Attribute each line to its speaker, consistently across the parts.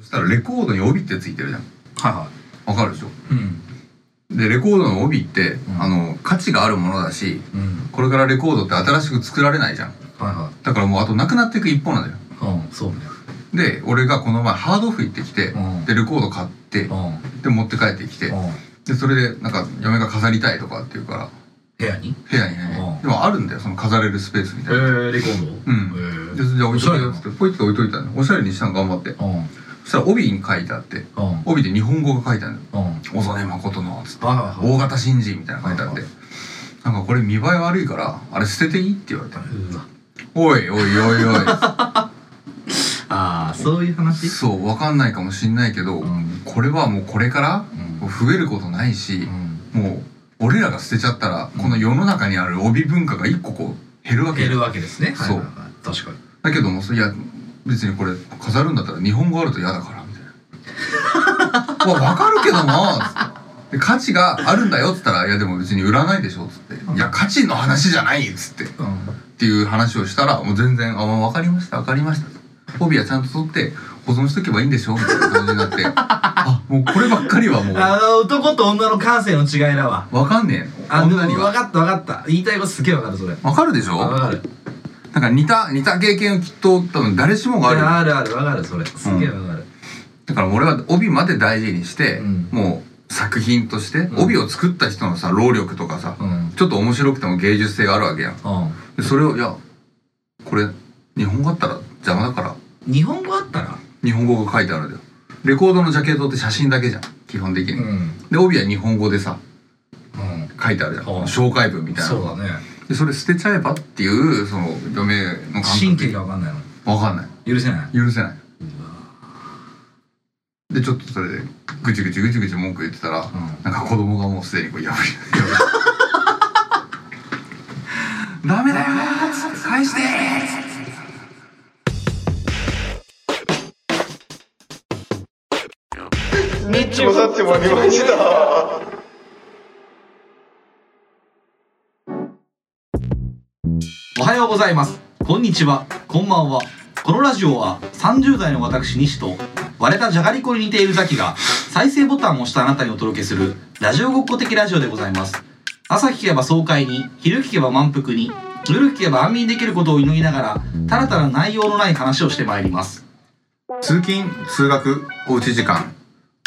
Speaker 1: ったらレコードに帯ってついてるじゃん
Speaker 2: はいは
Speaker 1: わかるでしょ
Speaker 2: いうん
Speaker 1: でレコードの帯って、
Speaker 2: ん
Speaker 1: あの価値があるものだし
Speaker 2: うん
Speaker 1: これからレコードって新しく作られないじゃん
Speaker 2: はいは
Speaker 1: だからもうあとなくなっていく一方なんだよ
Speaker 2: いうんそうね
Speaker 1: で俺がこの前ハードオフ行ってきて、
Speaker 2: うん
Speaker 1: でレコード買って、
Speaker 2: うんうん
Speaker 1: で持って帰ってきて、でそれでなんか嫁が飾りたいとかって言うから
Speaker 2: 部屋に
Speaker 1: 部屋にね、
Speaker 2: うん
Speaker 1: でもあるんだよその飾れるスペースみ
Speaker 3: え
Speaker 1: たいな、
Speaker 3: ー、レコード
Speaker 1: うんでそ
Speaker 3: えー
Speaker 1: れじゃあ置いとい
Speaker 2: おしゃ
Speaker 1: て
Speaker 2: れだ
Speaker 1: よ
Speaker 2: な
Speaker 1: っつってポイって置いといたのおしゃれにしたの頑張って
Speaker 2: うんうん
Speaker 1: そしたら帯に書いてあって帯で日本語が書いてあるの
Speaker 2: うん
Speaker 1: 「小曽根誠の」つって
Speaker 2: はい
Speaker 1: 「
Speaker 2: はいはい
Speaker 1: 大型新人」みたいなの書いてあって
Speaker 2: う
Speaker 1: なんかこれ見栄え悪いからあれ捨てていいって言われて
Speaker 2: うわ
Speaker 1: 「おいおいおいおい」
Speaker 2: ああそういう話
Speaker 1: そうわかんないかもしんないけど、
Speaker 2: うん
Speaker 1: これはもうこれから
Speaker 2: うん
Speaker 1: 増えることないし、もう俺らが捨てちゃったら、
Speaker 2: うん
Speaker 1: この世の中にある帯文化が一個こう減るわけ
Speaker 2: 減るわけですね
Speaker 1: そう
Speaker 2: はいはいはい確かに
Speaker 1: だけどもそいや別にこれ飾るんだったら日本語あると嫌だからみたい な「わわかるけども」つってで価値があるんだよっつったら「いやでも別に売らないでしょ」っつって「いや価値の話じゃない」っつってっ
Speaker 2: うん
Speaker 1: ていう話をしたらもう全然「あ分かりました分かりました」帯はちゃんと取って保存しとけばいいんでしょみたいな感じになって あもうこればっかりはもう
Speaker 2: あの男と女の感性の違いだわ
Speaker 1: わかんねえ
Speaker 2: あ
Speaker 1: の
Speaker 2: でも
Speaker 1: 女に
Speaker 2: 分
Speaker 1: は
Speaker 2: かった分かった言いたいことすげえ分かるそれ
Speaker 1: わかるでしょ
Speaker 2: 分かる
Speaker 1: なんか似た似た経験をきっと多分誰しもがあるよ
Speaker 2: あるある分かるそれすげえ分かる
Speaker 1: だから俺は帯まで大事にして、
Speaker 2: うん
Speaker 1: もう作品として、
Speaker 2: うん
Speaker 1: 帯を作った人のさ労力とかさ、
Speaker 2: うんうん
Speaker 1: ちょっと面白くても芸術性があるわけやんでそれをいやこれ日本語あったら邪魔だから
Speaker 2: 日本語あったら
Speaker 1: 日本語が書いてあるんだよレコードのジャケットって写真だけじゃん基本的に、
Speaker 2: ん
Speaker 1: で帯は日本語でさ
Speaker 2: うん
Speaker 1: 書いてあるじゃん、
Speaker 2: うん
Speaker 1: 紹介文みたいな
Speaker 2: そうだね
Speaker 1: でそれ捨てちゃえばっていうその嫁の感覚
Speaker 2: 神経が分かんないの
Speaker 1: わかんない
Speaker 2: 許せない
Speaker 1: 許せないでちょっとそれでぐちぐちぐちぐち文句言ってたら、
Speaker 2: ん
Speaker 1: なんか子供がもうすでにこう破りダメだよー返して
Speaker 4: ニッチもサッチもありました。
Speaker 2: おはようございますこんにちはこんばんはこのラジオは30代の私西と割れたじゃがりこに似ているザキが再生ボタンを押したあなたにお届けするラジオごっこ的ラジオでございます朝聞けば爽快に昼聞けば満腹に夜聞けば安眠できることを祈りながらたらたら内容のない話をしてまいります
Speaker 1: 通勤通学おうち時間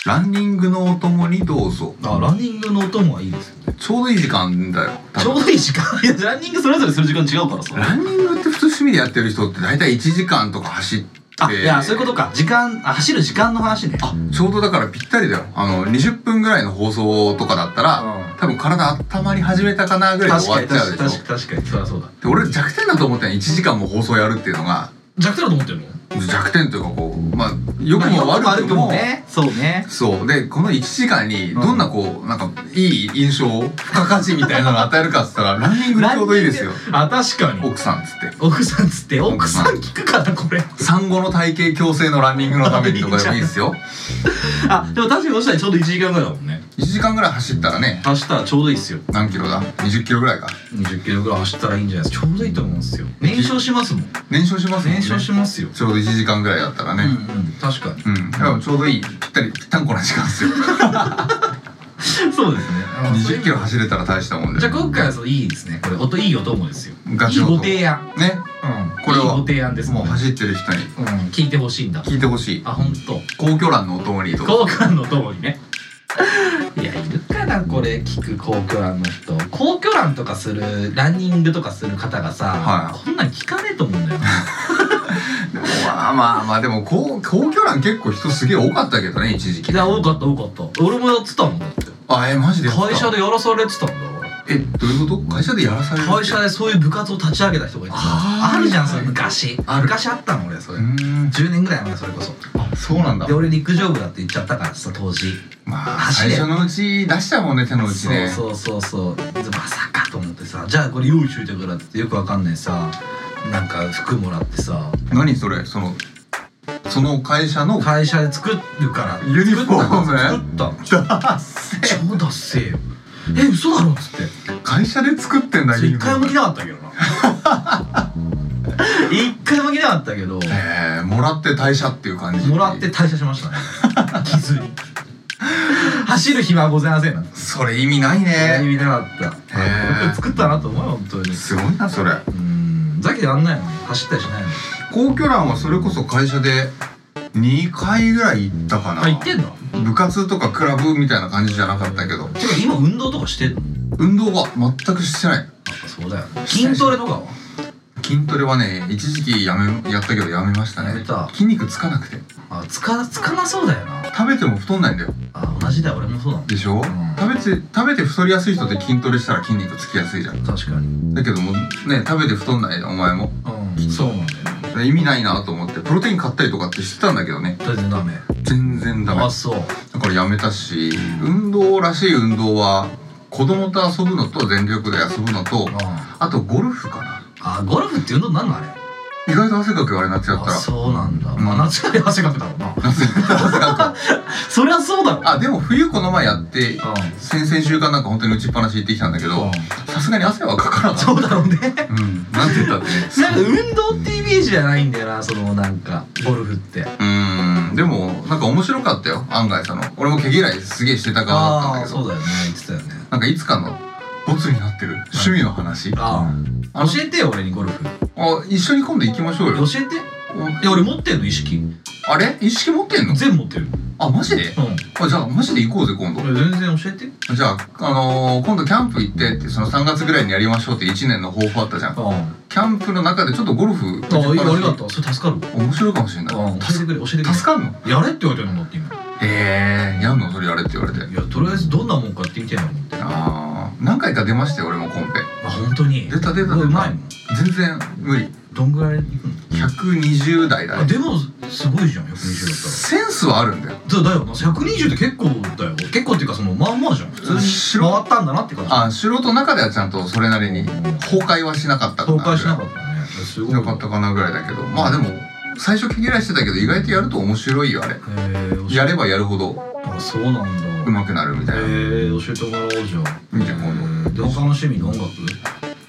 Speaker 1: ランニングのお供にどうぞ
Speaker 2: あランニングのお供はいいですよね
Speaker 1: ちょうどいい時間だよ多分
Speaker 2: ちょうどいい時間いやランニングそれぞれする時間違うからさ
Speaker 1: ランニングって普通趣味でやってる人って大体1時間とか走って
Speaker 2: あ、いやそういうことか時間あ走る時間の話ねあ
Speaker 1: ちょうどだからぴったりだよあの20分ぐらいの放送とかだったら、
Speaker 2: うん
Speaker 1: 多分体温まり始めたかなぐらいで
Speaker 2: 確
Speaker 1: 終
Speaker 2: か
Speaker 1: わっ
Speaker 2: に
Speaker 1: ちゃう
Speaker 2: 確
Speaker 1: で
Speaker 2: かに
Speaker 1: しょ
Speaker 2: 確かに確かにそりゃそうだ
Speaker 1: で俺弱点だと思ったよ1時間も放送やるっていうのが
Speaker 3: 弱点だと思ってるの
Speaker 1: 弱点というかこうまあ良くも悪くも,、
Speaker 2: ねそうね
Speaker 1: そうでこの1時間にどんなこう、なんかいい印象を付加価値みたいなのを与えるかっつったらランニングちょうどいいですよ
Speaker 3: あ確かに
Speaker 1: 奥さんっつって
Speaker 3: 奥さんっつって奥さん聞くかなこれ
Speaker 1: 産後の体型矯正のランニングのためにとかでもいいです よ
Speaker 2: あでも確かにそしたらちょうど1時間ぐらいだもんね
Speaker 1: 1時間ぐらい走ったらね
Speaker 2: 走ったらちょうどいいっすよ
Speaker 1: 何キロだ20キロぐらいか
Speaker 2: 20キロぐらい走ったらいいんじゃないですかちょうどいいと思うんですよ燃焼しますもん
Speaker 1: 燃焼しますもんね
Speaker 2: 燃焼しますよ、
Speaker 1: ちょうど1時間ぐらいだったら
Speaker 2: うん
Speaker 1: ね
Speaker 2: うん確かに
Speaker 1: うん、だからちょうどいいぴったりぴったんこな時間です よ
Speaker 2: そうですねあの
Speaker 1: 20キロ走れたら大したもんで
Speaker 3: じゃ あ今回はそういいですねこれ音いいお供ですよ
Speaker 1: ガ
Speaker 3: い
Speaker 1: チ
Speaker 3: い
Speaker 1: の
Speaker 3: ご
Speaker 1: 音
Speaker 3: 提案
Speaker 1: ね
Speaker 3: うん
Speaker 1: これはい
Speaker 3: いご提案です
Speaker 1: もう
Speaker 3: も
Speaker 1: ん
Speaker 3: ね
Speaker 1: 走ってる人に
Speaker 3: うん聞いてほしいんだ
Speaker 1: 聞いてほしい
Speaker 3: あ本当。
Speaker 1: 皇居欄のお供にと
Speaker 3: 交換の友にね いやいるかなこれ聞く皇居欄の人皇居欄とかするランニングとかする方がさ、
Speaker 1: は
Speaker 3: こんなん聞かねえと思うんだよな
Speaker 1: まあまあまあでも皇皇居欄結構人すげえ多かったけどね一時期
Speaker 3: いや多かった多かった俺もやってたもんだって
Speaker 1: あえマジでやってた
Speaker 3: 会社でやらされてたんだ俺
Speaker 1: えどういうこと会社でやらされる
Speaker 3: 会社でそういう部活を立ち上げた人がいてさ
Speaker 1: あー
Speaker 3: あるじゃんそれ昔
Speaker 1: ある
Speaker 3: 昔あったの俺そうれ
Speaker 1: ーん
Speaker 3: 10年ぐらい前それこそ
Speaker 1: あそうなんだ
Speaker 3: で俺陸上部だって言っちゃったからさ当時
Speaker 1: まあ
Speaker 3: 走
Speaker 1: 最
Speaker 3: れ
Speaker 1: 初のうち出したもんね手のうちね
Speaker 3: そうそうそうそうでまさかと思ってさじゃあこれ用意しといてからって言ってよくわかんないさなんか服もらってさ
Speaker 1: 何それそのその会社の
Speaker 3: 会社で作るから
Speaker 1: ユニフォームね
Speaker 3: 作ったの作ったの超ダッセーよえ嘘だろっつって
Speaker 1: 会社で作ってんだ
Speaker 3: それ一
Speaker 1: ユニフォー
Speaker 3: 回
Speaker 1: ム
Speaker 3: も着なかったけどな一回も来なかったけど
Speaker 1: えー、もらって退社っていう感じ
Speaker 3: もらって退社し ましたね気づい走る暇はございませんなんて
Speaker 1: それ意味ない
Speaker 3: 意
Speaker 1: ね
Speaker 3: 味なかったよ
Speaker 1: へー
Speaker 3: く作ったなと思うよ本当に
Speaker 1: すごいなそれ
Speaker 3: うんザキやんないの走ったりしないの
Speaker 1: 皇居欄はそれこそ会社で2回ぐらい行ったかな
Speaker 3: あ行ってんの
Speaker 1: 部活とかクラブみたいな感じじゃなかったけど
Speaker 2: てか今運動とかしてんの
Speaker 1: 運動は全くしてない
Speaker 3: そうだよね筋トレとかは
Speaker 1: 筋トレはね一時期やめやったけどやめましたね
Speaker 3: やめた
Speaker 1: 筋肉つかなくて
Speaker 3: あつかつかなそうだよな
Speaker 1: 食べても太んないんだよ
Speaker 3: あ同じだよ俺もそうだもん
Speaker 1: でしょ、
Speaker 3: ん
Speaker 1: 食べて食べて太りやすい人って筋トレしたら筋肉つきやすいじゃん
Speaker 3: 確かに
Speaker 1: だけどもうね食べて太んないお前も
Speaker 3: うんそうなんだよね
Speaker 1: 意味ないなと思ってプロテイン買ったりとかってしてたんだけどね
Speaker 3: 全然ダメ
Speaker 1: 全然ダメ
Speaker 3: あそう
Speaker 1: だからやめたし運動らしい運動は子供と遊ぶのと全力で遊ぶのと
Speaker 3: あ
Speaker 1: あとゴルフかな
Speaker 3: あゴルフって運動になんのあれ
Speaker 1: 意外と汗かくよあれ夏やった
Speaker 3: あ
Speaker 1: ら
Speaker 3: そうなんだ
Speaker 1: ん
Speaker 3: まあ夏より汗かくだろうな
Speaker 1: 夏やったら汗かく
Speaker 3: そりゃそうだろ
Speaker 1: あでも冬この前やって
Speaker 3: う
Speaker 1: 先々週間なんか本当に打ちっぱなし行ってきたんだけ
Speaker 3: ん
Speaker 1: どさすがに汗はかからな
Speaker 3: そうだろう
Speaker 1: い
Speaker 3: ね
Speaker 1: うんなんて言ったってね
Speaker 3: なんか運動ってイメージじゃないんだよなそのなんかゴルフって
Speaker 1: うーんでもなんか面白かったよ案外その俺も毛嫌いすげえしてた側だったん
Speaker 3: あ
Speaker 1: だ
Speaker 3: ー
Speaker 1: け
Speaker 3: そ
Speaker 1: ど
Speaker 3: うだよね言ってたよね
Speaker 1: なんかいつかのボツになってる趣味の話
Speaker 3: あ
Speaker 1: あの
Speaker 3: あ教えてよ俺にゴルフ
Speaker 1: あ一緒に今度行きましょう
Speaker 3: 教
Speaker 1: よ
Speaker 3: えていや俺持ってんの意識
Speaker 1: あれ意識持ってんの
Speaker 3: 全部持ってる
Speaker 1: あマジで
Speaker 3: う
Speaker 1: あじゃあマジで行こうぜ今度
Speaker 3: ん俺全然教えて
Speaker 1: じゃあ、あのー今度キャンプ行ってってその3月ぐらいにやりましょうって1年の抱負あったじゃん
Speaker 3: あ
Speaker 1: キャンプの中でちょっとゴルフ
Speaker 3: あいやありがとうそれ助かる
Speaker 1: 面白いかもしれない
Speaker 3: うん教えてくれ教えてくれ
Speaker 1: 助かんの
Speaker 3: やれって言われてるんだって今
Speaker 1: ええー、やんのそれやれって言われて
Speaker 3: いやとりあえずどんなもんかやってみてえなと思って
Speaker 1: あー何回か出ましたよ俺もコンペ
Speaker 3: あ本当に
Speaker 1: 出た出た出た
Speaker 3: うまいもん
Speaker 1: 全然無理
Speaker 3: どんぐらいいくの
Speaker 1: 120代だ
Speaker 3: あ
Speaker 1: ね
Speaker 3: でもすごいじゃん120だっ
Speaker 1: センスはあるんだよ
Speaker 3: たらだだよな120って結構だよ結構っていうかそのまあまあじゃん普通に
Speaker 1: 白
Speaker 3: 回ったんだなって感じ
Speaker 1: あ素人の中ではちゃんとそれなりに崩壊はしなかったか
Speaker 3: 崩
Speaker 1: な
Speaker 3: 壊しなかったねすごい
Speaker 1: よかったかなぐらいだけどまあでも最初毛嫌いしてたけど意外とやると面白いよあれ
Speaker 3: へー
Speaker 1: やればやるほど
Speaker 3: あそうなんだ
Speaker 1: 上手くなるみたいな、
Speaker 3: えー、教えてもらおうじゃあ
Speaker 1: 見て今度
Speaker 3: で他の趣味の音楽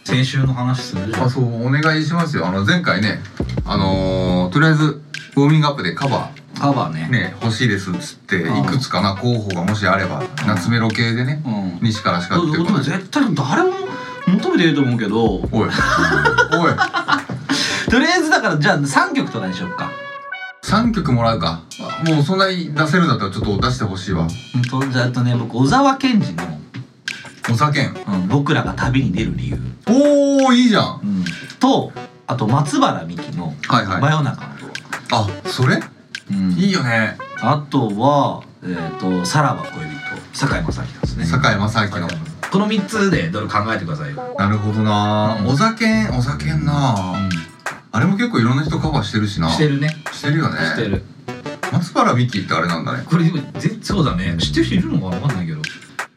Speaker 3: 先週の話するじゃ
Speaker 1: あ
Speaker 3: ん
Speaker 1: そうお願いしますよあの前回ねあのーとりあえずウォーミングアップでカバ
Speaker 2: カバーね
Speaker 1: ーね欲しいですっつってい
Speaker 2: あー
Speaker 1: くつかな候補がもしあれば夏メロ系でね
Speaker 2: うん
Speaker 1: 西からしかってい
Speaker 2: だ
Speaker 1: う
Speaker 2: か
Speaker 1: こ
Speaker 2: ら
Speaker 1: とで
Speaker 2: 絶対誰も求めてると思うけど
Speaker 1: おいおい
Speaker 2: とりあえずだからじゃあ3曲とかにしよっか
Speaker 1: 3曲もらうかあもうそんなに出せるんだったらちょっと出してほしいわ
Speaker 2: うんとじゃああとね僕小沢健二の、
Speaker 1: お酒ん
Speaker 2: うん「僕らが旅に出る理由
Speaker 1: おーいいじゃん」
Speaker 2: とあと松原美樹の
Speaker 1: はい
Speaker 2: 「
Speaker 1: は
Speaker 2: 真
Speaker 1: い
Speaker 2: 夜中のドア
Speaker 1: あそれ」
Speaker 2: うん
Speaker 1: いいよね
Speaker 2: あとは「えー、とさらば恋人」堺正明ですね
Speaker 1: 堺正明の
Speaker 3: この3つでどれ考えてくださいよ、
Speaker 1: なるほどな
Speaker 3: うん
Speaker 1: お酒んお酒んなあれも結構いろんな人カバーしてるしな
Speaker 3: してるね
Speaker 1: してるよね
Speaker 3: してる
Speaker 1: 松原美樹ってあれなんだね
Speaker 3: これでも全そうだね知ってる人いるのかなわかんないけど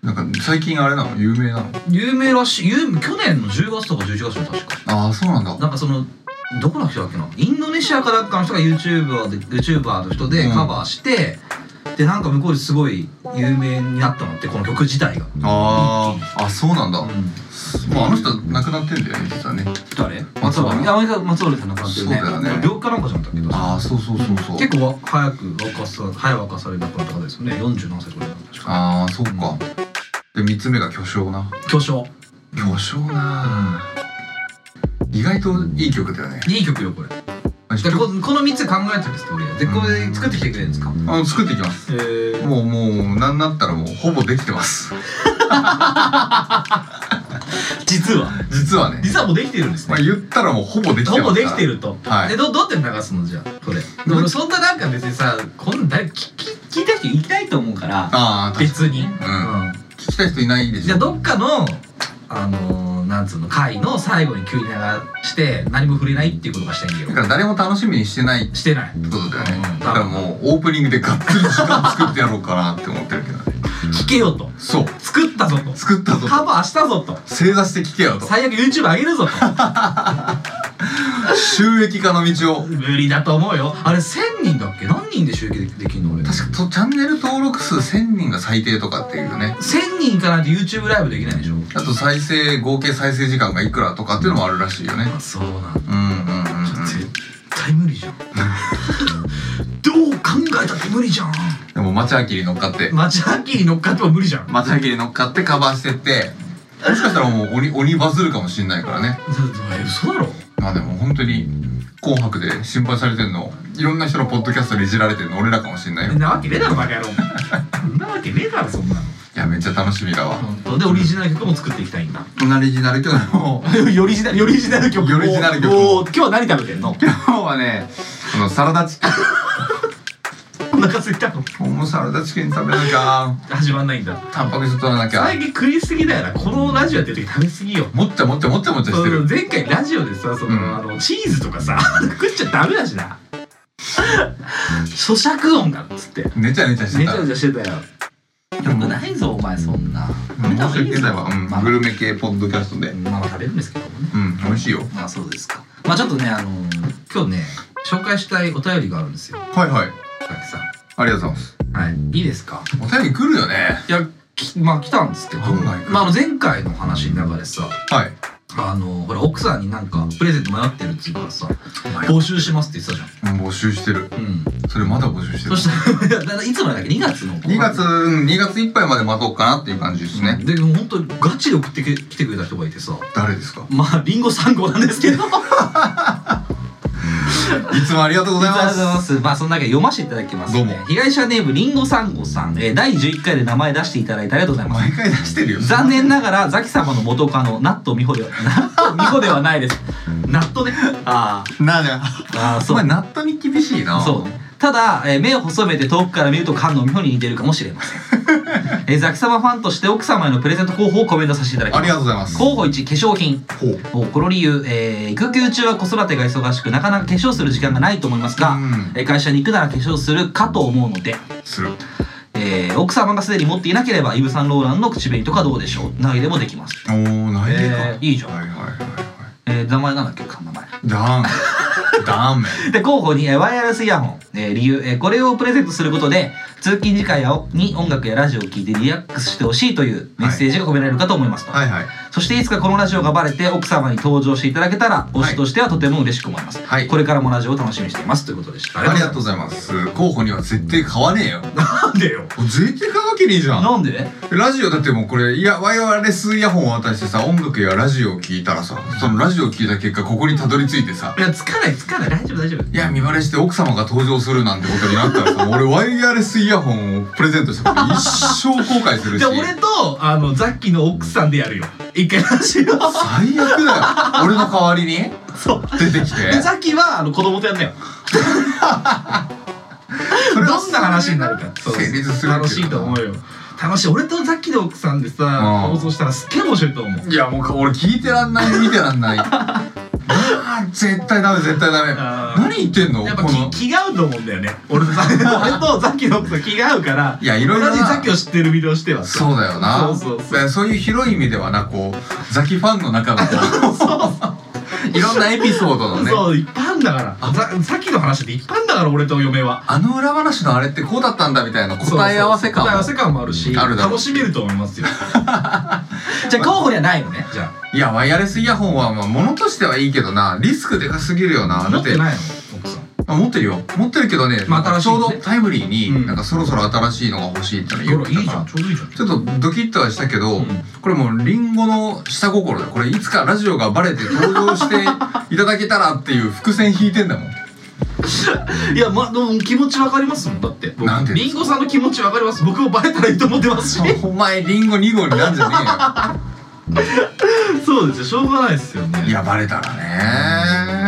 Speaker 1: なんか最近あれなの有名なの
Speaker 3: 有名らしい有名去年の10月とか11月の確か
Speaker 1: ああそうなんだ
Speaker 3: なんかそのどこの人だっけなインドネシアかなんかの人が YouTuber で YouTuber の人で
Speaker 1: うん
Speaker 3: カバーして、でなんか向こうですごい有名になったのってこの曲自体が、
Speaker 1: あーあそうなんだ、
Speaker 3: うん、
Speaker 1: まああの人亡くなってんだよね実はね
Speaker 2: 誰
Speaker 1: 松
Speaker 2: 松
Speaker 1: 原
Speaker 2: 原あ松原松原さんの関係
Speaker 1: そう
Speaker 2: ね
Speaker 1: だよね
Speaker 3: 病気かなんかじゃなかったけど
Speaker 1: ああそうそうそうそう
Speaker 3: 結構わ早く若さ早若されなくなった方ですよね47歳くらいなんで確か
Speaker 1: ああそうかで三つ目が巨匠な
Speaker 3: 巨匠
Speaker 1: 巨匠な意外といい曲だよね
Speaker 3: いい曲よこれでここの3つ考えてるんですって俺でこれ作ってきてくれるんですか
Speaker 1: あの作っていきます
Speaker 3: へえ
Speaker 1: もうもうなんなったらもうほぼできてます
Speaker 3: 実は
Speaker 1: 実はね
Speaker 3: 実はもうできてるんです
Speaker 1: まあ
Speaker 3: ね
Speaker 1: 言ったらもうほぼできてます
Speaker 3: ほ
Speaker 1: から
Speaker 3: ぼできてると、
Speaker 1: はい
Speaker 3: でどどうやって流すのじゃあこれで俺そんななんか別にさこんな誰聞き
Speaker 2: 聞いた人いないと思うから
Speaker 1: ああ確か
Speaker 3: 別に、
Speaker 1: ん聞きたい人いないでし
Speaker 3: じ
Speaker 1: ょ
Speaker 3: ゃあどっかのあのー、なんつうの回の最後に急に流して何も触れないっていうことがしたいん
Speaker 1: だか
Speaker 3: だよ
Speaker 1: ら誰も楽しみにしてないって
Speaker 3: してない
Speaker 1: ことだよね、
Speaker 3: うん
Speaker 1: だからもうオープニングでがっつり時間作ってやろうかなって思ってるけどね
Speaker 3: 聞けよと
Speaker 1: そう
Speaker 3: 作ったぞと
Speaker 1: 作ったぞ
Speaker 3: カバーしたぞと
Speaker 1: 正座して聞けよと
Speaker 3: 最悪 YouTube 上げるぞと
Speaker 1: 収益化の道を
Speaker 3: 無理だと思うよあれ1000人だっけ何人で集計できんの俺
Speaker 1: 確かとチャンネル登録数1000人が最低とかっていうね
Speaker 3: 1000人いかないと YouTube ライブできないでしょ
Speaker 1: あと再生合計再生時間がいくらとかっていうのもあるらしいよね
Speaker 3: そうなんだ
Speaker 1: うんうんうんうん
Speaker 3: ちょっと理じゃん
Speaker 1: でも町明に乗っかって
Speaker 3: 町秋に乗っかっても無理じゃん
Speaker 1: 町明に乗っかってカバーしてってもしかしたらもう鬼鬼バズるかもしんないからね
Speaker 3: 嘘だろ
Speaker 1: まあでも本当に「紅白」で心配されてるのいろんな人のポッドキャストでいじられてるの俺らかもしんないよ
Speaker 3: んなわけねえだろバカ野郎んなわけねえだろそんなの
Speaker 1: いやめっちゃ楽しみだわ
Speaker 3: 本当でオリジナル曲も作っていきたいんだ
Speaker 1: オリジナル曲も
Speaker 3: よりジナルよりジナル曲
Speaker 1: よりジナル曲
Speaker 3: おー今日は何食べてん の
Speaker 1: 今日はねあのサラダチキン
Speaker 3: お腹空いたの
Speaker 1: 俺もうサラダチキン食べなきゃ
Speaker 3: 始まんないんだ
Speaker 1: タンパク質取らなきゃ
Speaker 3: 最近食いすぎだよなこのラジオやってる時食べすぎよ
Speaker 1: もっちゃもっちゃもっちゃもっちゃしてる
Speaker 3: 前回ラジオでさその、
Speaker 1: うん
Speaker 3: あのチーズとかさ 食っちゃダメだしな咀嚼音だっつって
Speaker 1: ねちゃねちゃして
Speaker 3: めち
Speaker 1: た
Speaker 3: ゃめちゃしてたよ
Speaker 1: でも
Speaker 3: ないぞお前そんな
Speaker 1: 申し訳ないわ、うん
Speaker 3: まあ
Speaker 1: グルメ系ポッドキャストで
Speaker 3: まあまあ食べるんですけどもね
Speaker 1: うん美味しいよ
Speaker 3: まあそうですかまあちょっとねあの今日ね紹介したいお便りがあるんですよ
Speaker 1: はいはい
Speaker 3: 佐々木さ
Speaker 1: ありがとうございます
Speaker 3: んはいいいですか
Speaker 1: お便り来るよね
Speaker 3: いやきまあ来たんですけど、
Speaker 1: はいはい
Speaker 3: まあ、あの前回の話の中でさ
Speaker 1: はい
Speaker 3: あのほら奥さんになんかプレゼント迷ってるっつうからさ募集しますって言ってたじ
Speaker 1: うん募集してる
Speaker 3: ゃんうん
Speaker 1: それまだ募集してる
Speaker 3: そしたらいやだからいつもだっけ2月の
Speaker 1: 2月うん2月いっぱいまで待とうかなっていう感じですね、
Speaker 3: でも本当にガチで送ってきてくれた人がいてさ
Speaker 1: 誰ですか
Speaker 3: まあリンゴ3号なんですけど
Speaker 1: いつもありがとうございます
Speaker 3: す。まあその中で読ませていただきます、
Speaker 1: どうも
Speaker 3: 被害者ネームリンゴ3号さん、えー第11回で名前出していただいてありがとうございます。
Speaker 1: 毎回出してるよ
Speaker 3: 残念ながらザキ様の元カノナットミ ホではナットミホではないです。ナットね。あ
Speaker 1: なあじゃ
Speaker 3: あああ
Speaker 1: あお前納豆に厳しいな
Speaker 3: そうね。ただ、えー目を細めて遠くから見ると菅野美穂に似てるかもしれません。 えー、ザキ様ファンとして奥様へのプレゼント候補をコメントさせていただき
Speaker 1: あ
Speaker 3: ま
Speaker 1: り
Speaker 3: す。
Speaker 1: がとうございます
Speaker 3: 候補1、化粧品。
Speaker 1: ほう
Speaker 3: おこの理由、えー育休中は子育てが忙しく、なかなか化粧する時間がないと思いますが、
Speaker 1: うん
Speaker 3: えー会社に行くなら化粧するかと思うので、
Speaker 1: する
Speaker 3: えー奥様がすでに持っていなければ、イブ・サンローランの口紅とかどうでしょうないでもできます。
Speaker 1: おーないでか、
Speaker 3: えーいいじゃん
Speaker 1: はいはいはいはい
Speaker 3: えー名前なんだっけか名前。
Speaker 1: ダ ーメンダーメン
Speaker 3: で、候補に、えーワイヤレスイヤホン、えー理由、えーこれをプレゼントすることで、通勤時間やおに音楽やラジオを聴いてリラックスしてほしいというメッセージが込められるかと思いますと。
Speaker 1: はいはい
Speaker 3: そしていつかこのラジオがバレて奥様に登場していただけたら推しとしてはとても嬉しく思います、
Speaker 1: はい
Speaker 3: これからもラジオを楽しみにしていますということでした
Speaker 1: ありがとうございます候補には絶対買わねえよ
Speaker 3: なんでよ
Speaker 1: 絶対買うわけねえじゃん
Speaker 3: なんで
Speaker 1: ラジオだってもうこれいやワイヤレスイヤホンを渡してさ音楽やラジオを聞いたらさそのラジオを聞いた結果ここにたどり着いてさ
Speaker 3: いやつかないつかない大丈夫大丈
Speaker 1: い
Speaker 3: 夫
Speaker 1: や見バレして奥様が登場するなんてことになった らさもう俺ワイヤレスイヤホンをプレゼントしたこと一生後悔するし
Speaker 3: じゃあ俺とあのザッキーの奥さんでやるよ一回ラジオ
Speaker 1: 最悪だよ俺の代わりに
Speaker 3: そう
Speaker 1: 出てきて
Speaker 3: でザッキーはあの子供とやんなよ
Speaker 1: それは
Speaker 3: どんな話になるか
Speaker 1: 成立するけどな
Speaker 3: 楽しいと思うよ楽しい俺とザッキーの奥さんでさ
Speaker 1: うん
Speaker 3: 放送したらすっげえ面白いと思う
Speaker 1: いやもうか俺聞いてらんない見てらん ないあー絶対ダメ絶対ダメ
Speaker 3: あー
Speaker 1: 何言ってんの
Speaker 3: やっぱ
Speaker 1: この
Speaker 3: 気気が合うと思うんだよね俺とザ俺とザッキーの奥さん気が合うから
Speaker 1: いやいろいろな
Speaker 3: 同じザッキーを知ってる身としてはさ
Speaker 1: そうだよな
Speaker 3: そうそうそう
Speaker 1: だからそういう広い意味ではなこうザキファンの中のこういろんなエピソードのね
Speaker 3: そう、いっぱいあんだから。ささっきの話でいっぱいあんだから、俺と嫁は。
Speaker 1: あの裏話のあれってこうだったんだみたいな答え合わせ感
Speaker 3: 答え合
Speaker 1: も
Speaker 3: わせ感もあるし、
Speaker 1: あるだろう
Speaker 3: 楽しめると思いますよ。じゃあ、候補にはないのね。じゃあ。
Speaker 1: いやワイヤレスイヤホンはまあ物としてはいいけどなリスクでかすぎるよなだ
Speaker 3: 持
Speaker 1: っ
Speaker 3: っててないの奥さん。
Speaker 1: あ持ってるよ持ってるけどね,、
Speaker 3: まあ新し
Speaker 1: ち
Speaker 3: い
Speaker 1: ょ
Speaker 3: ね
Speaker 1: うどタイムリーに、
Speaker 3: うん
Speaker 1: なんかそろそろ新しいのが欲しいっての言
Speaker 3: ほ
Speaker 1: っ
Speaker 3: ら、
Speaker 1: て
Speaker 3: いい
Speaker 1: た
Speaker 3: じ
Speaker 1: か
Speaker 3: ゃ
Speaker 1: ら
Speaker 3: ん。ちょうどいいじゃん。
Speaker 1: ちょっとドキッとはしたけど、
Speaker 3: うん
Speaker 1: これもうリンゴの下心だよこれいつかラジオがバレて登場していただけたらっていう伏線引いてんだもん
Speaker 3: いや、ま、でも気持ちわかりますもん。だって。僕
Speaker 1: なんでですか
Speaker 3: リンゴさんの気持ちわかります。僕もバレたらいいと思ってますし。
Speaker 1: お前リンゴ2号になんじゃね
Speaker 3: そうですよ。しょうがないですよ
Speaker 1: え
Speaker 3: ね。
Speaker 1: よいやバレたら
Speaker 3: い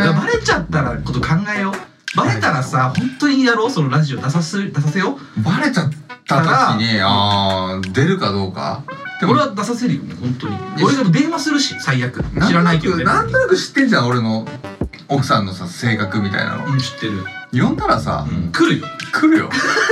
Speaker 3: や
Speaker 1: ね
Speaker 3: バレちゃったらこと考えよう。バレたらさ、本当にやろう。そのラジオ出さす、出させよう。
Speaker 1: バレちゃった時にあー出るかどうかで
Speaker 3: 俺
Speaker 1: も
Speaker 3: は出させるよ、もう本当に
Speaker 1: い。や
Speaker 3: 俺でも電話するし、最悪。
Speaker 1: んと
Speaker 3: 知らないけど
Speaker 1: く
Speaker 3: ね。
Speaker 1: なんとなく知ってんじゃん俺の奥さんのさ性格みたいなの
Speaker 3: うん、知ってる。
Speaker 1: 呼んだらさ、
Speaker 3: 来るよ
Speaker 1: 来るよ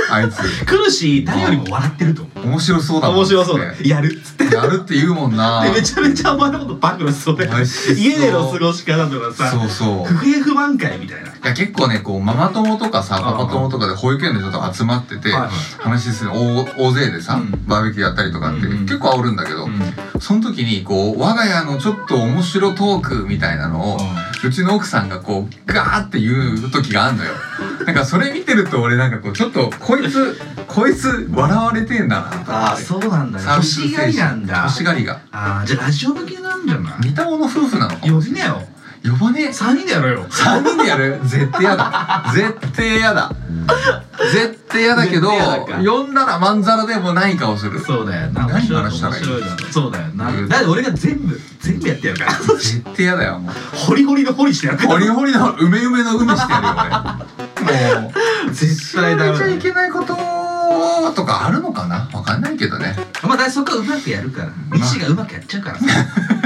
Speaker 1: あいつ
Speaker 3: 来るし誰よりも笑ってると思
Speaker 1: 面白そうだ
Speaker 3: う
Speaker 1: もん
Speaker 3: 面白そうだ
Speaker 1: つって
Speaker 3: やるっつって
Speaker 1: やるって言うもんな
Speaker 3: でめちゃめち ゃお前のこと暴露しそうで
Speaker 1: 美味しそう
Speaker 3: 家での過ごし方とかさ
Speaker 1: そうそう
Speaker 3: 不平不満会みたいな
Speaker 1: いや結構ねこうママ友とかさパパ友とかで保育園の人と集まってて
Speaker 2: はい
Speaker 1: 話する大大勢でさ、
Speaker 2: うん
Speaker 1: バーベキューやったりとかって
Speaker 2: うんうん
Speaker 1: 結構煽るんだけど、
Speaker 2: うん
Speaker 1: その時にこう我が家のちょっと面白トークみたいなのを、うちの奥さんがこうガーって言う時があん のよ。なんかそれ見てると俺なんかこうちょっとこいつこいつ笑われてんだなと思って
Speaker 2: ああそうなんだね
Speaker 1: サービ
Speaker 2: 欲
Speaker 1: ス精
Speaker 2: し
Speaker 1: 神
Speaker 2: がりなんだ
Speaker 1: 欲しがりが
Speaker 2: ああじゃあラジオ向けなんじゃない
Speaker 1: 似た者夫婦なのか
Speaker 2: 呼びなよ
Speaker 1: 呼ばねえ
Speaker 2: 3人でやろうよ
Speaker 1: 3人でやる絶対やだ絶対やだ絶対やだけど
Speaker 2: 絶対やだか
Speaker 1: 呼んだらまんざらでもない顔する
Speaker 2: そうだよな
Speaker 1: 何話したらいい
Speaker 2: 面白いなそうだよ
Speaker 1: う
Speaker 2: なんだって俺が全部全部やってやるから
Speaker 1: 絶対やだよもう
Speaker 2: ホリホリのホリしてやるから
Speaker 1: ホリホリのうめうめのうめしてやるよ俺もう
Speaker 2: 絶対
Speaker 1: 知ら
Speaker 2: ダメだ
Speaker 1: れちゃ
Speaker 2: よ
Speaker 1: いけないこととかあるのかなわかんないけどね
Speaker 2: まあだいそこはうまくやるから西がうまくやっちゃうから さ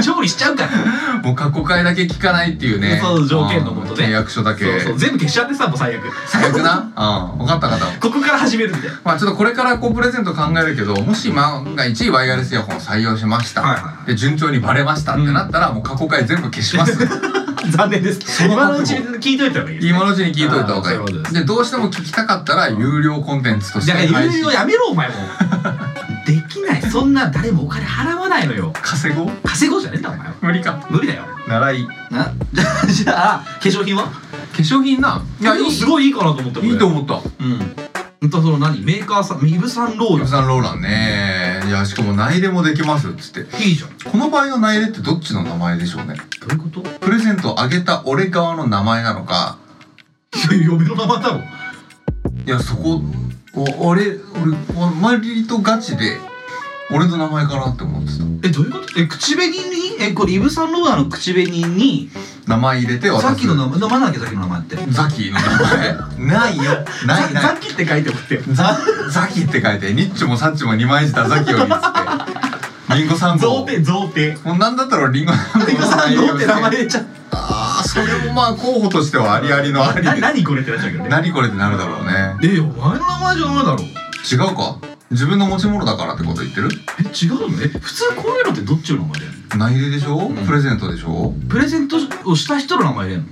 Speaker 2: 調理しちゃうから
Speaker 1: もう過去回だけ聞かないっていうね
Speaker 2: そう条件のもとね
Speaker 1: うん契約書だけ
Speaker 2: そうそう全部消しちゃってさもう最悪
Speaker 1: 最悪なうん分かった分かった
Speaker 2: ここから始めるみたいな
Speaker 1: まあちょっとこれからこうプレゼント考えるけどもし万が一ワイヤレスイヤホンを採用しました、
Speaker 2: はいはいはい
Speaker 1: で順調にバレましたってなったら、もう過去回全部消します
Speaker 2: 残念です
Speaker 1: の
Speaker 2: 今
Speaker 1: 覚悟
Speaker 2: のうちに聞いといた方がいいです
Speaker 1: 今のうちに聞いといた方が
Speaker 2: あーそういうこと
Speaker 1: い
Speaker 2: で
Speaker 1: い
Speaker 2: す
Speaker 1: でどうしても聞きたかったら有料コンテンツとして
Speaker 2: だから
Speaker 1: 配
Speaker 2: 有
Speaker 1: 信
Speaker 2: 料やめろお前もできないそんな誰もお金払わないのよ
Speaker 1: 稼ごう
Speaker 2: 稼ごうじゃねえんだお前は
Speaker 1: 無理か
Speaker 2: 無理だよ
Speaker 1: 習い化
Speaker 2: なじゃあ化粧品は
Speaker 1: 粧品ない
Speaker 2: やすごいいいかなと思った
Speaker 1: いいと
Speaker 2: う
Speaker 1: 思った
Speaker 2: うんほんとその何メーカーさんイブさんロ
Speaker 1: お
Speaker 2: ー
Speaker 1: 客さんローランねいやしかも内入れもできますっつって
Speaker 2: いいじゃんど
Speaker 1: この場合の内入れってどっちの名前でしょうね
Speaker 2: ういうこと
Speaker 1: プレゼントをあげた俺側の名前なのか
Speaker 2: いや嫁の名前だろ
Speaker 1: いやそこお俺俺割とガチで俺の名前かなって思ってた
Speaker 2: えどういうことえ口紅にえこれイブさんローランの口紅に
Speaker 1: 名前入れて渡す
Speaker 2: さっきの名前名前なんだっけさっきの名前って
Speaker 1: ザキの名 前ないよない
Speaker 2: ささ
Speaker 1: な
Speaker 2: っきって書いて送ってよ
Speaker 1: いザザキって書いてニッチもサッチも2枚舌ザキよりっつってリンゴ3
Speaker 2: 贈
Speaker 1: 号
Speaker 2: 呈贈 呈
Speaker 1: もうなんだったらリンゴ3号
Speaker 2: イブさんローって名前入
Speaker 1: あ
Speaker 2: れちゃっ
Speaker 1: あーそれもまあ候補としてはありありのあ
Speaker 2: た
Speaker 1: り
Speaker 2: な
Speaker 1: で
Speaker 2: 何これってなっちゃうけどね
Speaker 1: 何これってなるだろうね
Speaker 2: えお前の名前じゃないだろ
Speaker 1: 違うか自分の持ち物だからってこと言ってる
Speaker 2: え違うのえ普通こういうのってどっちの名前入れるの
Speaker 1: 内入れでしょ、
Speaker 2: ん
Speaker 1: プレゼントでしょ
Speaker 2: プレゼントをした人の名前入れるの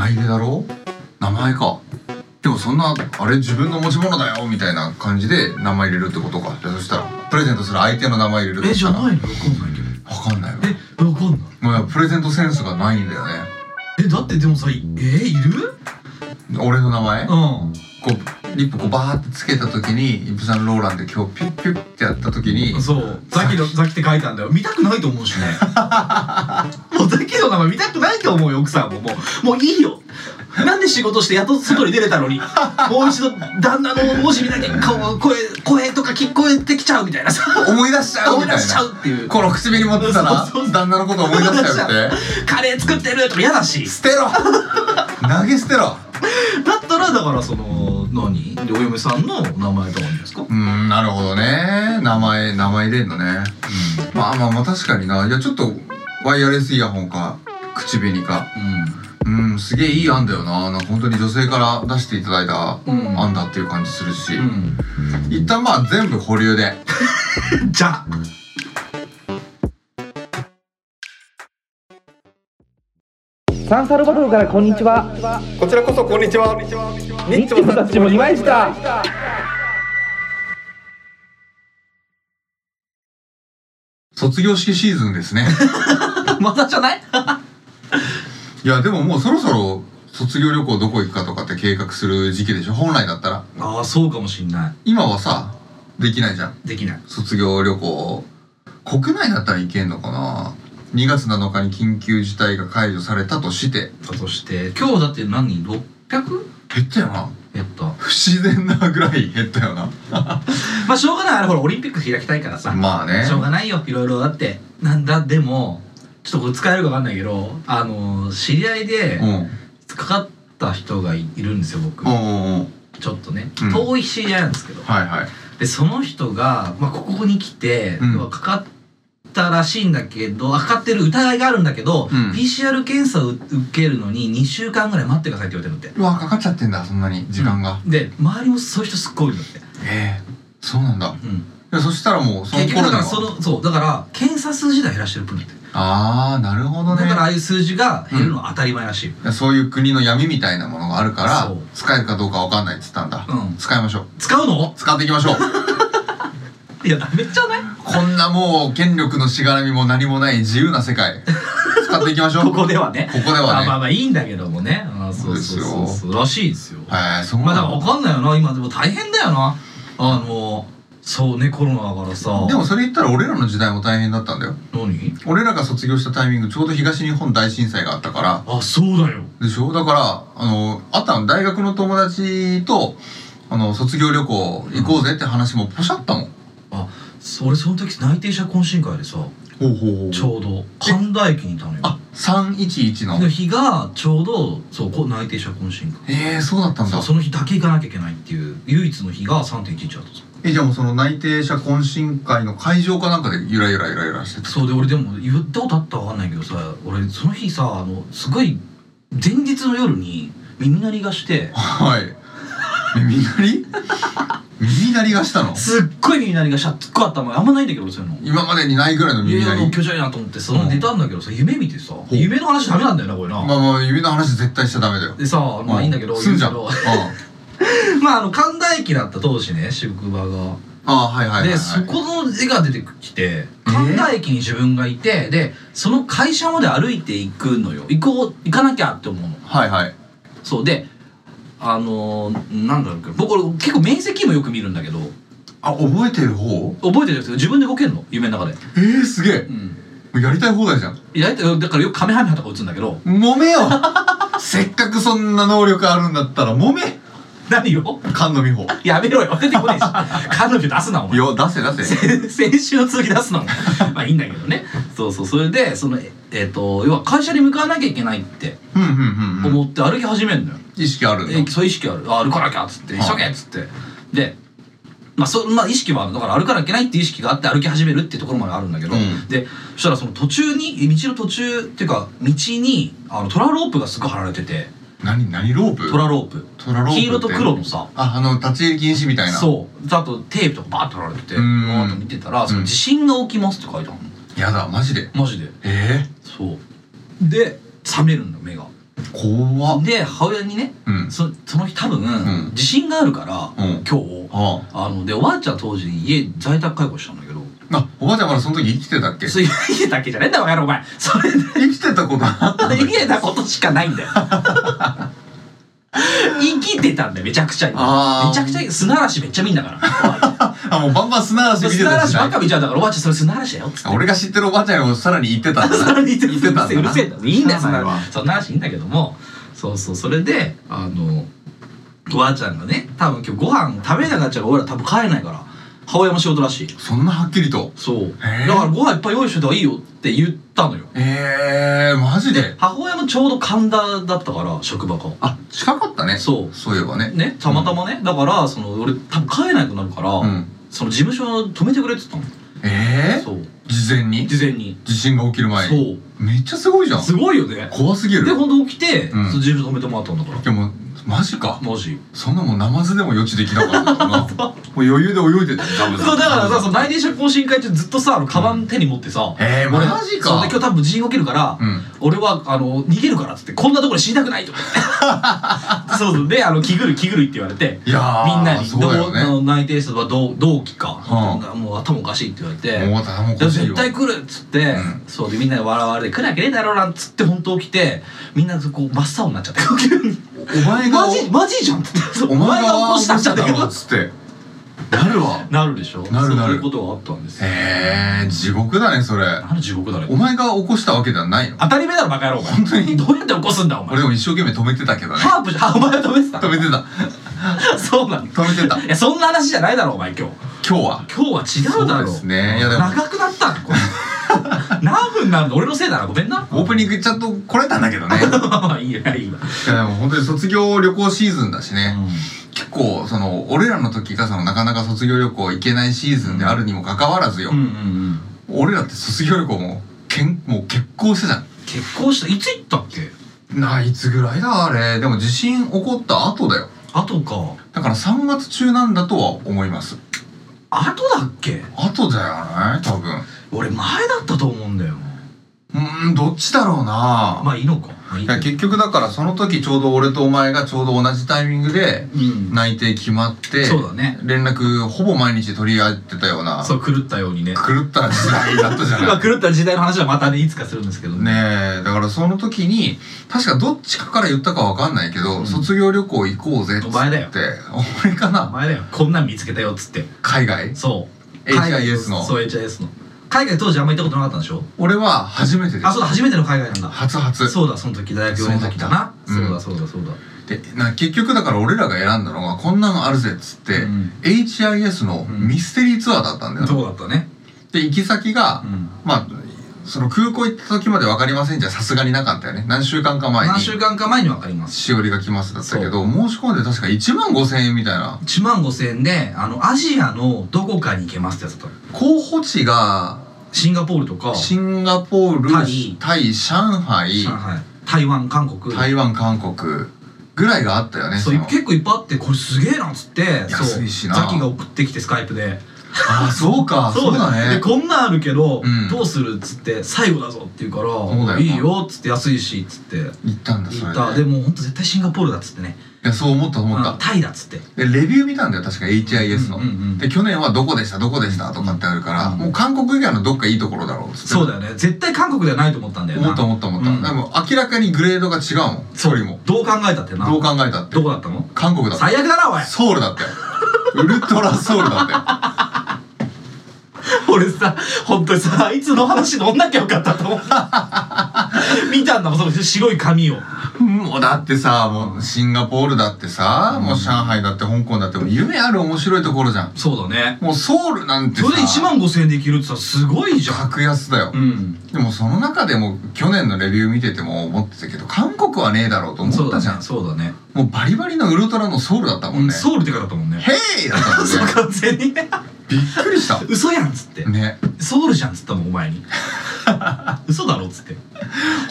Speaker 1: 内入れだろ名前かでもそんなあれ自分の持ち物だよみたいな感じで名前入れるってことかじゃあそしたらプレゼントする相手の名前入れる
Speaker 2: えじゃ
Speaker 1: わ
Speaker 2: ないのわかんないけど
Speaker 1: かんないわ
Speaker 2: えわかんない
Speaker 1: もうやっぱプレゼントセンスがないんだよね
Speaker 2: えだってでもさいえいる
Speaker 1: 俺の名前こ
Speaker 2: ん
Speaker 1: うリップこうバーってつけた時にイプサンローランで今日ピュッピュッってやった時 に
Speaker 2: そうザキのザキって書いたんだよ見たくないと思う しねもうザキの名前見たくないと思うよ奥さんももうもういいよなんで仕事してやっと外に出れたのにもう一度旦那の文字見なきゃ顔声声とか聞こえてきちゃうみたいなさ
Speaker 1: 思い出しちゃう
Speaker 2: 思
Speaker 1: み
Speaker 2: い
Speaker 1: た
Speaker 2: 出
Speaker 1: い
Speaker 2: しちゃ
Speaker 1: な
Speaker 2: うっていう
Speaker 1: この唇持ってたら
Speaker 2: そうそうそう
Speaker 1: 旦那のこと思い出し ちゃうって
Speaker 2: カレー作ってるとか嫌だし
Speaker 1: 捨てろ投げ捨てろ
Speaker 2: だったらだからその何お嫁さんの名前とかいいんですか
Speaker 1: うーんなるほどね名前名前入れんのねまあまあまあ確かにないやちょっとワイヤレスイヤホンか口紅かうんすげえいい案だよななんか本当に女性から出していただいた
Speaker 2: うん
Speaker 1: 案だっていう感じするし、
Speaker 2: うん、うん
Speaker 1: 一旦まあ全部保留で
Speaker 2: じゃあ
Speaker 5: サンサルバドルからこんにちは。
Speaker 4: こちらこそこんにちは
Speaker 5: ニッチもサッチもいました。
Speaker 1: 卒業式シーズン ですね
Speaker 2: まだじゃない
Speaker 1: いやでももうそろそろ卒業旅行どこ行くかとかって計画する時期でしょ本来だったら
Speaker 2: ああそうかもしんな
Speaker 1: 今はさできないじゃん
Speaker 2: いできない
Speaker 1: 卒業旅行国内だったら行けんのかな2月7日に緊急事態が解除されたとして
Speaker 2: だとして今日だって何人 600?
Speaker 1: 減ったよな
Speaker 2: やった
Speaker 1: 不自然なぐらい減ったよな
Speaker 2: まあしょうがないあれほらオリンピック開きたいからさ、
Speaker 1: まあね
Speaker 2: しょうがないよいろいろだってなんだでもちょっとこれ使えるか分かんないけどあの知り合いで
Speaker 1: うん
Speaker 2: かかった人がいいるんですよ僕
Speaker 1: うんうんうん
Speaker 2: ちょっとね
Speaker 1: うん
Speaker 2: 遠い知り合いなんですけど
Speaker 1: はいはい
Speaker 2: でその人が、まあ、ここに来て、
Speaker 1: うん
Speaker 2: 要はかかったらしいんだけどあかかってる疑いがあるんだけど、
Speaker 1: うん
Speaker 2: PCR 検査を受けるのに2週間ぐらい待ってくださいって言われてるんだって
Speaker 1: うわかかっちゃってんだそんなに時間が、
Speaker 2: で周りもそういう人すっごいいるんだって、
Speaker 1: ええそうなんだ
Speaker 2: うん、
Speaker 1: いやそしたらもうその頃
Speaker 2: 結局だ
Speaker 1: に
Speaker 2: か
Speaker 1: は
Speaker 2: らそのそうだから検査数自体減らしてる分だって
Speaker 1: ああなるほど
Speaker 2: だ
Speaker 1: ね
Speaker 2: からああいう数字が減るのは当たり前らしい、
Speaker 1: そういう国の闇みたいなものがあるから
Speaker 2: そう
Speaker 1: 使えるかどうかわかんないっつったんだ、
Speaker 2: うん
Speaker 1: 使いましょう
Speaker 2: 使うの
Speaker 1: 使っていきましょう
Speaker 2: いやダメじゃない
Speaker 1: こんなもう権力のしがらみも何もない自由な世界使っていきましょう
Speaker 2: ここではね
Speaker 1: ここでは
Speaker 2: まあ
Speaker 1: ね
Speaker 2: まあまあいいんだけどもねあーそうそうそう
Speaker 1: そ
Speaker 2: そうらしいですよ
Speaker 1: えー、そう
Speaker 2: まあ
Speaker 1: な
Speaker 2: だ
Speaker 1: の
Speaker 2: から分かんないよな今でも大変だよなあのそうねコロナだからさ
Speaker 1: でもそれ言ったら俺らの時代も大変だったんだよ
Speaker 2: 何
Speaker 1: 俺らが卒業したタイミングちょうど東日本大震災があったから
Speaker 2: あそうだよ
Speaker 1: でしょだからあのあったの大学の友達とあの卒業旅行行こうぜって話もポシャったもん、
Speaker 2: そ俺その時内定者懇親会でさ
Speaker 1: ほうほうほう
Speaker 2: ちょうど神田駅にいたのよ
Speaker 1: あ311の
Speaker 2: の日がちょうどそうこう内定者懇親会
Speaker 1: えー、そうだったん
Speaker 2: そ
Speaker 1: だ
Speaker 2: うその日だけ行かなきゃいけないっていう唯一の日が3.11だったさ
Speaker 1: えじゃあもうその内定者懇親会の会場かなんかでゆらゆらゆらゆらしてた
Speaker 2: そうで俺でも言ったことあったかわかんないけどさ俺その日さあのすごい前日の夜に耳鳴りがして
Speaker 1: はい耳鳴り耳鳴りがしたの
Speaker 2: すっごい耳鳴りがしゃっごいあったもんあんまないんだけど俺そういうの
Speaker 1: 今までにないぐらいの
Speaker 2: い
Speaker 1: 耳
Speaker 2: や
Speaker 1: 鳴
Speaker 2: いや
Speaker 1: り
Speaker 2: 巨人やなと思ってその出たんだけどさ夢見てさ夢の話ダメなんだよなこれな、
Speaker 1: まあまあ指の話絶対しちゃダメだよ
Speaker 2: でさまあいいんだけど、
Speaker 1: うすんじゃん
Speaker 2: いい
Speaker 1: うんんあ
Speaker 2: だけど まああの神田駅だった当時ね職場が
Speaker 1: あはいはいはい、はい、
Speaker 2: でそこの絵が出てきて
Speaker 1: ー
Speaker 2: 神田駅に自分がいてでその会社まで歩いていくのよ行こう行かなきゃって思うの
Speaker 1: はいはい
Speaker 2: そうであのー、なんだろうけど僕俺結構面積もよく見るんだけど
Speaker 1: あ覚えてる方
Speaker 2: 覚えてるんですけど自分で動けるの夢の中で
Speaker 1: えー、すげえ
Speaker 2: うん
Speaker 1: もうやりたい放題じゃん
Speaker 2: いやだからよくカメハメハとか打つんだけど
Speaker 1: 揉めよ せっかくそんな能力あるんだったら揉め
Speaker 2: 何よ
Speaker 1: 菅野美穂
Speaker 2: やめろよ出て こねえし彼女出すなお前
Speaker 1: よ出せ出せ
Speaker 2: 先 先週の続き出す のもまあいいんだけどねそうそうそれでそのええっ、と要は会社に向かわなきゃいけないって
Speaker 1: うんうんうん、うん、
Speaker 2: 思って歩き始めるのよ、
Speaker 1: 意識あるんだ
Speaker 2: えそういう意識あるあ歩かなきゃっつって
Speaker 1: はい
Speaker 2: 急げっつってでまあそまあ、意識はあるだから歩かなきゃいけないっていう意識があって歩き始めるっていうところまであるんだけど、
Speaker 1: うん
Speaker 2: でそしたらその途中に道の途中っていうか道にあのトラロープがすごい貼られてて
Speaker 1: 何何ロープ
Speaker 2: トラロープ
Speaker 1: トラロープって
Speaker 2: 黄色と黒のさ
Speaker 1: ああの立ち入り禁止みたいな
Speaker 2: そうであとテープとかバーッと貼られてて
Speaker 1: う
Speaker 2: バ
Speaker 1: ん
Speaker 2: ーッと見てたら「その
Speaker 1: うん
Speaker 2: 地震が起きます」って書いてある
Speaker 1: やだマジで
Speaker 2: のマジで
Speaker 1: え
Speaker 2: そうで冷めるんだ目が
Speaker 1: えー、怖っ
Speaker 2: で母親にね
Speaker 1: うん
Speaker 2: そその日多分、
Speaker 1: ん
Speaker 2: 地震があるから、
Speaker 1: うん
Speaker 2: 今日
Speaker 1: あ
Speaker 2: あのでおばあちゃん当時家在宅介護したんだけど
Speaker 1: ああおばあちゃんまだその時生きてたっけ
Speaker 2: そう家だけじゃねえんだよお前それで
Speaker 1: 生きてたことあったんだっけ
Speaker 2: 家なことしかない んだよ生きてたんだよめちゃくちゃに
Speaker 1: あー
Speaker 2: めちゃくちゃ砂嵐めっちゃ見んだ からおばあちゃん
Speaker 1: あもうバンバン砂嵐見て
Speaker 2: 砂
Speaker 1: た
Speaker 2: 嵐
Speaker 1: し
Speaker 2: ば
Speaker 1: な
Speaker 2: っか見ちゃうんだからおばあちゃんそれ砂嵐だよっつって
Speaker 1: 俺が知ってるおばあちゃんをさらに言って たんだ
Speaker 2: それに言ってた
Speaker 1: た
Speaker 2: んだうるせえんだいいんだよそん
Speaker 1: 知らない
Speaker 2: な
Speaker 1: わ
Speaker 2: そんな話いいんだけどもそうそうそれであのおばあちゃんがね多分今日ご飯食べれなくなっちゃうから俺ら多分帰れないから母親も仕事らしい
Speaker 1: そんなはっきりと
Speaker 2: そう
Speaker 1: へえ
Speaker 2: だからご飯いっぱい用意しといた方がいいよって言ったのよ
Speaker 1: ええー、マジで
Speaker 2: で母親もちょうど神田だったから職場が
Speaker 1: あ近かったね
Speaker 2: そう
Speaker 1: そういえばね
Speaker 2: ねたまたまね、だからその俺多分帰れなくなるから、
Speaker 1: うん
Speaker 2: その事務所止めてくれって言った
Speaker 1: ええ
Speaker 2: のそう
Speaker 1: 事前に
Speaker 2: 事前に、
Speaker 1: 地震が起きる前に
Speaker 2: そ
Speaker 1: めっちゃすごいじゃ
Speaker 2: うんすごいよね
Speaker 1: 怖すぎる
Speaker 2: で本当起きて、
Speaker 1: うん
Speaker 2: その事務所止めてもらったんだから
Speaker 1: でもマジか
Speaker 2: マジ
Speaker 1: そんなもんナマズでも予知できなかったから なもう余裕で泳いでたよダブル
Speaker 2: そうだからさその内定者懇親会中ずっとさあのカバン手に持ってさ、
Speaker 1: えー、
Speaker 2: 俺
Speaker 1: マジ
Speaker 2: そう
Speaker 1: か
Speaker 2: で今日多分地震起きるから、
Speaker 1: うん
Speaker 2: 俺はあの逃げるからっつってこんなところで死にたくないと そうそうであの着ぐる着ぐるいって言われて
Speaker 1: いやー
Speaker 2: みんなに
Speaker 1: そうだよね
Speaker 2: どうあの内定者は同同期か、
Speaker 1: う
Speaker 2: もう頭おかしいって言われて、
Speaker 1: もうたもう
Speaker 2: いや
Speaker 1: 腰
Speaker 2: 絶
Speaker 1: よ
Speaker 2: 対来るっつって、
Speaker 1: ん
Speaker 2: そうでみんなで笑われて来なきゃねえだろうなっつって本当起きてみんなこう真っ青になっちゃって
Speaker 1: お前が
Speaker 2: マジマジじゃんっつってそう
Speaker 1: お前が
Speaker 2: お起こしたんじゃねえ
Speaker 1: 起こし
Speaker 2: か
Speaker 1: だろっつってなるわ
Speaker 2: なるでしょ
Speaker 1: なるなる
Speaker 2: そういうことがあったんですよ
Speaker 1: えー、地獄だねそれ
Speaker 2: あの地獄だね
Speaker 1: お前が起こしたわけではないの
Speaker 2: 当たり前だろバカ野郎お前
Speaker 1: 本当に
Speaker 2: どうやって起こすんだお前
Speaker 1: 俺でも一生懸命止めてたけどね
Speaker 2: ハープじゃあお前は止めて
Speaker 1: 止めてた
Speaker 2: たそうなのい
Speaker 1: 止めてた
Speaker 2: やそんな話じゃないだろお前今日
Speaker 1: 今日は
Speaker 2: 今日は違うだろ
Speaker 1: そうですねいやでも
Speaker 2: 長くなったのこれ何分になるの俺のせいだなごめんな
Speaker 1: オープニングちゃんと来れたんだけどね
Speaker 2: まあいいやいいわ、
Speaker 1: いやでも本当に卒業旅行シーズンだしね、結構その俺らの時がそのなかなか卒業旅行行けないシーズンであるにもかかわらずよ、
Speaker 2: うんうんうん
Speaker 1: 俺らって卒業旅行もけんもう結婚してた
Speaker 2: 結婚したいつ行ったっけ
Speaker 1: じゃんないつぐらいだあれでも地震起こった後だよ
Speaker 2: あとか
Speaker 1: だから3月中なんだとは思います
Speaker 2: あとだっけ
Speaker 1: 後だよね多分
Speaker 2: 俺前だったと思うんだよ
Speaker 1: ーんどっちだろうな、
Speaker 3: まあいいのか。
Speaker 1: いや結局だからその時ちょうど俺とお前がちょうど同じタイミングで
Speaker 2: うん
Speaker 1: 内定決まって、
Speaker 2: そうだね
Speaker 1: 連絡ほぼ毎日取り合ってたような
Speaker 2: そう狂ったようにね
Speaker 1: 狂った時代だったじゃ
Speaker 2: ま
Speaker 1: な
Speaker 2: あ
Speaker 1: い
Speaker 2: 狂った時代の話はまたねいつかするんですけど
Speaker 1: ね
Speaker 2: ね
Speaker 1: えだからその時に確かどっちかから言ったかわかんないけど、
Speaker 2: ん
Speaker 1: 卒業旅行行こうぜっつって
Speaker 2: お前だよ
Speaker 1: 俺か
Speaker 2: お
Speaker 1: な
Speaker 2: 前だよこんなん見つけたよっつって
Speaker 1: 海外
Speaker 2: そう
Speaker 1: HIS の
Speaker 2: そう HIS の海外当時あんま行ったことなかったんでしょ
Speaker 1: 俺は初めてです
Speaker 2: あそうだ初めての海外なんだ
Speaker 1: 初初
Speaker 2: そうだその時大学4年の時だなそ
Speaker 1: そうう
Speaker 2: だ
Speaker 1: だ
Speaker 2: そうだそうだ
Speaker 1: でな結局だから俺らが選んだのがこんなのあるぜっつって、
Speaker 2: うん
Speaker 1: HIS のミステリーツアーだったんだよ、
Speaker 2: そうだったね
Speaker 1: で行き先が、
Speaker 2: うん
Speaker 1: まあその空港行った時まで分かりませんじゃさすがになかったよね何週間か前に
Speaker 2: 何週間か前に分かります
Speaker 1: しおりが来ますだったけど申し込んで確か1万5千円みたいな
Speaker 2: 1万5000円であのアジアのどこかに行けますってやつだったの
Speaker 1: 候補地が
Speaker 2: シンガポールとか
Speaker 1: シンガポール
Speaker 2: タ
Speaker 1: タ
Speaker 2: イ
Speaker 1: イ上海
Speaker 2: 上海台湾韓国
Speaker 1: 台湾韓国ぐらいがあったよね
Speaker 2: そう
Speaker 1: の
Speaker 2: 結構いっぱいあってこれすげえなっつってそ
Speaker 1: 安
Speaker 2: う
Speaker 1: いしな
Speaker 2: ザキが送ってきてスカイプで
Speaker 1: ああそうかそうだ
Speaker 2: で
Speaker 1: ね
Speaker 2: こんなんあるけど、
Speaker 1: うん
Speaker 2: どうするっつって最後だぞって言うから
Speaker 1: そうだよない
Speaker 2: いよっつって安いしっつって
Speaker 1: 行ったんだそ
Speaker 2: 言
Speaker 1: れ
Speaker 2: った
Speaker 1: で
Speaker 2: で
Speaker 1: い
Speaker 2: もほんと絶対シンガポールだっつってね
Speaker 1: やそう思った思っ
Speaker 2: うん
Speaker 1: た
Speaker 2: タイだっつって
Speaker 1: でレビュー見たんだよ確か HIS の、
Speaker 2: うんうんうん
Speaker 1: で去年はどこでしたどこでしたとかってあるから、
Speaker 2: うん
Speaker 1: もう韓国以外のどっかいいところだろうっつって
Speaker 2: そうだよね絶対韓国ではないと思ったんだよな
Speaker 1: 思った思った思った、
Speaker 2: うん
Speaker 1: でも明らかにグレードが違うもん距離も
Speaker 2: どう考えたってな
Speaker 1: どう考えたって
Speaker 2: どこだったの
Speaker 1: 韓国だった
Speaker 2: 最悪だなおい
Speaker 1: ソウルだったよウルトラソウルだったよ
Speaker 2: 俺さ本当にさあいつの話飲んなきゃよかったと思った見たんだもんその白い紙を
Speaker 1: もうだってさもうシンガポールだってさ、もう上海だって香港だってもう夢ある面白いところじゃん
Speaker 2: そうだね
Speaker 1: もうソウルなんて
Speaker 2: そ
Speaker 1: さ
Speaker 2: れで1万5000円できるってさすごいじゃん
Speaker 1: 格安だよ、
Speaker 2: うん
Speaker 1: でもその中でも去年のレビュー見てても思ってたけど韓国はねえだろうと
Speaker 2: そ
Speaker 1: 思っ
Speaker 2: う
Speaker 1: たじ
Speaker 2: だ
Speaker 1: ゃん、
Speaker 2: ねそうだね
Speaker 1: もうバリバリのウルトラのソウルだったも
Speaker 2: うんん
Speaker 1: ね、
Speaker 2: ソウルって書いてあったもんね
Speaker 1: ヘイだったもん
Speaker 2: そう
Speaker 1: ね
Speaker 2: 完全にね
Speaker 1: びっくりした
Speaker 2: 嘘やんっつって
Speaker 1: ね
Speaker 2: ソウルじゃんっつったもんお前に嘘だろっつって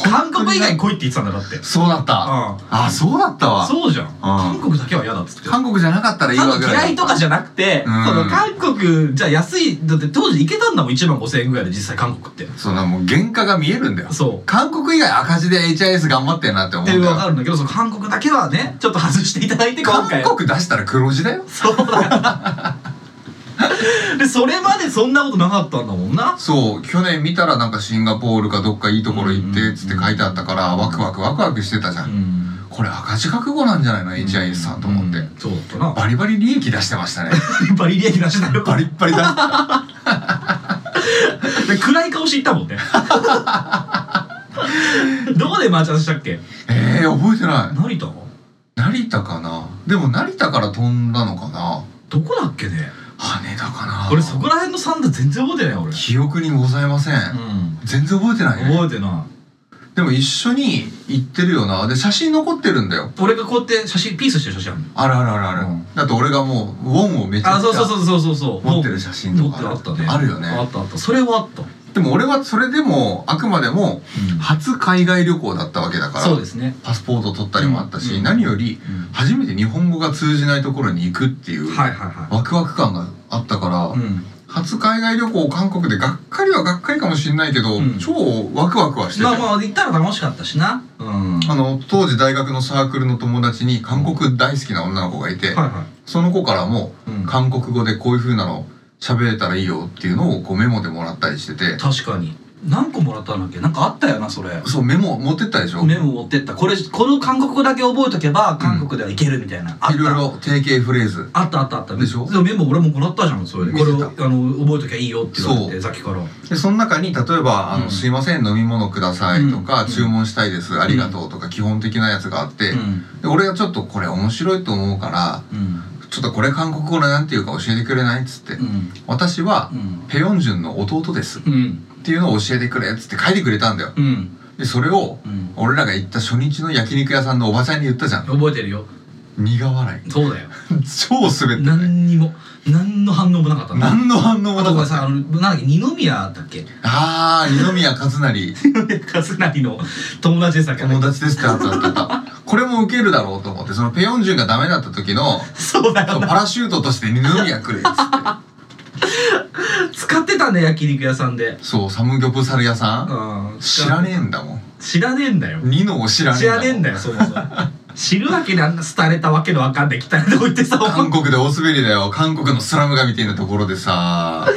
Speaker 2: 韓国以外来いって言ってたんだだって
Speaker 1: そうだった、あそうだったわ
Speaker 2: そうじゃん韓国だけは嫌だっつって
Speaker 1: 韓国じゃなかったらいい
Speaker 2: 韓
Speaker 1: わ
Speaker 2: 国
Speaker 1: ぐらい
Speaker 2: 嫌いとかじゃなくて、
Speaker 1: うん
Speaker 2: その韓国じゃあ安いだって当時行けたんだもん1万5000円ぐらいで実際韓国って
Speaker 1: そうだもう原価が見えるんだよ
Speaker 2: そう
Speaker 1: 韓国以外赤字で HIS 頑張ってんなって思
Speaker 2: っ
Speaker 1: うん
Speaker 2: て
Speaker 1: だよ
Speaker 2: いうのが分かるんだけどその韓国だけはねちょっと外していただいて今回
Speaker 1: 韓国出したら黒字だよ
Speaker 2: そうだよでそれまでそんなことなかったんだもんな
Speaker 1: そう去年見たらなんかシンガポールかどっかいいところ行っ
Speaker 2: うんうんう
Speaker 1: て
Speaker 2: ん
Speaker 1: つって書いてあったからワクワクワクワクしてたじゃ、
Speaker 2: うんん
Speaker 1: これ赤字覚悟なんじゃないの HIS さんと思って、
Speaker 2: うんそうだったなバ
Speaker 1: バリバリ利益出してましたね
Speaker 2: リ バリ利益出してたよ
Speaker 1: バリッバリ出してた
Speaker 2: で暗い顔していったもん ねどこで待ち合わせしたっけ
Speaker 1: えー、覚えてない
Speaker 2: 成田
Speaker 1: 成田かなでも成田から飛んだのかな
Speaker 2: どこだっけね
Speaker 1: 羽田かな
Speaker 2: 俺そこら辺の三段全然覚えてない俺
Speaker 1: 記憶にございません、
Speaker 2: うん
Speaker 1: 全然覚えてないね
Speaker 2: 覚えてない
Speaker 1: でも一緒に行ってるよなで写真残ってるんだよ
Speaker 2: 俺がこうやって写真ピースしてる写真ある
Speaker 1: あるあるあるある、
Speaker 2: うん
Speaker 1: だって俺がもうウォンをめちゃくちゃ
Speaker 2: あそうそうそうそうそうそう
Speaker 1: 持ってる写真とか
Speaker 2: 持ってあったね
Speaker 1: あるよね
Speaker 2: あったあったそれはあった、
Speaker 1: でも俺はそれでもあくまでも初海外旅行だったわけだから
Speaker 2: そうですね
Speaker 1: パスポート取ったりもあったし、
Speaker 2: うん
Speaker 1: 何より初めて日本語が通じないところに行くっていう
Speaker 2: はいはいは
Speaker 1: ワクワク感があったから、
Speaker 2: いうん
Speaker 1: 初海外旅行韓国でがっかりはがっかりかもしれないけど、
Speaker 2: うん
Speaker 1: 超ワクワクはしてて、
Speaker 2: まあまあ行ったら楽しかったしなうん
Speaker 1: あの当時大学のサークルの友達に韓国大好きな女の子がいて、
Speaker 2: はいは
Speaker 1: その子からも
Speaker 2: い、うん、
Speaker 1: 韓国語でこういう風なの喋れたらいいよっていうのをこうメモでもらったりしてて
Speaker 2: 確かに何個もらったんだっけなんかあったよなそれ
Speaker 1: そうメモ持ってったでしょ
Speaker 2: メモ持ってったこれこの韓国語だけ覚えとけば韓国ではいけるみたいな、あった
Speaker 1: いろいろ定型フレーズ
Speaker 2: あったあったあった
Speaker 1: でしょ
Speaker 2: もメモ俺ももらったじゃんそれでこ
Speaker 1: 見
Speaker 2: れ
Speaker 1: て
Speaker 2: を
Speaker 1: た
Speaker 2: あの覚えときゃいいよって言われ
Speaker 1: そ
Speaker 2: て
Speaker 1: う
Speaker 2: さっきから
Speaker 1: でその中に例えば「あの
Speaker 2: うん
Speaker 1: すいません飲み物ください」とか、
Speaker 2: うん
Speaker 1: 注文したいです、ありがとう」とか基本的なやつがあって、
Speaker 2: うん
Speaker 1: で俺がちょっとこれ面白いと思うから
Speaker 2: うん
Speaker 1: 「ちょっとこれ韓国語でなんていうか教えてくれない?」っつって「
Speaker 2: うん
Speaker 1: 私は、
Speaker 2: うん
Speaker 1: ペヨンジュンの弟です」っ
Speaker 2: うん
Speaker 1: ていうのを教えてくれっつって書いてくれたんだよ
Speaker 2: うん
Speaker 1: でそれを、
Speaker 2: うん
Speaker 1: 俺らが行った初日の焼肉屋さんのおばちゃんに言ったじゃん
Speaker 2: 覚えてるよ
Speaker 1: 苦笑い
Speaker 2: そう だよ
Speaker 1: 超滑ってね
Speaker 2: 何にも何の反応もなかったの
Speaker 1: 何の反応も
Speaker 2: あ
Speaker 1: な
Speaker 2: とこ
Speaker 1: か
Speaker 2: れ
Speaker 1: っ
Speaker 2: さ
Speaker 1: た
Speaker 2: あのなんだっけ二宮だっけ
Speaker 1: あー二宮和也
Speaker 2: 和成の友達でしたっけ
Speaker 1: 友達ですってあったあったあったこれも受けるだろうと思ってそのペヨンジュンがダメだった時の
Speaker 2: そうだ
Speaker 1: そ
Speaker 2: よ
Speaker 1: の
Speaker 2: な
Speaker 1: パラシュートとして二宮来るっつって
Speaker 2: 使ってたたね焼肉屋さんで
Speaker 1: そうサムギョプサル屋さん
Speaker 2: うん
Speaker 1: 知らねえんだもん
Speaker 2: 知らねえんだよ
Speaker 1: ニノを知らね
Speaker 2: 知
Speaker 1: えんだ
Speaker 2: らねえんだよそもそも知るわけであんな廃れたわけのわかんない汚いとこ行ってさ
Speaker 1: 韓国で大滑りだよ韓国のスラム街みたいなところでさ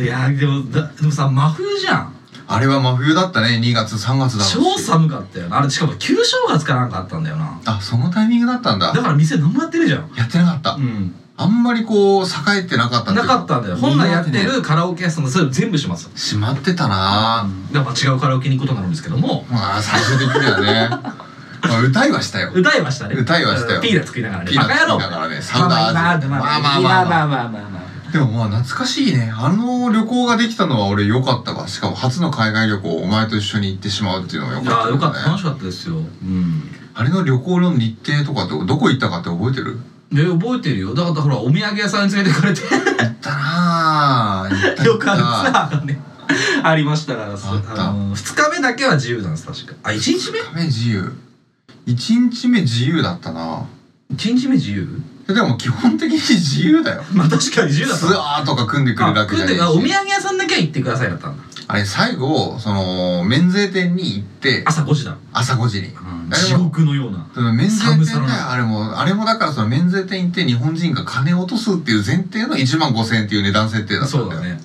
Speaker 2: いやでもだでもさ真冬じゃん
Speaker 1: あれは真冬だったね2月3月だろう
Speaker 2: 超
Speaker 1: し
Speaker 2: 寒かったよなあれしかも旧正月かなんかあったんだよな
Speaker 1: あそのタイミングだったんだ
Speaker 2: だから店何もやってるじゃん
Speaker 1: やってなかった、
Speaker 2: うん
Speaker 1: あんまりこう栄えてなかったてい
Speaker 2: な
Speaker 1: う
Speaker 2: かったんだよ本来やって
Speaker 1: 日本
Speaker 2: るカラオケ屋さんのそれ全部します
Speaker 1: 閉まってたな
Speaker 2: だから違うカラオケに行くことになるんですけども
Speaker 1: まあ最終的には ねまあ歌いはしたよ
Speaker 2: 歌いましたね
Speaker 1: 歌いはしたよ
Speaker 2: ピーナッツ食いながらね
Speaker 1: ピーナ
Speaker 2: バ
Speaker 1: ッツ
Speaker 2: カ野郎
Speaker 1: 食いながらねサ
Speaker 2: ま
Speaker 1: ウ
Speaker 2: あ
Speaker 1: ダー
Speaker 2: まあ
Speaker 1: ズ
Speaker 2: まあま
Speaker 1: ま
Speaker 2: あ
Speaker 1: あ
Speaker 2: ま
Speaker 1: ま
Speaker 2: あ
Speaker 1: あまあ
Speaker 2: まあまあまあまあ
Speaker 1: でもまあ懐かしいねあの旅行ができたのは俺良かったわしかも初の海外旅行をお前と一緒に行ってしまうっていうのが良
Speaker 2: いや
Speaker 1: かった
Speaker 2: ーよかった楽
Speaker 1: ね
Speaker 2: しかったですようん
Speaker 1: あれの旅行の日程とかってどこ行ったかって覚えてる
Speaker 2: で覚えてるよだからほらお土産屋さんに連れてかれて
Speaker 1: 行ったなあ 行った行
Speaker 2: 旅
Speaker 1: っ
Speaker 2: 館
Speaker 1: た
Speaker 2: さね ありましたからそ
Speaker 1: あった
Speaker 2: あの2日目だけは自由なんです確かあ一1日目
Speaker 1: 一日目自由一日目自由だったな
Speaker 2: ?1 日目自由
Speaker 1: でも基本的に自由だよ
Speaker 2: まあ確かに自由だった
Speaker 1: ツアーとか組んでくる
Speaker 2: あ
Speaker 1: だけじゃないし
Speaker 2: あお土産屋さんだけは行ってくださいだったんだ
Speaker 1: あれ最後その免税店に行って
Speaker 2: 朝5時だ、
Speaker 1: 朝5時に、
Speaker 2: 地獄のような
Speaker 1: その免税
Speaker 2: 寒
Speaker 1: 店
Speaker 2: さの
Speaker 1: ね
Speaker 2: 中
Speaker 1: あれもあれもだからその免税店行って日本人が金を落とすっていう前提の1万5,000円っていう値段設定だった
Speaker 2: そ
Speaker 1: ん
Speaker 2: う
Speaker 1: だよ
Speaker 2: だね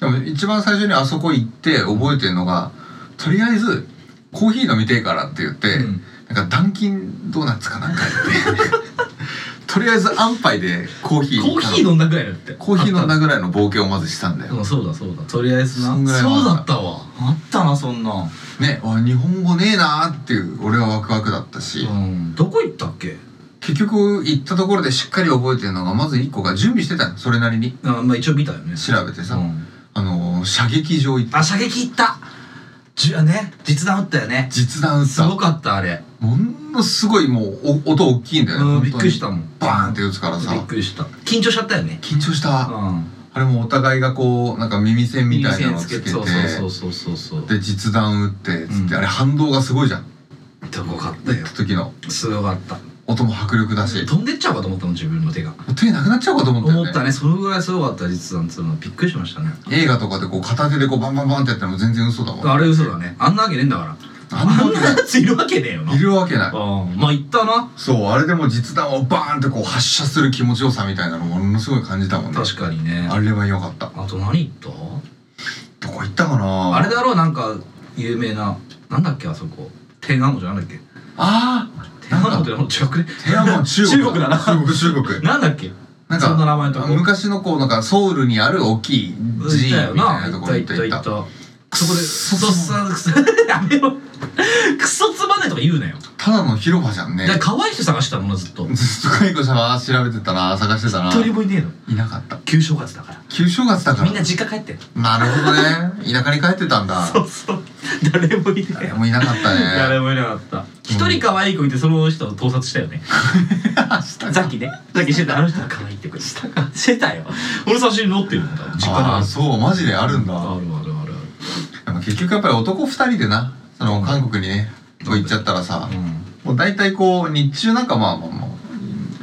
Speaker 1: でも一番最初にあそこ行って覚えてるのがとりあえずコーヒー飲みてえからって言って、
Speaker 2: うん
Speaker 1: なんかダンキンドーナツかなんか言って とりあえず安杯でコーヒー
Speaker 2: コーヒー飲んだぐらいだって
Speaker 1: コーヒー飲んだぐらいの冒険をまずしたんだよ
Speaker 2: う、んそうだそうだとりあえずな
Speaker 1: そんぐらいはあ
Speaker 2: そ
Speaker 1: っ
Speaker 2: う
Speaker 1: た
Speaker 2: だったわあったなそんな
Speaker 1: ねあ日本語ねえなーっていう俺はワクワクだったし、
Speaker 2: うんどこ行ったっけ
Speaker 1: 結局行ったところでしっかり覚えてるのがまず1個が準備してたのそれなりに
Speaker 2: あまあ一応見たよね
Speaker 1: 調べてさ、
Speaker 2: うん
Speaker 1: あのー射撃場行った
Speaker 2: あ射撃行ったじゅあね実弾撃ったよね
Speaker 1: 実弾撃っ
Speaker 2: す
Speaker 1: た
Speaker 2: ごかったあれ
Speaker 1: ものすごいもうお音大きいんだよね、
Speaker 2: うん
Speaker 1: 本当に
Speaker 2: びっくりしたもん
Speaker 1: バーンって打つから
Speaker 2: びっ
Speaker 1: さ
Speaker 2: くりした緊張しちゃったよね
Speaker 1: 緊張した、
Speaker 2: うん
Speaker 1: あれもお互いがこうなんか耳栓みたいなのつけて
Speaker 2: そうそうそうそうそう
Speaker 1: で実弾撃ってつって、
Speaker 2: うん
Speaker 1: あれ反動がすごいじゃん
Speaker 2: すごかった
Speaker 1: 撃っ
Speaker 2: よ
Speaker 1: た時の
Speaker 2: すごかった
Speaker 1: 音も迫力だし、
Speaker 2: 飛んでっちゃうかと思ったもん自分の手が
Speaker 1: 手なくなっちゃうかと思ったよ
Speaker 2: 思
Speaker 1: ね
Speaker 2: ったねそのぐらいすごかった実弾つうのはびっくりしましたね
Speaker 1: 映画とかでこう片手でこうバンバンバンってやっても全然嘘だもん
Speaker 2: あれ嘘だねあんなわけねえんだから
Speaker 1: あんなわけない
Speaker 2: やついるわけねえよない
Speaker 1: るわけない
Speaker 2: うんまあ行ったな
Speaker 1: そうあれでも実弾をバーンってこう発射する気持ちよさみたいなのもものすごい感じたもんね
Speaker 2: 確かにね
Speaker 1: あれは良かった
Speaker 2: あと何行った
Speaker 1: どこ行ったかな
Speaker 2: あれだろうなんか有名ななんだっけあそこ天安門じゃなんだっけ
Speaker 1: ああ
Speaker 2: 天安門ってもう違くね
Speaker 1: 天安門中国
Speaker 2: 中国だな
Speaker 1: 中国中国
Speaker 2: なんだっけ
Speaker 1: なん
Speaker 2: そんな名前のと
Speaker 1: か
Speaker 2: こ
Speaker 1: 昔のこうなんかソウルにある大きい寺
Speaker 2: 行った
Speaker 1: 院
Speaker 2: よ
Speaker 1: みた
Speaker 2: ない
Speaker 1: な
Speaker 2: 行
Speaker 1: と
Speaker 2: っ
Speaker 1: ころ
Speaker 2: た
Speaker 1: 行っ
Speaker 2: 行ったた
Speaker 1: 行っ
Speaker 2: 行ったたそこでク
Speaker 1: そ
Speaker 2: ソさクソやめろクソつまんないとか言うなよ
Speaker 1: ただの広場じゃんね
Speaker 2: だから可愛い人探してたものずっと
Speaker 1: ずっとカイコさんは調べてたな探してたな
Speaker 2: 一人もいねえの
Speaker 1: いなかった
Speaker 2: 旧正月だか
Speaker 1: 旧正月だからら
Speaker 2: みんな実家帰って
Speaker 1: なるほど ね田舎に帰ってたんだ
Speaker 2: そうそう誰もいねえ
Speaker 1: 誰もいなかった
Speaker 2: 誰
Speaker 1: ね
Speaker 2: もいなかった一人可愛い子いてその人を盗撮したよねさっきねさっきしてたあの人は可愛いって子したかしてたよ俺写真持ってるもんだ実家
Speaker 1: ああ
Speaker 2: の
Speaker 1: そうマジであるんだ
Speaker 2: あるあるある
Speaker 1: でも結局やっぱり男2人でなその韓国にねこう行っちゃったらさ
Speaker 2: あるうん
Speaker 1: もう大体こう日中なんかまあまあまあ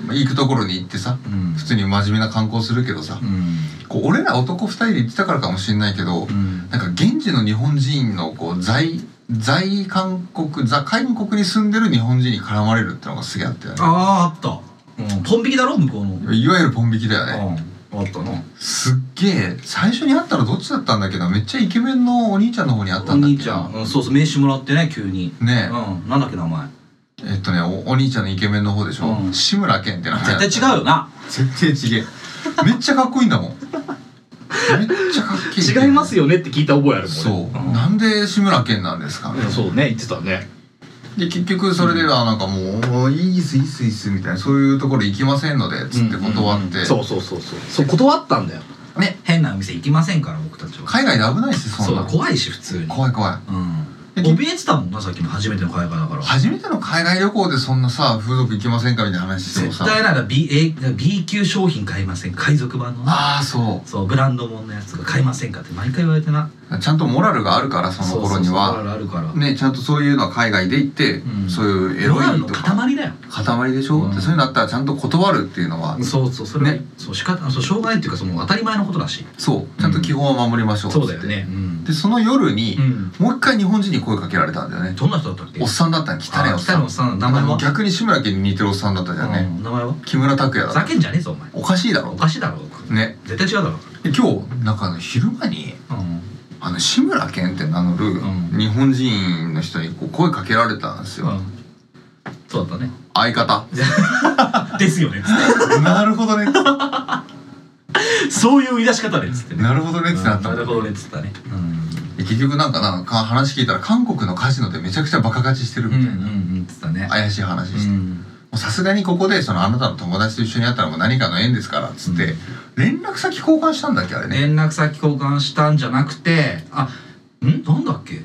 Speaker 1: まあ行くところに行ってさ
Speaker 2: うん
Speaker 1: 普通に真面目な観光するけどさ
Speaker 2: う
Speaker 1: こう俺ら男2人で行ってたからかもしれないけど
Speaker 2: ん
Speaker 1: なんか現地の日本人のこう在在韓国在韓国に住んでる日本人に絡まれるってのがすげえあったよね
Speaker 2: あああった、うん、ポン引きだろ向こうの、
Speaker 1: いわゆるポン引きだよね
Speaker 2: あったな
Speaker 1: すっげえ最初に会ったらどっちだったんだっけどめっちゃイケメンのお兄ちゃんの方に会った
Speaker 2: お
Speaker 1: んだっけ
Speaker 2: 兄ちゃん、うん、そうそう名刺もらってね急に
Speaker 1: ねえ、
Speaker 2: うんなんだっけ名前
Speaker 1: えっとねおお兄ちゃんのイケメンの方でしょ、
Speaker 2: うん
Speaker 1: 志村けんって名前
Speaker 2: 絶対違うよな
Speaker 1: 絶対違えめっちゃかっこいいんだもんめっちゃかっけえよ
Speaker 2: よねって聞いた覚えあ
Speaker 1: そう、
Speaker 2: ん
Speaker 1: なんで志村けんなんですか、
Speaker 2: うんそうね言ってたね
Speaker 1: で結局それではなんかもう「もういいっすいいっすいいっす」みたいなそういうところ行きませんのでつって断って、
Speaker 2: うそうそうそうそう断ったんだよね変なお店行きませんから僕たちは
Speaker 1: 海外で危ないしそ
Speaker 2: そ
Speaker 1: ん
Speaker 2: う
Speaker 1: な
Speaker 2: だ怖いし普通に
Speaker 1: 怖い怖い
Speaker 2: うん
Speaker 1: で
Speaker 2: 怯えてたもんなさっきの初めての海外だから
Speaker 1: 初めての海外旅行でそんなさ風俗行きませんかみたいな話しても
Speaker 2: 絶
Speaker 1: さ
Speaker 2: 対なら B, A B 級商品買いません海賊版のな
Speaker 1: ああそ
Speaker 2: そうブランド物のやつとか買いませんかって毎回言われてな
Speaker 1: うちゃんとモラルがあるからその頃には
Speaker 2: そうそうそうモラルあるから
Speaker 1: ねちゃんとそういうのは海外で行って、
Speaker 2: うん
Speaker 1: そういうエ
Speaker 2: モラ
Speaker 1: ロ
Speaker 2: ル
Speaker 1: い
Speaker 2: の
Speaker 1: とか
Speaker 2: 塊だよ
Speaker 1: 塊でしょ、
Speaker 2: うん
Speaker 1: そういうのあったらちゃんと断るっていうのは、
Speaker 2: そうそうそれは、
Speaker 1: ね
Speaker 2: そう仕方そうしょうがないっていうかその当たり前のことだし
Speaker 1: そうちゃんと基本は守りましょうっつ
Speaker 2: そ
Speaker 1: っ
Speaker 2: う
Speaker 1: て
Speaker 2: だよねうん
Speaker 1: でその夜に
Speaker 2: う、ん
Speaker 1: もう一回日本人に声かけられたんだよね
Speaker 2: どんな人だったっけ
Speaker 1: おっさんだったの汚いおっ
Speaker 2: あ北
Speaker 1: さ
Speaker 2: のお
Speaker 1: ん
Speaker 2: っさん名前は
Speaker 1: 逆に志村けんに似てるおっさんだったじゃんね、
Speaker 2: うん名前は
Speaker 1: 木村拓哉
Speaker 2: ふ
Speaker 1: だ
Speaker 2: ざけんじゃねえぞお前
Speaker 1: おかしいだ
Speaker 2: お
Speaker 1: ろ
Speaker 2: かしいだろ
Speaker 1: ね
Speaker 2: 絶対違うだろ
Speaker 1: で今日なんかあの昼間に
Speaker 2: うん
Speaker 1: あの志村けんって名乗る
Speaker 2: うん
Speaker 1: 日本人の人にこう声かけられたんですよ、
Speaker 2: そうだったね
Speaker 1: 相 方
Speaker 2: ですよね
Speaker 1: なるほどね
Speaker 2: そういう言い出し方でっつってね
Speaker 1: なるほどねってなった
Speaker 2: な
Speaker 1: もん
Speaker 2: るほどねっつったね
Speaker 1: で結局なんかなか話聞いたら韓国のカジノでめちゃくちゃバカ勝ちしてるみたいな、
Speaker 2: うんっつったね
Speaker 1: 怪しい話して、
Speaker 2: う
Speaker 1: も
Speaker 2: ん
Speaker 1: うさすがにここでそのあなたの友達と一緒に会ったのも何かの縁ですからっつって、連絡先交換したんだっけあれね
Speaker 2: 連絡先交換したんじゃなくてあんなんだっけ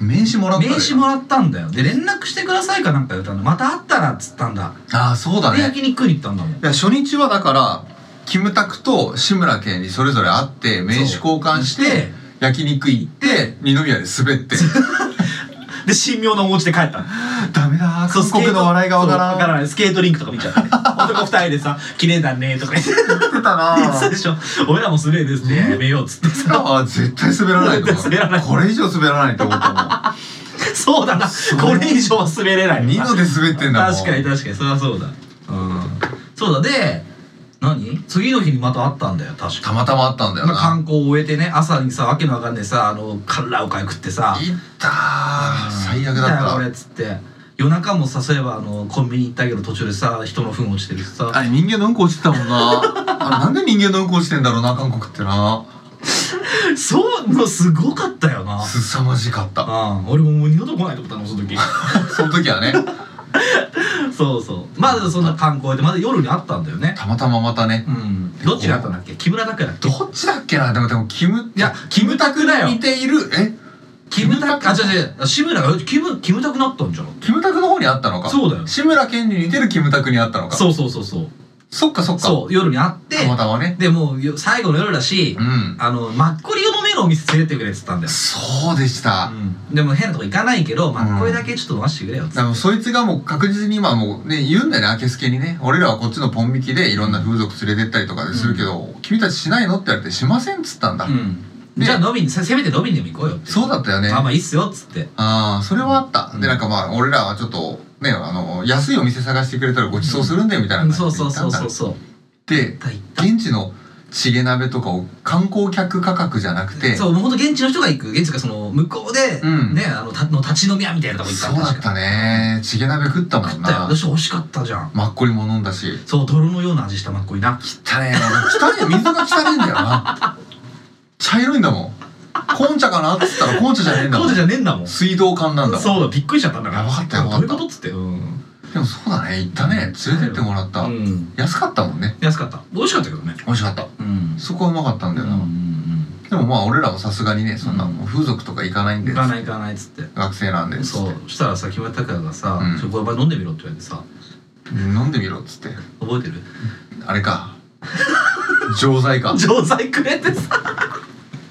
Speaker 1: 名刺もらった
Speaker 2: 名刺もらったんだよで連絡してくださいかなんか言ったんだまた会ったらっつったんだ
Speaker 1: ああそうだ
Speaker 2: で
Speaker 1: ね
Speaker 2: 焼肉食いに行ったんだもん
Speaker 1: いや初日はだからキムタクと志村けんにそれぞれ会って名刺交換し
Speaker 2: そう
Speaker 1: て焼肉行って二宮で滑って
Speaker 2: で神妙なお家で帰った
Speaker 1: ダメだー
Speaker 2: そう
Speaker 1: 韓国の笑いがわから
Speaker 2: そうわから
Speaker 1: ん
Speaker 2: ないスケートリンクとか見ちゃ ったね男二人でさ「綺麗だね」とか言って
Speaker 1: 言ってた
Speaker 2: 言
Speaker 1: な
Speaker 2: ってた
Speaker 1: ー
Speaker 2: でしょ俺らもすげえですねやめようっつって さ
Speaker 1: あー絶対滑らないと思
Speaker 2: 絶対滑らないう
Speaker 1: これ以上滑らないと思 ったもん
Speaker 2: そうだなこれ以上は滑れない
Speaker 1: 二ので滑ってんだもん
Speaker 2: 確かに確かにそれはそうだうんそうだで何次の日にまた会ったんだよ確
Speaker 1: た
Speaker 2: か
Speaker 1: またまあったんだよ
Speaker 2: ま
Speaker 1: な、
Speaker 2: あ観光を終えてね朝にさわけのわかんねえさあのカラオケ食ってさ
Speaker 1: 行ったー最悪だっ
Speaker 2: なんよ
Speaker 1: た
Speaker 2: 俺っつって夜中もさそういえばあのコンビニ行ったけど途中でさ人の糞落ちてるしさ
Speaker 1: あれ人間のうんこ落ちてたもんなあれなんで人間のうんこ落ちてんだろうな韓国ってな
Speaker 2: そうのすごかったよな
Speaker 1: すさまじかった
Speaker 2: うん、俺ももう二度と来ないと思ったのその時
Speaker 1: その時はね
Speaker 2: そうそうまだそんな観光でまだ夜に会ったんだよね
Speaker 1: たまたままたね
Speaker 2: うんどっちが会ったんだっけ木村拓哉だっけ
Speaker 1: どっちだっけなでもでもキム
Speaker 2: いやキムタクだよ
Speaker 1: 似ているえ
Speaker 2: キムタクあ違う違う志村がキムキムタクなったんじゃん
Speaker 1: キムタクの方にあったのか
Speaker 2: そうだよ
Speaker 1: 志村けんに似てるキムタクにあったのか
Speaker 2: そうそうそうそう
Speaker 1: そっかそっか
Speaker 2: そう夜に会って
Speaker 1: たまたまね
Speaker 2: でもうよ最後の夜だし、
Speaker 1: うん
Speaker 2: あのマッコリを飲めるお店連れてってくれっつったんだよ、
Speaker 1: そうでした、
Speaker 2: うん、でも変なとこ行かないけどマッコリだけちょっと飲ませてくれよっつって
Speaker 1: でもそいつがもう確実に今もうね言うんだよね明けすけにね俺らはこっちのポン引きでいろんな風俗連れてったりとかでするけど、君たちしないのって言われてしませんっつったんだ、
Speaker 2: うん、
Speaker 1: で
Speaker 2: じゃあ飲みにせせめて飲みにでも行こうよって
Speaker 1: そうだったよね
Speaker 2: あまあいいっすよっつって
Speaker 1: ああそれはあった、
Speaker 2: うん
Speaker 1: でなんかまあ俺らはちょっとねあの安いお店探してくれたらごちそうするんだよみたいな感じで
Speaker 2: そ
Speaker 1: 行
Speaker 2: うそう
Speaker 1: った
Speaker 2: そ
Speaker 1: ん
Speaker 2: う
Speaker 1: だ
Speaker 2: そうそう
Speaker 1: で
Speaker 2: 行った
Speaker 1: 現地のチゲ鍋とかを観光客価格じゃなくて
Speaker 2: そうもうほんと現地の人が行く現地がその向こうで、
Speaker 1: うん
Speaker 2: ねあのたの立ち飲み屋みたいなとこ行った
Speaker 1: そうだったねチゲ鍋食ったも
Speaker 2: 食
Speaker 1: ん
Speaker 2: ったよ
Speaker 1: な
Speaker 2: 私美味しかったじゃん
Speaker 1: マッコリも飲んだし
Speaker 2: そう泥のような味したマッコリな
Speaker 1: 汚ねえな汚ねえ水が汚ねえんだよな茶色いんだもん紅茶かなっつったら紅茶じゃねえんだ
Speaker 2: コ
Speaker 1: も
Speaker 2: ー
Speaker 1: ん
Speaker 2: じゃねえんだもん
Speaker 1: 水道管なんだもん
Speaker 2: そうだびっくりしちゃったんだから
Speaker 1: やばかったよやばか
Speaker 2: どうい
Speaker 1: った
Speaker 2: うことっつってうん、
Speaker 1: でもそうだね行ったね連れてってもらった、
Speaker 2: うん、
Speaker 1: 安かったもんね
Speaker 2: 安かった美味しかったけどね
Speaker 1: 美味しかった
Speaker 2: うん
Speaker 1: そこはうまかったんだよな、
Speaker 2: 行
Speaker 1: でもまあ俺らもさすがにねそんな
Speaker 2: うん
Speaker 1: もう風俗とか行かないんで
Speaker 2: かない行かないっつって
Speaker 1: 学生なんで
Speaker 2: そうそしたらさ木村拓哉がさ
Speaker 1: うん
Speaker 2: 「ちょこれお前飲んでみろ」って言われてさ
Speaker 1: 飲んでみろっつって
Speaker 2: 覚えてる
Speaker 1: あれか錠剤 か
Speaker 2: 錠剤くれてさ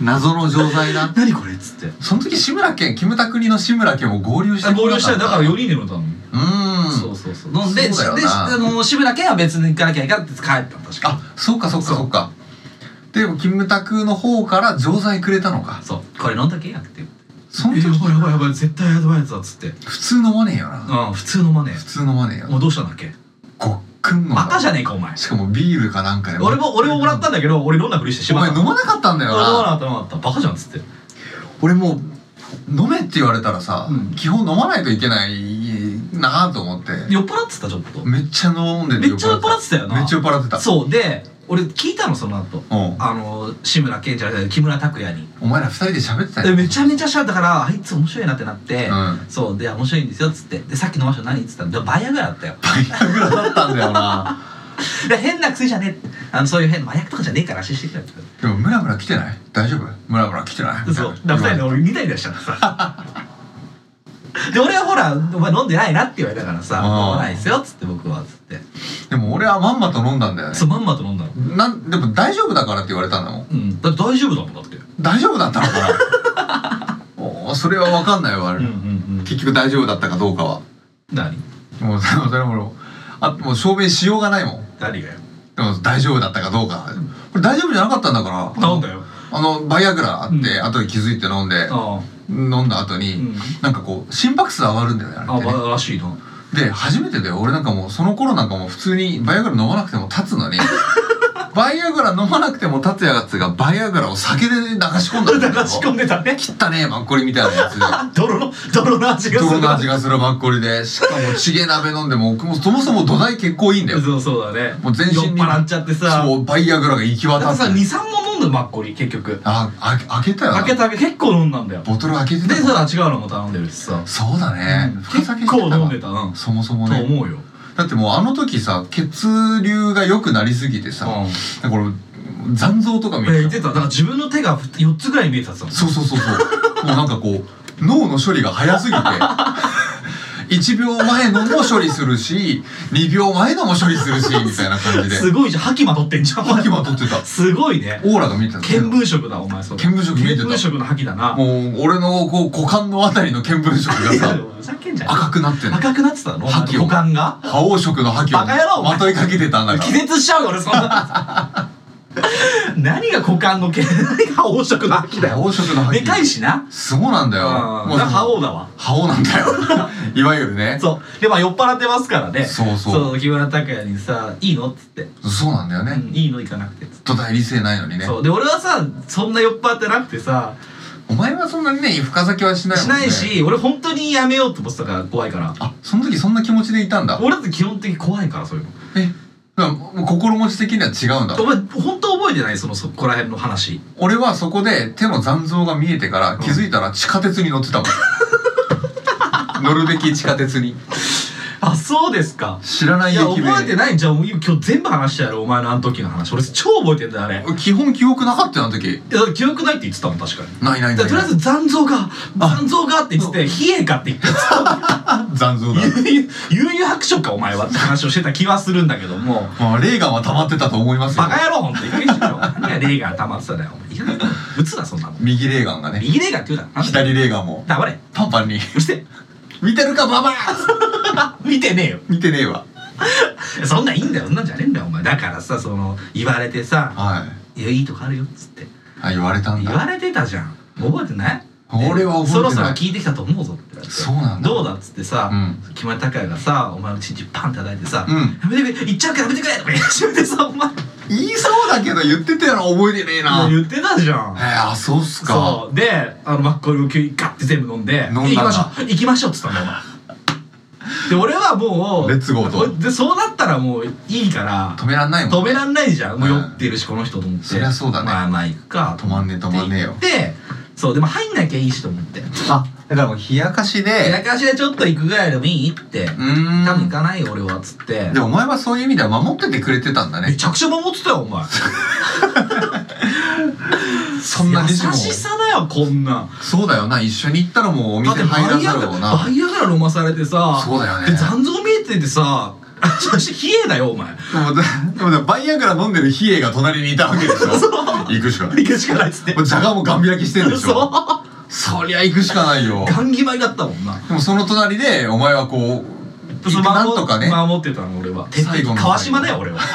Speaker 1: 謎の錠剤
Speaker 2: 「
Speaker 1: な
Speaker 2: 何これ」っつって
Speaker 1: その時志村けんキムタクにの志村けんも合流して
Speaker 2: あ合流したよ
Speaker 1: よ
Speaker 2: だから4人で飲んだの
Speaker 1: うーん
Speaker 2: そうそうそう飲んでで
Speaker 1: そうだよな
Speaker 2: であの志村けんは別に行かなきゃいけないって帰ったん確か
Speaker 1: あそうかそうかそうかでもキムタクの方から錠剤くれたのか
Speaker 2: そうこれ飲んだけやって言って
Speaker 1: その
Speaker 2: え
Speaker 1: 時
Speaker 2: やばいやばいやばい絶対やばいやつだっつって
Speaker 1: 普通飲まねえよな
Speaker 2: うん普通のマネ
Speaker 1: 普通飲まねえよ
Speaker 2: もうどうしたんだっけ
Speaker 1: ごっくんの
Speaker 2: バカじゃねえかお前
Speaker 1: しかもビールかなんかで
Speaker 2: 俺も俺ももらったんだけど俺飲んだふりしてし
Speaker 1: お
Speaker 2: まっ
Speaker 1: 前
Speaker 2: た
Speaker 1: 飲まなかったんだよ
Speaker 2: 俺飲まな
Speaker 1: な
Speaker 2: かった飲まなかったバカじゃんっつって
Speaker 1: 俺もう飲めって言われたらさ、
Speaker 2: うん
Speaker 1: 基本飲まないといけないなぁと思って
Speaker 2: 酔っ払ってたちょっと
Speaker 1: めっちゃ飲んでて
Speaker 2: めっちゃ酔っ払ってたよな
Speaker 1: めっちゃ酔っ払ってた
Speaker 2: そうで俺聞いたのその後
Speaker 1: うん
Speaker 2: あの志村けんじゃなくて木村拓哉に
Speaker 1: お前ら二人で喋ってた
Speaker 2: で
Speaker 1: よ
Speaker 2: めちゃめちゃしゃべったからあいつ面白いなってなって、
Speaker 1: うん
Speaker 2: そうで面白いんですよっつってでさっき飲ましたの何っつったらでバイアグラだったよ
Speaker 1: バイアグラだったんだよな
Speaker 2: ら変な薬じゃねえあのそういう変な麻薬とかじゃねえから安心してくれって
Speaker 1: でもムラムラ来てない大丈夫ムラムラ来てない
Speaker 2: そうだから二人で俺見たりだしちゃってさで俺はほら「お前飲んでないな」って言われたからさ
Speaker 1: あ
Speaker 2: 「
Speaker 1: ー
Speaker 2: 飲まないですよ」っつって僕はっつって
Speaker 1: でも俺はまんまと飲んだんだよね
Speaker 2: そうまんまと飲んだの
Speaker 1: なんでも大丈夫だからって言われたんだもん
Speaker 2: うんだって大丈夫だもんだって
Speaker 1: 大丈夫だったのかな おーそれは分かんないわあれ、
Speaker 2: ん
Speaker 1: 結局大丈夫だったかどうかは
Speaker 2: 何
Speaker 1: もう それそれはもうあもう証明しようがないもん
Speaker 2: 何がよ
Speaker 1: でも大丈夫だったかどうかこれ大丈夫じゃなかったんだから
Speaker 2: なんだよ
Speaker 1: あのバイアグラあって、
Speaker 2: うん
Speaker 1: 後で気づいて飲んで
Speaker 2: あ
Speaker 1: 飲んだ後に、
Speaker 2: うん
Speaker 1: なんかこう心拍数上がるんだよねあれ
Speaker 2: あ
Speaker 1: っ
Speaker 2: あ
Speaker 1: てね
Speaker 2: まあらしいな
Speaker 1: で初めてだよ俺なんかもうその頃なんかもう普通にバイアグラ飲まなくても立つ のにバイアグラ飲まなくても立つやつがバイアグラを酒で流し込んだんだよ
Speaker 2: 流し込んでたね
Speaker 1: 切ったねマッコリみたいな やつで
Speaker 2: 泥の泥の味がする
Speaker 1: どんな味がするマッコリでしかもチゲ鍋飲んでももうそもそも土台結構いいんだよ
Speaker 2: そうそうだね
Speaker 1: もう全身に
Speaker 2: 酔っ払っちゃってさ
Speaker 1: そうバイアグラが行き渡
Speaker 2: だ
Speaker 1: っ
Speaker 2: っててさ23本飲んだのマッコリ結局
Speaker 1: ああ開けたよな
Speaker 2: 開けた開け結構飲んだんだよ
Speaker 1: ボトル開けてた
Speaker 2: で
Speaker 1: もん
Speaker 2: さ違うのも頼んでるしさ
Speaker 1: そうだね、
Speaker 2: うん
Speaker 1: 深酒してたわ
Speaker 2: 結構飲んでたな
Speaker 1: そもそも
Speaker 2: と
Speaker 1: ね
Speaker 2: 思うよ
Speaker 1: だってもうあの時さ血流が良くなりすぎてさ、
Speaker 2: うん
Speaker 1: なんか俺残像とか見
Speaker 2: え
Speaker 1: てた
Speaker 2: 言ってただから自分の手が4つぐらい見えてたっつったもん
Speaker 1: そうそうそうそう もうなんかこう脳の処理が早すぎて 1秒前のも処理するし2秒前のも処理す るしみたいな感じです
Speaker 2: ごいじゃん吐きまとってんじゃんお前
Speaker 1: 吐きまとってた
Speaker 2: すごいね
Speaker 1: オーラが見えてた
Speaker 2: 見聞色だお前それ
Speaker 1: 見聞色見えてた
Speaker 2: 見聞色の吐きだな
Speaker 1: もう俺のこう股間のあたりの見聞色が
Speaker 2: いや
Speaker 1: さ
Speaker 2: でもふざけんじゃん
Speaker 1: 赤くなってんの
Speaker 2: 赤くなってたの
Speaker 1: 覇気を
Speaker 2: 股間が
Speaker 1: 覇王色の覇気を
Speaker 2: バカ野郎お前
Speaker 1: まといかけてたんだから
Speaker 2: 気絶しちゃうよ俺そんな何が股間の毛何が覇王色の吐きだ
Speaker 1: 覇
Speaker 2: よ
Speaker 1: 王色の覇
Speaker 2: で
Speaker 1: 気
Speaker 2: かいしな
Speaker 1: そうなんだよ
Speaker 2: うん
Speaker 1: もう
Speaker 2: だから覇王だわ
Speaker 1: 覇王なんだよ いわゆるね
Speaker 2: そうでまあ酔っ払ってますからね
Speaker 1: そうそう
Speaker 2: 木村拓哉にさ「いいの?」っつって
Speaker 1: そうなんだよ
Speaker 2: 「う
Speaker 1: ね
Speaker 2: んいいの行かなくて」っつって
Speaker 1: 土台理性ないのにね
Speaker 2: そうで俺はさそんな酔っ払ってなくてさ
Speaker 1: お前はそんなにね深酒はしないも
Speaker 2: し
Speaker 1: んね
Speaker 2: ないし俺本当にやめようと思ってたから怖いから
Speaker 1: あその時そんな気持ちでいたんだ
Speaker 2: 俺だって基本的に怖いからそういうの
Speaker 1: えだからもう心持ち的には違うんだ
Speaker 2: お前本当覚えてないそのそこら辺の話
Speaker 1: 俺はそこで手の残像が見えてから気づいたら地下鉄に乗ってたも ん乗るべき地下鉄に
Speaker 2: あそうですか
Speaker 1: 知らない
Speaker 2: い
Speaker 1: 駅
Speaker 2: や
Speaker 1: 名
Speaker 2: 覚えてないじゃんもう今日全部話してやるお前のあの時の話俺超覚えてんだよあれい
Speaker 1: 基本記憶なかったよあの時
Speaker 2: やだって記憶ないって言ってたもん確かに
Speaker 1: ないないない
Speaker 2: だ
Speaker 1: な
Speaker 2: か
Speaker 1: い
Speaker 2: らとりあえず残像が残像がって言ってて冷えかって言ってた
Speaker 1: 残像だ
Speaker 2: 悠々白書かお前はって話をしてた気はするんだけども
Speaker 1: まあレーガンは溜まってたと思いますよ
Speaker 2: バカ野郎ほんといい加減にしろ何がレーガン溜まってたんだよお前いい加減に打つなそんなの
Speaker 1: 右レーガンがね
Speaker 2: 右レーガンって言うななんだよ
Speaker 1: 左レーガンも
Speaker 2: 黙れ
Speaker 1: パンパンに
Speaker 2: うるせえ
Speaker 1: 見てるかババア
Speaker 2: 見てねえよ
Speaker 1: 見てねえわ
Speaker 2: そんなんいいんだよそんなんじゃねえんだよお前だからさその言われてさ
Speaker 1: はい
Speaker 2: 「いやいいとこあるよ」っつって
Speaker 1: あ言われたん
Speaker 2: 言
Speaker 1: だ
Speaker 2: われてたじゃん覚えてない
Speaker 1: 俺は覚えてない
Speaker 2: そろそろ聞いてきたと思うぞって言われて
Speaker 1: そうなんだ
Speaker 2: どうだっつってさ、
Speaker 1: うん
Speaker 2: 木村拓哉がさお前のチンチンパン叩いてさ「
Speaker 1: うん
Speaker 2: やめてくれ行っちゃうからやめてくれ」とか言い始めてさお前
Speaker 1: 言いそうだけど言ってたよな覚えてねえな
Speaker 2: 言ってたじゃん
Speaker 1: えー、あそうっすか
Speaker 2: そうであのマッコリを急にガッて全部飲んで
Speaker 1: 飲んだんだ
Speaker 2: 行きましょう行きましょうっつったんだお前で俺はもう
Speaker 1: レッツゴーと
Speaker 2: でそうなったらもういいから
Speaker 1: 止めらんないもん
Speaker 2: 止めらんないじゃんもう酔
Speaker 1: うん
Speaker 2: ってるしこの人と思って
Speaker 1: そりゃそうだね
Speaker 2: まあまあ行くか
Speaker 1: 止まんねえ止まんねえよ
Speaker 2: でそうでも入んなきゃいいしと思って
Speaker 1: あだからもう冷やかしで
Speaker 2: 夜かしでちょっと行くぐらいでもいいって
Speaker 1: うーん
Speaker 2: 多分行かないよ俺はっつって
Speaker 1: でもお前はそういう意味では守っててくれてたんだ
Speaker 2: め
Speaker 1: ね
Speaker 2: ちゃくちゃ守ってたよお前
Speaker 1: そんな
Speaker 2: 優
Speaker 1: にも
Speaker 2: しさだよこんなん
Speaker 1: そうだよな一緒に行ったらもうお
Speaker 2: だっ
Speaker 1: 店
Speaker 2: て
Speaker 1: 入
Speaker 2: バ
Speaker 1: ら
Speaker 2: イ
Speaker 1: ざ
Speaker 2: アグ
Speaker 1: る
Speaker 2: ラ
Speaker 1: を
Speaker 2: バ
Speaker 1: な
Speaker 2: イアグラ飲まされてさ
Speaker 1: そうだよね
Speaker 2: で残像見えててさそして冷えだよお 前
Speaker 1: でもででもでもバイアグラ飲んでるヒエが隣にいたわけでし ょ行くしかない
Speaker 2: 行くしかないっつって
Speaker 1: もうじゃがもガン開きしてんでし
Speaker 2: そう
Speaker 1: ょそりゃ行くしかないよ
Speaker 2: ガン決まりだったもんな
Speaker 1: でもその隣でお前はこう
Speaker 2: そう
Speaker 1: なんとかね
Speaker 2: 守ってたの俺は
Speaker 1: 最後の最後
Speaker 2: 川島だよ俺は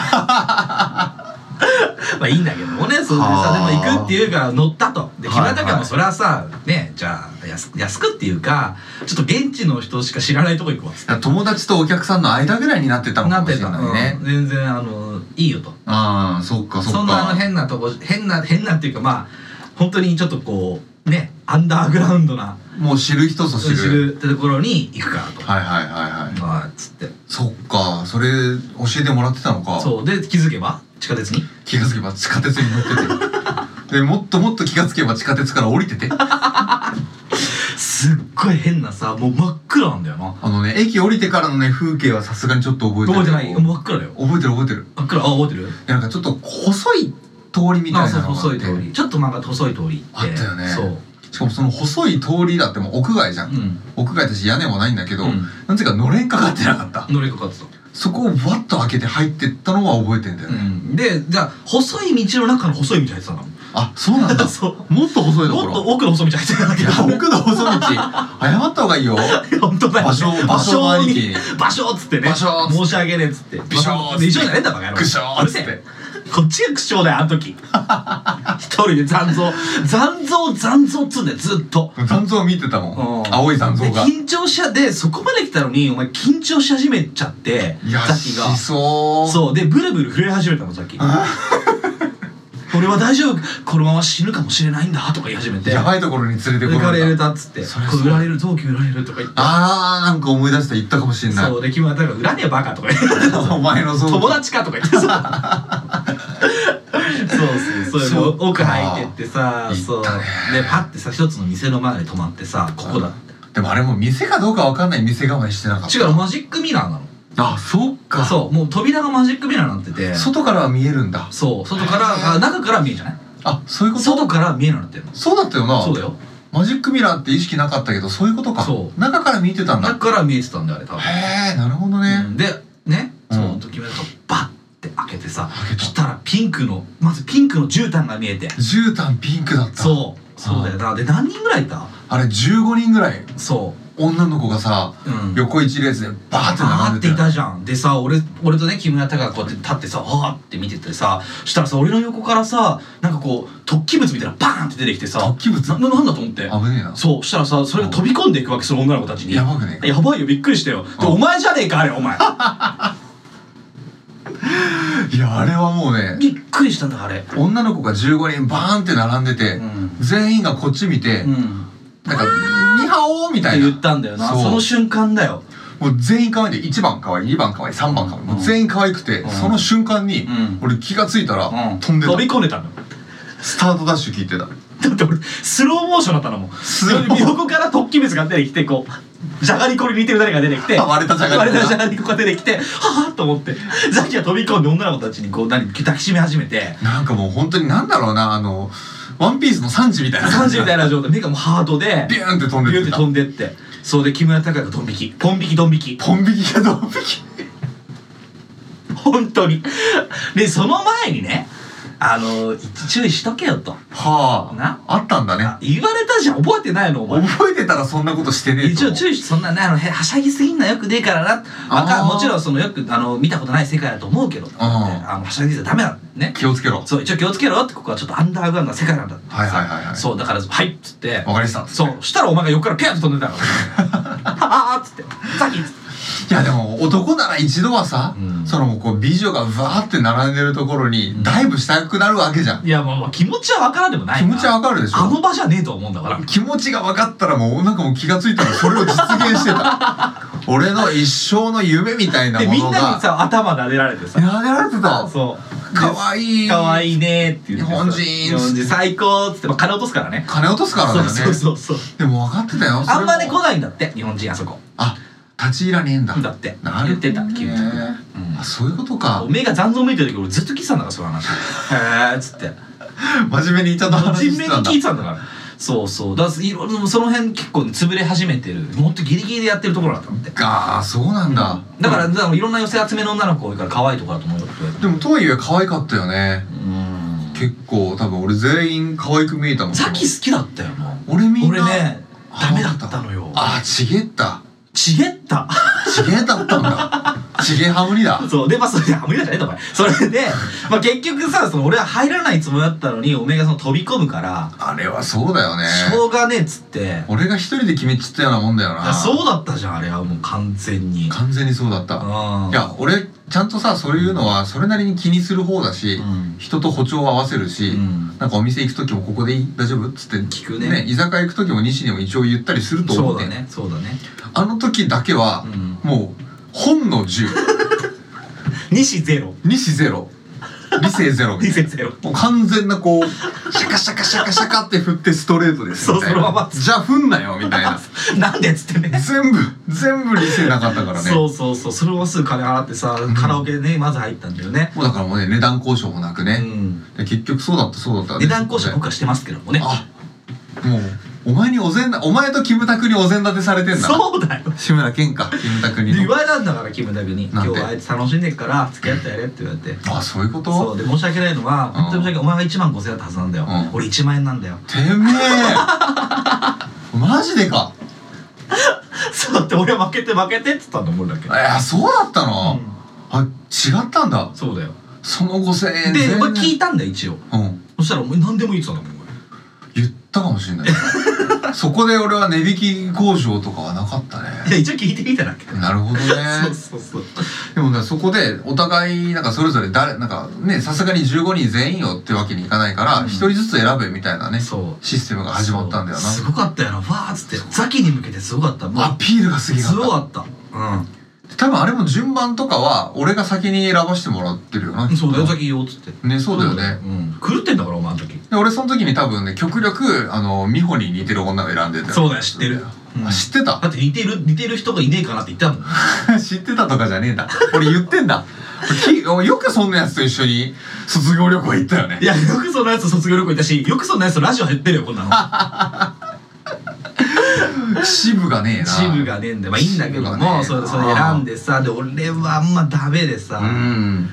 Speaker 2: まあいいんだけどもねそれでさで
Speaker 1: はあ
Speaker 2: も行くっていうから乗ったとで
Speaker 1: は
Speaker 2: 木
Speaker 1: いはい
Speaker 2: 村拓哉もそれはさねじゃあ安安くっていうかちょっと現地の人しか知らないとこ行こうっつっ
Speaker 1: 友達とお客さんの間ぐらいになってた
Speaker 2: て
Speaker 1: のか
Speaker 2: なっ
Speaker 1: もしてれ
Speaker 2: た
Speaker 1: ないね
Speaker 2: うん全然あのいいよと
Speaker 1: ああそっかそっ
Speaker 2: そ
Speaker 1: か
Speaker 2: んなあの変なとこ変な変なっていうかまあ本当にちょっとこうねアンダーグラウンドな
Speaker 1: もう知る人ぞ知
Speaker 2: 知
Speaker 1: る
Speaker 2: るってところに行くかと、
Speaker 1: はいはいはいはい
Speaker 2: まあつって
Speaker 1: そっかそれ教えてもらってたのか
Speaker 2: そうで気づけば地下鉄に
Speaker 1: 気がつけば地下鉄に 乗っててでもっともっと気がつけば地下鉄から降りてて
Speaker 2: すすっごい変なさもう真っ暗なんだよな
Speaker 1: あのね駅降りてからのね風景はさすがにちょっと覚えて
Speaker 2: 覚
Speaker 1: る
Speaker 2: えてない真っ暗だよ
Speaker 1: 覚えてる覚えてる
Speaker 2: 真っ暗あ覚えてる
Speaker 1: いやなんかちょっと細い通りみた
Speaker 2: あ
Speaker 1: い
Speaker 2: そ
Speaker 1: な
Speaker 2: う
Speaker 1: のがあ
Speaker 2: 細
Speaker 1: っ
Speaker 2: い
Speaker 1: て
Speaker 2: 通りちょっとなんか細い通り
Speaker 1: あったよね
Speaker 2: そう
Speaker 1: しかもその細い通りだってもう屋外じゃん、
Speaker 2: うん
Speaker 1: 屋外だし屋根もないんだけど、
Speaker 2: うん
Speaker 1: なんていうかのれんかかってなかった
Speaker 2: 乗りかかってた
Speaker 1: そこをわっと開けて入ってったのは覚えてんだよね、
Speaker 2: うんでじゃあ細い道の中の細い道入ってたんだもん
Speaker 1: あそうなんだ
Speaker 2: そう
Speaker 1: もっと細いとこ
Speaker 2: も
Speaker 1: ろ
Speaker 2: っと奥の細い道入ってたんだ
Speaker 1: い
Speaker 2: け
Speaker 1: や
Speaker 2: ど
Speaker 1: 奥の細道謝った方がいいよ
Speaker 2: 本当だよ、ね、
Speaker 1: 場所場所
Speaker 2: 場所
Speaker 1: 兄
Speaker 2: に
Speaker 1: 貴
Speaker 2: 場所っつってね
Speaker 1: 場所
Speaker 2: 申し訳ねえっつって
Speaker 1: びしょーっつって
Speaker 2: で一緒じゃねえんだバカ野郎
Speaker 1: くしょーっつって
Speaker 2: うるせえこっちが苦笑だよあ の時一人で残像残像残像っつうんだよずっと
Speaker 1: 残像見てたもん青い残像が
Speaker 2: で緊張しちゃでそこまで来たのにお前緊張し始めちゃって
Speaker 1: いや
Speaker 2: さっきが
Speaker 1: しそう
Speaker 2: そうでブルブル震え始めたのさっき俺は大丈夫このまま死ぬかもしれないんだとか言い始めて
Speaker 1: やばいところに連れてこ
Speaker 2: 浮かられ
Speaker 1: れた
Speaker 2: たっつって
Speaker 1: それ
Speaker 2: これ売られる臓器売られるとか言って
Speaker 1: あーなんか思い出した言ったかもしんない
Speaker 2: そうで君はだから裏ねえバカとか言って
Speaker 1: お前のそう
Speaker 2: 友達かとか言ってさそうそうそう
Speaker 1: そ
Speaker 2: そうう
Speaker 1: か
Speaker 2: 奥入ってってさ
Speaker 1: 行
Speaker 2: そう
Speaker 1: っ
Speaker 2: で
Speaker 1: たね
Speaker 2: パッてさ一つの店の前で止まってさここだ
Speaker 1: でもあれも店かどうかわかんない店構えしてなかった
Speaker 2: 違うマジックミラーなの
Speaker 1: あそっか
Speaker 2: そうもう扉がマジックミラーになってて
Speaker 1: 外からは見えるんだ
Speaker 2: そう外からあ中からは見えるじゃない
Speaker 1: あそういうこと
Speaker 2: 外から見えるようになってんの
Speaker 1: そうだったよな
Speaker 2: そうだよ
Speaker 1: マジックミラーって意識なかったけどそういうことか
Speaker 2: そう
Speaker 1: 中から見てたん
Speaker 2: 中
Speaker 1: だ
Speaker 2: から見えてたんだよあれ多分
Speaker 1: へえなるほどね、
Speaker 2: うんでね
Speaker 1: うん
Speaker 2: その時めるとバッて開けてさ
Speaker 1: 開けた
Speaker 2: したらピンクのまずピンクの絨毯が見えて
Speaker 1: 絨毯ピンクだった
Speaker 2: そうそうだよなで何人ぐらいいた
Speaker 1: あれ15人ぐらい
Speaker 2: そ
Speaker 1: 女の子がさ
Speaker 2: ううん
Speaker 1: 横一列でバーって
Speaker 2: あ
Speaker 1: 並
Speaker 2: ー
Speaker 1: ん
Speaker 2: っ
Speaker 1: で
Speaker 2: て
Speaker 1: て
Speaker 2: いたじゃんでさ俺俺とね木村拓哉がこうやって立ってさあーって見ててさしたらさ俺の横からさなんかこう突起物みたいなのバーンって出てきてさ
Speaker 1: 突起物
Speaker 2: なななんだと思って
Speaker 1: 危ねえな
Speaker 2: そうしたらさそれが飛び込んでいくわけその女の子たちに
Speaker 1: やばくねえか
Speaker 2: やばいよびっくりしたよで
Speaker 1: うん
Speaker 2: お前じゃねえかあれお前
Speaker 1: いやあれはもうね
Speaker 2: びっくりしたんだあれ
Speaker 1: 女の子が15人バーンって並んでて、
Speaker 2: うん
Speaker 1: 全員がこっち見て、
Speaker 2: うん
Speaker 1: なんか「ニハオ!」み
Speaker 2: ったて
Speaker 1: いな
Speaker 2: 言ったんだよな
Speaker 1: そう
Speaker 2: その瞬間だよ
Speaker 1: もう全員可愛いんで1番可愛い2番可愛い3番可愛い、もう全員可愛くて、
Speaker 2: うん
Speaker 1: その瞬間に、
Speaker 2: うん
Speaker 1: 俺気がついたら、飛んでた
Speaker 2: 飛び込んでたの
Speaker 1: スタートダッシュ聞いてた
Speaker 2: だって俺スローモーションだったのもん
Speaker 1: スローモーション
Speaker 2: 横から突起物が出てきてこうじゃがりこに似てる誰かが出てきて
Speaker 1: あ割れたじゃがりこ
Speaker 2: 割れたじゃがりこが出てきてはぁと思ってザキが飛び込んで女の子たちにこう何抱きしめ始めて
Speaker 1: なんかもう本当になんだろうなあの「ワンピースのサンジみたいな
Speaker 2: 3時みたいな状態目がもうハートで
Speaker 1: ビューンって飛ん
Speaker 2: ビ
Speaker 1: で
Speaker 2: ュ
Speaker 1: っ
Speaker 2: ーってて
Speaker 1: た
Speaker 2: 飛んでってそうで木村拓哉がドン引きポン引きドン引き
Speaker 1: ポン引きがドン引き
Speaker 2: 本当にでその前にねあの注意しとけよと
Speaker 1: は
Speaker 2: な
Speaker 1: ああったんだね
Speaker 2: 言われたじゃん覚えてないのお前
Speaker 1: 覚えてたらそんなことしてねえ
Speaker 2: 一応
Speaker 1: 意
Speaker 2: 注意してそんなねあのへはしゃぎすぎんのはよくねえからなわ
Speaker 1: あ
Speaker 2: か
Speaker 1: ー
Speaker 2: もちろんそのよくあの見たことない世界だと思うけど、ねあのはしゃぎすぎちゃダメだね
Speaker 1: 気をつけろ
Speaker 2: そう一応気をつけろってここはちょっとアンダーグラウンドな世界なんだ
Speaker 1: はいはいはいはい
Speaker 2: そうだから「はい」っつって
Speaker 1: わかりました
Speaker 2: そうしたらお前が横からピャンと飛んでたからああっつって「さっき」っつって
Speaker 1: いやでも男なら一度はさ、
Speaker 2: うん
Speaker 1: そのこう美女がわーって並んでるところにダイブしたくなるわけじゃん、
Speaker 2: いやもう気持ちは分からんでもない
Speaker 1: 気持ちはわ
Speaker 2: か
Speaker 1: かるでしょ
Speaker 2: あの場じゃねえと思うんだから
Speaker 1: 気持ちが分かったらもうなんかもう気がついたらそれを実現してた 俺の一生の夢みたいな
Speaker 2: で
Speaker 1: も
Speaker 2: み
Speaker 1: の
Speaker 2: んなに
Speaker 1: が
Speaker 2: さ頭撫でられてさ
Speaker 1: やられてた
Speaker 2: そう
Speaker 1: かわいい
Speaker 2: かわいいねって言ってさ
Speaker 1: 日本人
Speaker 2: 日本人最高っつって、まあ、金落とすからね
Speaker 1: 金落とすからだよね
Speaker 2: そうそうそうそう
Speaker 1: でも分かってたよ
Speaker 2: あんまね来
Speaker 1: こ
Speaker 2: ないんだって日本人あそこ
Speaker 1: あ立ち入らねえんだ
Speaker 2: だって
Speaker 1: なる
Speaker 2: 言
Speaker 1: ほどね
Speaker 2: ってた君たち
Speaker 1: あそういうことか
Speaker 2: おめえが残像見てる時俺ずっと聞いてたんだからその話へえっつって
Speaker 1: 真面目にちゃんと話
Speaker 2: 真
Speaker 1: して
Speaker 2: 面目
Speaker 1: たん
Speaker 2: に
Speaker 1: だ
Speaker 2: 聞いてたんだからそうそうだからいろいろその辺結構ね潰れ始めてるもっとギリギリでやってるところだったんだって
Speaker 1: ああそうなんだ、
Speaker 2: だからだからいろんな寄せ集めの女の子多いから可愛いとこだと思うよって言われて
Speaker 1: でもとはいえ可愛かったよね
Speaker 2: うん
Speaker 1: 結構多分俺全員可愛く見えたもん
Speaker 2: さっき好きだったよな
Speaker 1: 俺みんな
Speaker 2: 俺ね
Speaker 1: あ
Speaker 2: ダメだったのよ
Speaker 1: ああちげった
Speaker 2: ちげった
Speaker 1: ちげだったん だちげはむりだ
Speaker 2: そうでまあそれであ無理だじゃねえんだお前それで、まあ、結局さその俺は入らないつもりだったのにおめえがその飛び込むから
Speaker 1: あれはそうだよね
Speaker 2: しょうがねえっつって
Speaker 1: 俺が一人で決めちったようなもんだよ
Speaker 2: いや
Speaker 1: な
Speaker 2: そうだったじゃんあれはもう完全に
Speaker 1: 完全にそうだった
Speaker 2: うん
Speaker 1: いや俺ちゃんとさそういうのはそれなりに気にする方だし、
Speaker 2: うん
Speaker 1: 人と歩調を合わせるし、
Speaker 2: うん
Speaker 1: なんかお店行く時もここでいい大丈夫っつって
Speaker 2: 聞くね
Speaker 1: 居酒屋行く時も西にも一応言ったりすると
Speaker 2: そ
Speaker 1: 思
Speaker 2: う
Speaker 1: う
Speaker 2: だねそうだね
Speaker 1: あの時だけは、
Speaker 2: うん
Speaker 1: もう本の10
Speaker 2: 西ゼロ
Speaker 1: 西ゼロ理性ゼロみたいな
Speaker 2: 先生よ
Speaker 1: もう完全なこうシャカシャカシャカシャカって振ってストレートですみたいな
Speaker 2: そうそのまま
Speaker 1: じゃあ振んなよみたいな
Speaker 2: なんでっつってね
Speaker 1: 全部全部理性なかったからね
Speaker 2: そうそうそうそれもすぐ金払ってさカラオケねまず入ったんだよね
Speaker 1: もうだからもうね値段交渉もなく
Speaker 2: う
Speaker 1: ね、
Speaker 2: ん
Speaker 1: で結局そうだったそうだった
Speaker 2: 値段交渉
Speaker 1: ね
Speaker 2: 僕はしてますけどもね
Speaker 1: あもうお前にお膳だお前とキムタクにお膳立てされてんだ
Speaker 2: そうだよ
Speaker 1: 志村けんかキムタクに
Speaker 2: 言われたんだからキムタクに「今
Speaker 1: なん
Speaker 2: 日
Speaker 1: て
Speaker 2: はあいつ楽しんでっから付き合ってやれ」って言われて
Speaker 1: あそういうこと
Speaker 2: そうで申し訳ないのは
Speaker 1: ん
Speaker 2: 本当に申し訳ないお前が1万5000円だったはずなんだよ
Speaker 1: うん
Speaker 2: 俺1万円なんだよ
Speaker 1: てめえマジでか
Speaker 2: そうだって俺負けて負けてって言ったんだもんだけ
Speaker 1: いやそうだったの、あ違ったんだ
Speaker 2: そうだよ
Speaker 1: その5000円
Speaker 2: で
Speaker 1: 全
Speaker 2: 俺
Speaker 1: 然
Speaker 2: 聞いたんだよ一応
Speaker 1: うん
Speaker 2: そしたら「お前何でもいい」って言ったんだもん俺
Speaker 1: 言ったかもしれ ないそこで俺は値引き交渉とかはなかった
Speaker 2: いや
Speaker 1: ね
Speaker 2: 一応聞いてみただけ
Speaker 1: なるほどね
Speaker 2: そうそうそう
Speaker 1: でもねそこでお互いなんかそれぞれ誰なんかねさすがに15人全員よってわけにいかないから
Speaker 2: うん
Speaker 1: 一人ずつ選べみたいなね
Speaker 2: そう
Speaker 1: システムが始まったんだよな
Speaker 2: すごかったよなわーっつってザキに向けてすごかったもう
Speaker 1: アピールがすぎ
Speaker 2: す
Speaker 1: か
Speaker 2: ご
Speaker 1: っ
Speaker 2: かったう
Speaker 1: た多分あれも順番とかは俺が先に選ばしてもらってるよなきっ
Speaker 2: ん
Speaker 1: と
Speaker 2: そうだよザキいいよっつって
Speaker 1: ねそうだよね
Speaker 2: うん狂ってんだからお前あの時
Speaker 1: で俺その時に多分ね極力あの美穂に似てる女を選んでたよ
Speaker 2: そうだよ知ってるうん
Speaker 1: あ知ってた
Speaker 2: だって似てる似てる人がいねえかなって言ったもん
Speaker 1: 知ってたとかじゃねえんだ俺言ってんだきよくそんなやつと一緒に卒業旅行行ったよね
Speaker 2: いやよくそんなやつ卒業旅行行ったしよくそんなやつとラジオ減ってるよこ んなの
Speaker 1: 支部がねえな
Speaker 2: チームがねえんだよまあいいんだけど
Speaker 1: チームがねえ
Speaker 2: も
Speaker 1: な
Speaker 2: うそれそれ選んでさで俺はあんまダメでさ
Speaker 1: うん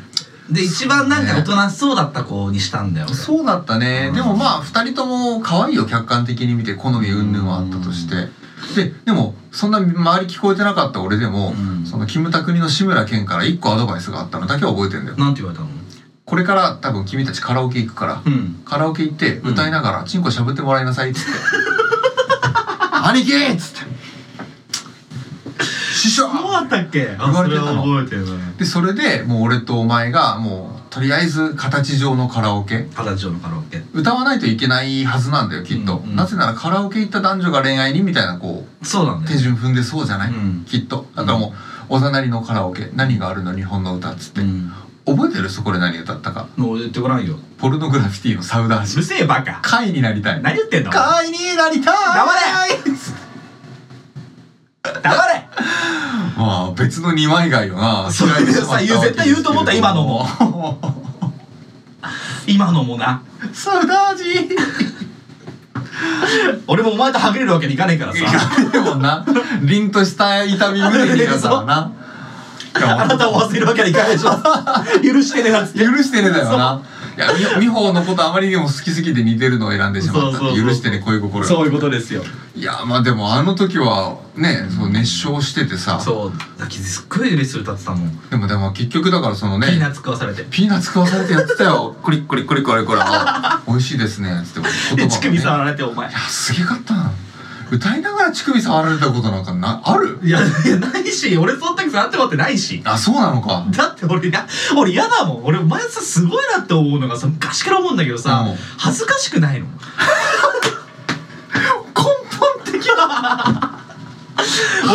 Speaker 2: で一番なんか大人そうだった子にしたんだよ俺
Speaker 1: そうだったね、
Speaker 2: うん
Speaker 1: でもまあ2人とも可愛いよ客観的に見て好み云々はあったとして、ででもそんな周り聞こえてなかった俺でも、
Speaker 2: うん
Speaker 1: そのキムタクにの志村けんから1個アドバイスがあったのだけは覚えてんだよ
Speaker 2: なんて言われたの
Speaker 1: これから多分君たちカラオケ行くから、
Speaker 2: うん
Speaker 1: カラオケ行って歌いながらチンコしゃぶってもらいなさいっつ って「兄貴!」っつって「師匠!」
Speaker 2: そうだったっけ
Speaker 1: 言われてたの
Speaker 2: あそれは覚えてるね
Speaker 1: でそれでもう俺とお前がもうとりあえず形上のカラオケ
Speaker 2: 二十歳のカラオケ
Speaker 1: 歌わないといけないはずなんだよきっと、
Speaker 2: うんうん
Speaker 1: なぜならカラオケ行った男女が恋愛にみたいなこ
Speaker 2: そうなん
Speaker 1: う
Speaker 2: だ
Speaker 1: 手
Speaker 2: よ
Speaker 1: 順踏んでそうじゃない、
Speaker 2: うん
Speaker 1: きっとだからもうおざなりのカラオケ何があるの日本の歌っつって、
Speaker 2: うん
Speaker 1: 覚えてるそこで何歌ったか
Speaker 2: もう言ってごらんよ
Speaker 1: ポルノグラフィティのサウダー
Speaker 2: う
Speaker 1: シ
Speaker 2: るせえバカ
Speaker 1: 会になりたい
Speaker 2: 何言ってんの黙
Speaker 1: 会になりたい
Speaker 2: れ黙れ
Speaker 1: まあ別の二枚貝よな
Speaker 2: それ
Speaker 1: 嫌いにしまった
Speaker 2: さ言う絶対言うと思った今の
Speaker 1: も
Speaker 2: 今のもな
Speaker 1: サウダージ
Speaker 2: 俺もお前とはぐれるわけにいかねえか
Speaker 1: い
Speaker 2: らさ
Speaker 1: やでもな凛とした痛み胸にだからないや
Speaker 2: あなたを忘れるわけにいかないでし ょ許してねえなっつって
Speaker 1: 許してねだよな。いや、み美穂のことあまりにも好きすぎて似てるのを選んでしまったって
Speaker 2: そうそうそう
Speaker 1: 許してね、こういう心
Speaker 2: そう
Speaker 1: が。
Speaker 2: いうことですよ
Speaker 1: いや、まあでもあの時はね、そう熱唱しててさ、
Speaker 2: そうだきすっごい嬉しそうに歌ってたもん
Speaker 1: でもでも結局だからそのね
Speaker 2: ピ、ーナッツ食わされて
Speaker 1: ピーナッツ食わされてやってたよ。コリッコリコリコリコリ。あ美味しいですね、つって
Speaker 2: で
Speaker 1: 言
Speaker 2: 乳
Speaker 1: 葉も
Speaker 2: 首
Speaker 1: ね。い
Speaker 2: 触
Speaker 1: や、
Speaker 2: られてお前
Speaker 1: すげかったな。歌いながら乳首触られたことなんかな、ある
Speaker 2: いやいやないし俺その時触ってもらってないし
Speaker 1: あ、そうなのか。
Speaker 2: だって俺や俺嫌だもん俺お前さすごいなって思うのがさ昔から思うんだけどさ、
Speaker 1: うん
Speaker 2: 恥ずかしくないの根本的な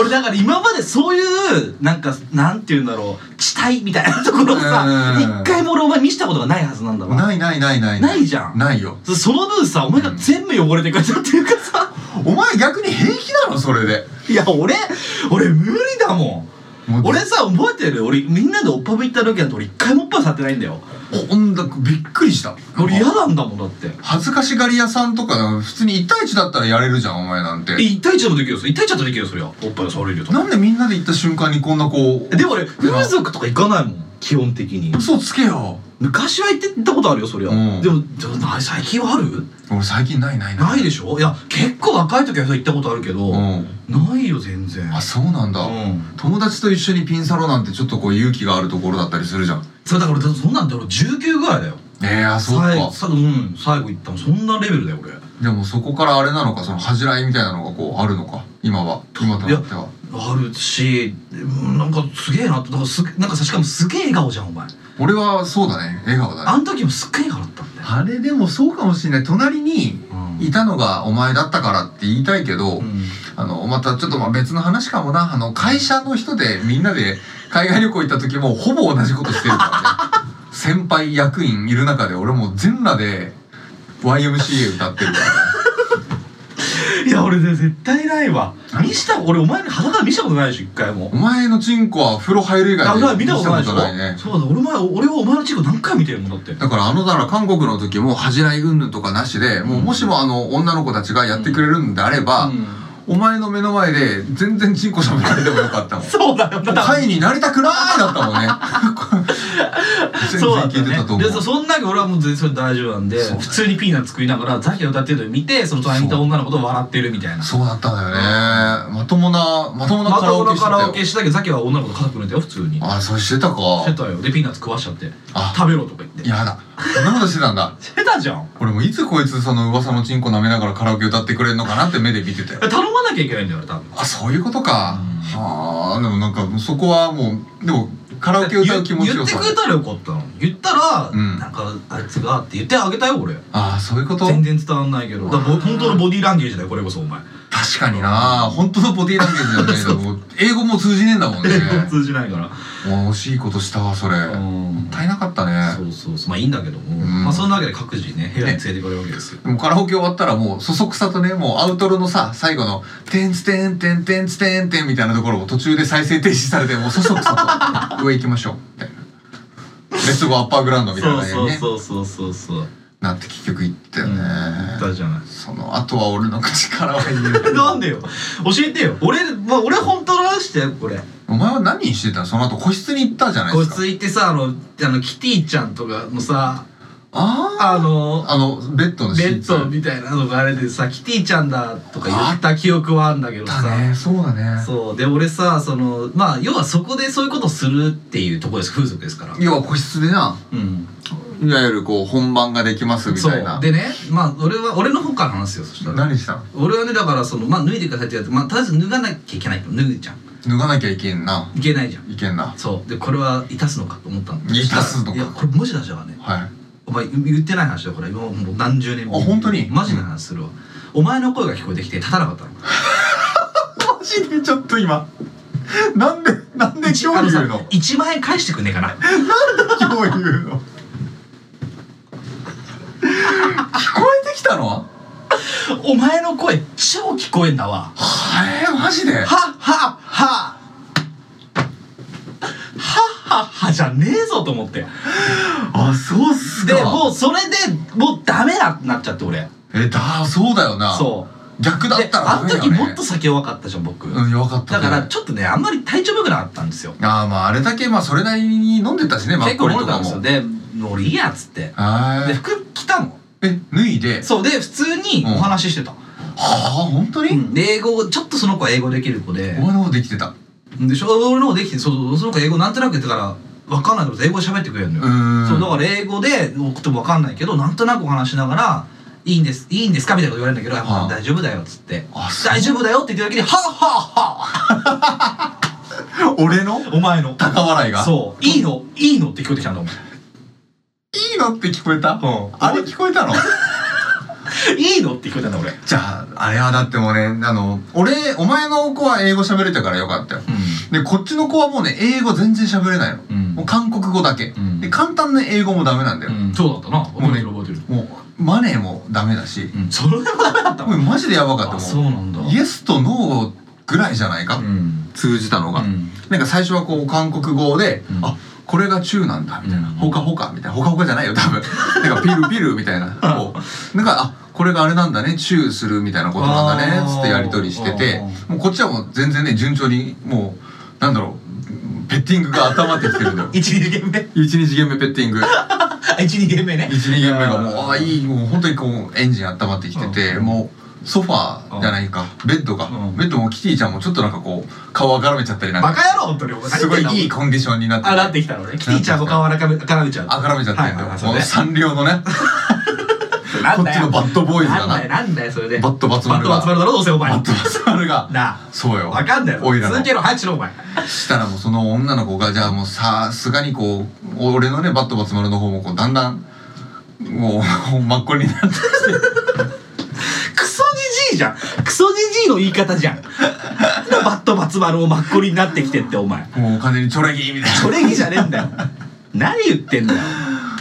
Speaker 2: 俺だから今までそういうなんかなんて言うんだろう地帯みたいなところをさ
Speaker 1: うん
Speaker 2: 一回も俺お前見せたことがないはずなんだわ
Speaker 1: ないないないない。
Speaker 2: ないじゃん
Speaker 1: ないよ。
Speaker 2: その分さお前が全部汚れてくれたっていうかさ、
Speaker 1: お前逆に平気なのそれで。
Speaker 2: いや俺俺無理だもん
Speaker 1: もう
Speaker 2: 俺さ覚えてる俺みんなでおっぱぶ行った時なんて俺一回もおっぱ触ってないんだよ
Speaker 1: ほんだびっくりした
Speaker 2: 俺嫌なんだもんだって
Speaker 1: 恥ずかしがり屋さんとか普通に1対1だったらやれるじゃんお前なんて
Speaker 2: え一対一でもできるよそれ一対一だったらできるよそりゃおっぱい触れるよと
Speaker 1: なんでみんなで行った瞬間にこんなこう
Speaker 2: でも俺風俗とか行かないもん基本的に
Speaker 1: 嘘つけよ
Speaker 2: 昔は行って行ったことあるよそりゃ、
Speaker 1: うん
Speaker 2: でもでもな最近はある
Speaker 1: 俺最近ないない
Speaker 2: ない
Speaker 1: で
Speaker 2: でしょいや結構若い時は行ったことあるけど、
Speaker 1: うん
Speaker 2: ないよ全然
Speaker 1: あそうなんだ、
Speaker 2: うん
Speaker 1: 友達と一緒にピンサロなんてちょっとこう勇気があるところだったりするじゃん
Speaker 2: それだから俺そんなんだろ19ぐらいだよ
Speaker 1: ええあそう
Speaker 2: 最
Speaker 1: か
Speaker 2: 最後うん最後行ったのそんなレベルだよ俺
Speaker 1: でもそこからあれなのかその恥じらいみたいなのがこうあるのか今は今となっては
Speaker 2: あるしうんなんかすげえなとだからすげなんかさしかもすげえ笑顔じゃんお前
Speaker 1: 俺はそうだね笑顔だね
Speaker 2: あの時もすっげえ笑ったんだよ
Speaker 1: あれでもそうかもしれない隣に
Speaker 2: うん
Speaker 1: いたのがお前だったからって言いたいけど、
Speaker 2: うん
Speaker 1: あの、またちょっとまあ別の話かもな。あの、 会社の人でみんなで海外旅行行った時もほぼ同じことしてるからね。先輩役員いる中で俺もう全裸で YMCA 歌ってるから
Speaker 2: いや俺ね絶対ないわ見した俺お前に裸見したことないでしょ一回も
Speaker 1: お前のチンコは風呂入る以
Speaker 2: あ
Speaker 1: 外
Speaker 2: だから
Speaker 1: で
Speaker 2: 見たことないでしょ、
Speaker 1: ね
Speaker 2: そうだ俺前俺はお前のチンコ何回見てるもんだって
Speaker 1: だからあのだから韓国の時も恥じらい云々とかなしでもうもしもあの女の子たちがやってくれるんであれば、
Speaker 2: うん
Speaker 1: お前の目の前で全然チンコ喋られてもよかったもん
Speaker 2: そうだよだから
Speaker 1: 会になりたくないだったもんね全然
Speaker 2: そうだった
Speaker 1: 聞いてたと
Speaker 2: ね
Speaker 1: 思
Speaker 2: で
Speaker 1: う
Speaker 2: そそんなけ俺はもう全然それ大丈夫なんで
Speaker 1: そうだね
Speaker 2: 普通にピーナッツ食いながらザキが歌ってるのを見てその隣にいた女の子と笑ってるみたいな
Speaker 1: そうだったんだよねまともなまともな
Speaker 2: ま
Speaker 1: カ
Speaker 2: た
Speaker 1: ラオ
Speaker 2: 俺
Speaker 1: ケして
Speaker 2: カ
Speaker 1: たよ
Speaker 2: ラオケしてたけどザキは女の子と肩組んでたよ普通に
Speaker 1: あそうしてたか
Speaker 2: してたよでピーナッツ食わしちゃって
Speaker 1: あ
Speaker 2: 食べろとか言って
Speaker 1: やだそんなことしてたんだ
Speaker 2: してたじゃん
Speaker 1: 俺もいつこいつその噂のチンコ舐めながらカラオケ歌ってくれるのかなって目で見て たよ
Speaker 2: 頼まなきゃいけないんだよ俺多分
Speaker 1: あそういうことか
Speaker 2: うん
Speaker 1: はあでもなんかそこはもうでもカラオケ歌う気持ちよさ
Speaker 2: 言言ってくれたらよかったの言ったら、
Speaker 1: うん
Speaker 2: なんかあいつがって言ってあげたよ俺
Speaker 1: ああそういうこと
Speaker 2: 全然伝わんないけどだからぼ本当のボディーランゲージだよこれこそお前
Speaker 1: 確かにな本当のボディーランゲージじゃないけどもう英語も通じねえんだもんね
Speaker 2: 通じないから、
Speaker 1: もう惜しいことしたわそれもっ
Speaker 2: うん
Speaker 1: たいなかったね
Speaker 2: そうそうそうまあいいんだけども、
Speaker 1: ん
Speaker 2: まあそんなわけで各自ね部屋に連れてこれるわけですよ、
Speaker 1: でもカラオケ終わったらもうそそくさとねもうアウトロのさ最後の「てんつてんてんてんつてんてん」みたいなところも途中で再生停止されてもうそそくさ と上行きましょうみたいなレッツゴーアッパーグラウンドみたいなね
Speaker 2: そうそうそうそうそうそう
Speaker 1: なって結局行ったよね、
Speaker 2: 言ったじゃない
Speaker 1: その後は俺の口からは言え ない
Speaker 2: なんでよ教えてよ俺、まあ、俺本当の話だよこれ
Speaker 1: お前は何してたのその後個室に行ったじゃない
Speaker 2: こ
Speaker 1: で
Speaker 2: い
Speaker 1: すか
Speaker 2: つ行ってさあのあのキティちゃんとかのさ
Speaker 1: ああ
Speaker 2: あの
Speaker 1: あのベッドのシ
Speaker 2: ベ
Speaker 1: ー
Speaker 2: ッ
Speaker 1: ツ
Speaker 2: ドみたいなのがあれでさキティちゃんだとか言った記憶はあるんだけど
Speaker 1: だ
Speaker 2: さ、
Speaker 1: ねそうだね
Speaker 2: そうで俺さそのまあ要はそこでそういうことするっていうところです風俗ですから
Speaker 1: 要は個室でな
Speaker 2: うん
Speaker 1: いわゆるこう本番ができますみ
Speaker 2: そ
Speaker 1: たいな
Speaker 2: うでねまあ俺は俺の方から話すよそしたら
Speaker 1: 何したの
Speaker 2: 俺はねだからそのまあ脱いでくださいってやつまあとりあえず脱がなきゃいけないと脱ぐじゃん
Speaker 1: 脱がなきゃいけんない
Speaker 2: けないじゃん
Speaker 1: いけんな
Speaker 2: そうでこれは致すのかと思ったの
Speaker 1: 致すのか
Speaker 2: いやこれ文字出したからね
Speaker 1: はい
Speaker 2: お前言ってない話だから今もう何十年も
Speaker 1: あ本当に
Speaker 2: マジな話するわ、お前の声が聞こえてきて立たなかったの
Speaker 1: マジでちょっと今なんでなんで今
Speaker 2: あ
Speaker 1: 日
Speaker 2: の
Speaker 1: 言う
Speaker 2: さ
Speaker 1: の
Speaker 2: 1万円返してくんねえかな
Speaker 1: 今日言うの聞こえてきたのは
Speaker 2: お前の声超聞こえんだわは
Speaker 1: えー、マジで
Speaker 2: っはっははっはっはじゃねえぞと思って
Speaker 1: あそうっす
Speaker 2: でもうそれでもうダメだってなっちゃって俺
Speaker 1: えだそうだよな
Speaker 2: そう
Speaker 1: 逆だっ
Speaker 2: で
Speaker 1: たらダ
Speaker 2: あの
Speaker 1: メだよ
Speaker 2: 時
Speaker 1: ね
Speaker 2: もっと酒弱かったじゃん僕、
Speaker 1: うん弱かった
Speaker 2: だ
Speaker 1: ね
Speaker 2: からちょっとねあんまり体調良くなかったんですよ
Speaker 1: ああまああれだけまあそれなりに飲んでたしねマ
Speaker 2: 結
Speaker 1: ッコ
Speaker 2: 構
Speaker 1: リ
Speaker 2: 飲んで
Speaker 1: と
Speaker 2: た
Speaker 1: か
Speaker 2: んですよ
Speaker 1: も
Speaker 2: でもう俺いいやっつって
Speaker 1: あ
Speaker 2: で
Speaker 1: ー
Speaker 2: 服着たの
Speaker 1: え脱いで
Speaker 2: そうで普通にお話ししてた、
Speaker 1: はあ本当に、
Speaker 2: うんで英語ちょっとその子は英語できる子で
Speaker 1: お前の方できてた
Speaker 2: でしょ俺の方できてそうその子英語なんとなくやってから分かんないけど英語で喋ってくれるのよ、
Speaker 1: ん
Speaker 2: そうだから英語で送っても分かんないけどなんとなくお話しながら「いいんですいいんですか?」みたいなこと言われるんだけど「
Speaker 1: はあ
Speaker 2: 大丈夫だよ」っつって
Speaker 1: あ
Speaker 2: 「
Speaker 1: そう
Speaker 2: 大丈夫だよ」って言ってるだけで「はあはあは
Speaker 1: 俺の
Speaker 2: あお前の
Speaker 1: 高笑いが
Speaker 2: そういいのいいの」って聞こえてきたんだお前
Speaker 1: いいのって聞こえた、
Speaker 2: ん
Speaker 1: あれ聞こえたの
Speaker 2: 「 いいの?」って聞こえたんだ俺
Speaker 1: じゃああれはだってもうねあの俺お前の子は英語喋れたからよかったよ
Speaker 2: う
Speaker 1: でこっちの子はもうね英語全然喋れないの、
Speaker 2: ん
Speaker 1: もう韓国語だけ、
Speaker 2: ん
Speaker 1: で簡単な英語もダメなんだよ、
Speaker 2: うんそうだったな
Speaker 1: もう
Speaker 2: 覚え
Speaker 1: ね
Speaker 2: てる覚えてる
Speaker 1: もうマネーもダメだし、
Speaker 2: うんそれでもダメだった
Speaker 1: もうマジでやばか
Speaker 2: あ
Speaker 1: っ
Speaker 2: そ
Speaker 1: た
Speaker 2: う
Speaker 1: も
Speaker 2: なんだ
Speaker 1: んイエスとノーぐらいじゃないか、
Speaker 2: うん
Speaker 1: 通じたのが、
Speaker 2: うん
Speaker 1: なんか最初はこう韓国語で、
Speaker 2: うん
Speaker 1: あこれが中なんだみたいな、
Speaker 2: うん
Speaker 1: ほかほかみたいなほかほかじゃないよ多 分なんかピルピルみたいなこうなんかあこれがあれなんだねチューするみたいなことなんだ
Speaker 2: あ
Speaker 1: ね
Speaker 2: ー
Speaker 1: つってやり取りしてて
Speaker 2: あ
Speaker 1: もうこっちはもう全然ね順調にもうなんだろうペッティングが温まってきてるん だよ
Speaker 2: 12ゲーム目
Speaker 1: 12ゲームペッティング
Speaker 2: 12ゲーム目ね
Speaker 1: 12ゲーム目がもうあ
Speaker 2: あ
Speaker 1: あいいもう本当にこうエンジン温まってきてて、もうソファーじゃないかベッドが、
Speaker 2: うん
Speaker 1: ベッドもキティちゃんもちょっとなんかこう顔がらめちゃったりなん
Speaker 2: バ
Speaker 1: か
Speaker 2: カ野郎本当にお前
Speaker 1: すごいいいコンディションになって
Speaker 2: あ、なってきたのね。キティちゃんも顔からかめ、絡めちゃう。
Speaker 1: あからめちゃってんだよ、
Speaker 2: はいはいはい
Speaker 1: このサンリオのね
Speaker 2: な
Speaker 1: こ
Speaker 2: ん
Speaker 1: っ
Speaker 2: だ
Speaker 1: ち
Speaker 2: よ
Speaker 1: のバッドボーイズが
Speaker 2: なん
Speaker 1: な
Speaker 2: だよ、なんだよ、それで。
Speaker 1: バットバツ
Speaker 2: バ
Speaker 1: マ
Speaker 2: ッ
Speaker 1: ル
Speaker 2: ト
Speaker 1: が
Speaker 2: バツ丸だろ、どうせお前。
Speaker 1: バットバツマルが
Speaker 2: なあ
Speaker 1: そうよ
Speaker 2: わかんないよ。
Speaker 1: おいらの
Speaker 2: 続けろ、早くしろ、お前。
Speaker 1: したらもうその女の子がじゃあもうさすがにこう俺のねバットバツマルの方もこうだんだんもう真っこになって
Speaker 2: クソじじいじゃん。クソじじいの言い方じゃん。バットバツ丸をマッコリ になってきてって、お前。
Speaker 1: もう完全にチョレギみたいな
Speaker 2: それぎじゃねえんだよ。何言ってんだよ。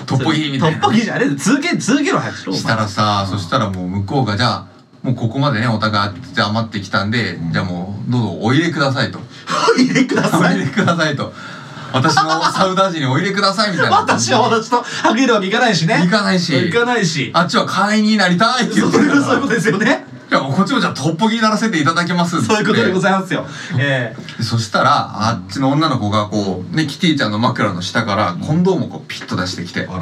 Speaker 1: トッポギみたいな
Speaker 2: トッポギじゃねえ続け続けろ早くしろお前
Speaker 1: したらさ、そしたらもう向こうがじゃあもうここまでねお互いじゃあ余ってきたんで、じゃあもうどうぞお入れくださいと
Speaker 2: お入れく
Speaker 1: お
Speaker 2: ださい
Speaker 1: 入れくださいと私のサウダージにお入れくださいみたいな
Speaker 2: 私は私とはぐれるわけいかないしね
Speaker 1: 行かないし
Speaker 2: 行かないし
Speaker 1: あっちは会員になりたいって言
Speaker 2: そう
Speaker 1: ってるか
Speaker 2: そういう
Speaker 1: ら
Speaker 2: ことですよね
Speaker 1: いやもうこっちもじゃあトッポギにならせていただきますっつって
Speaker 2: そういうことでございますよえ
Speaker 1: そしたらあっちの女の子がこうねキティちゃんの枕の下からコンドームをこうピッと出してきて
Speaker 2: え、あ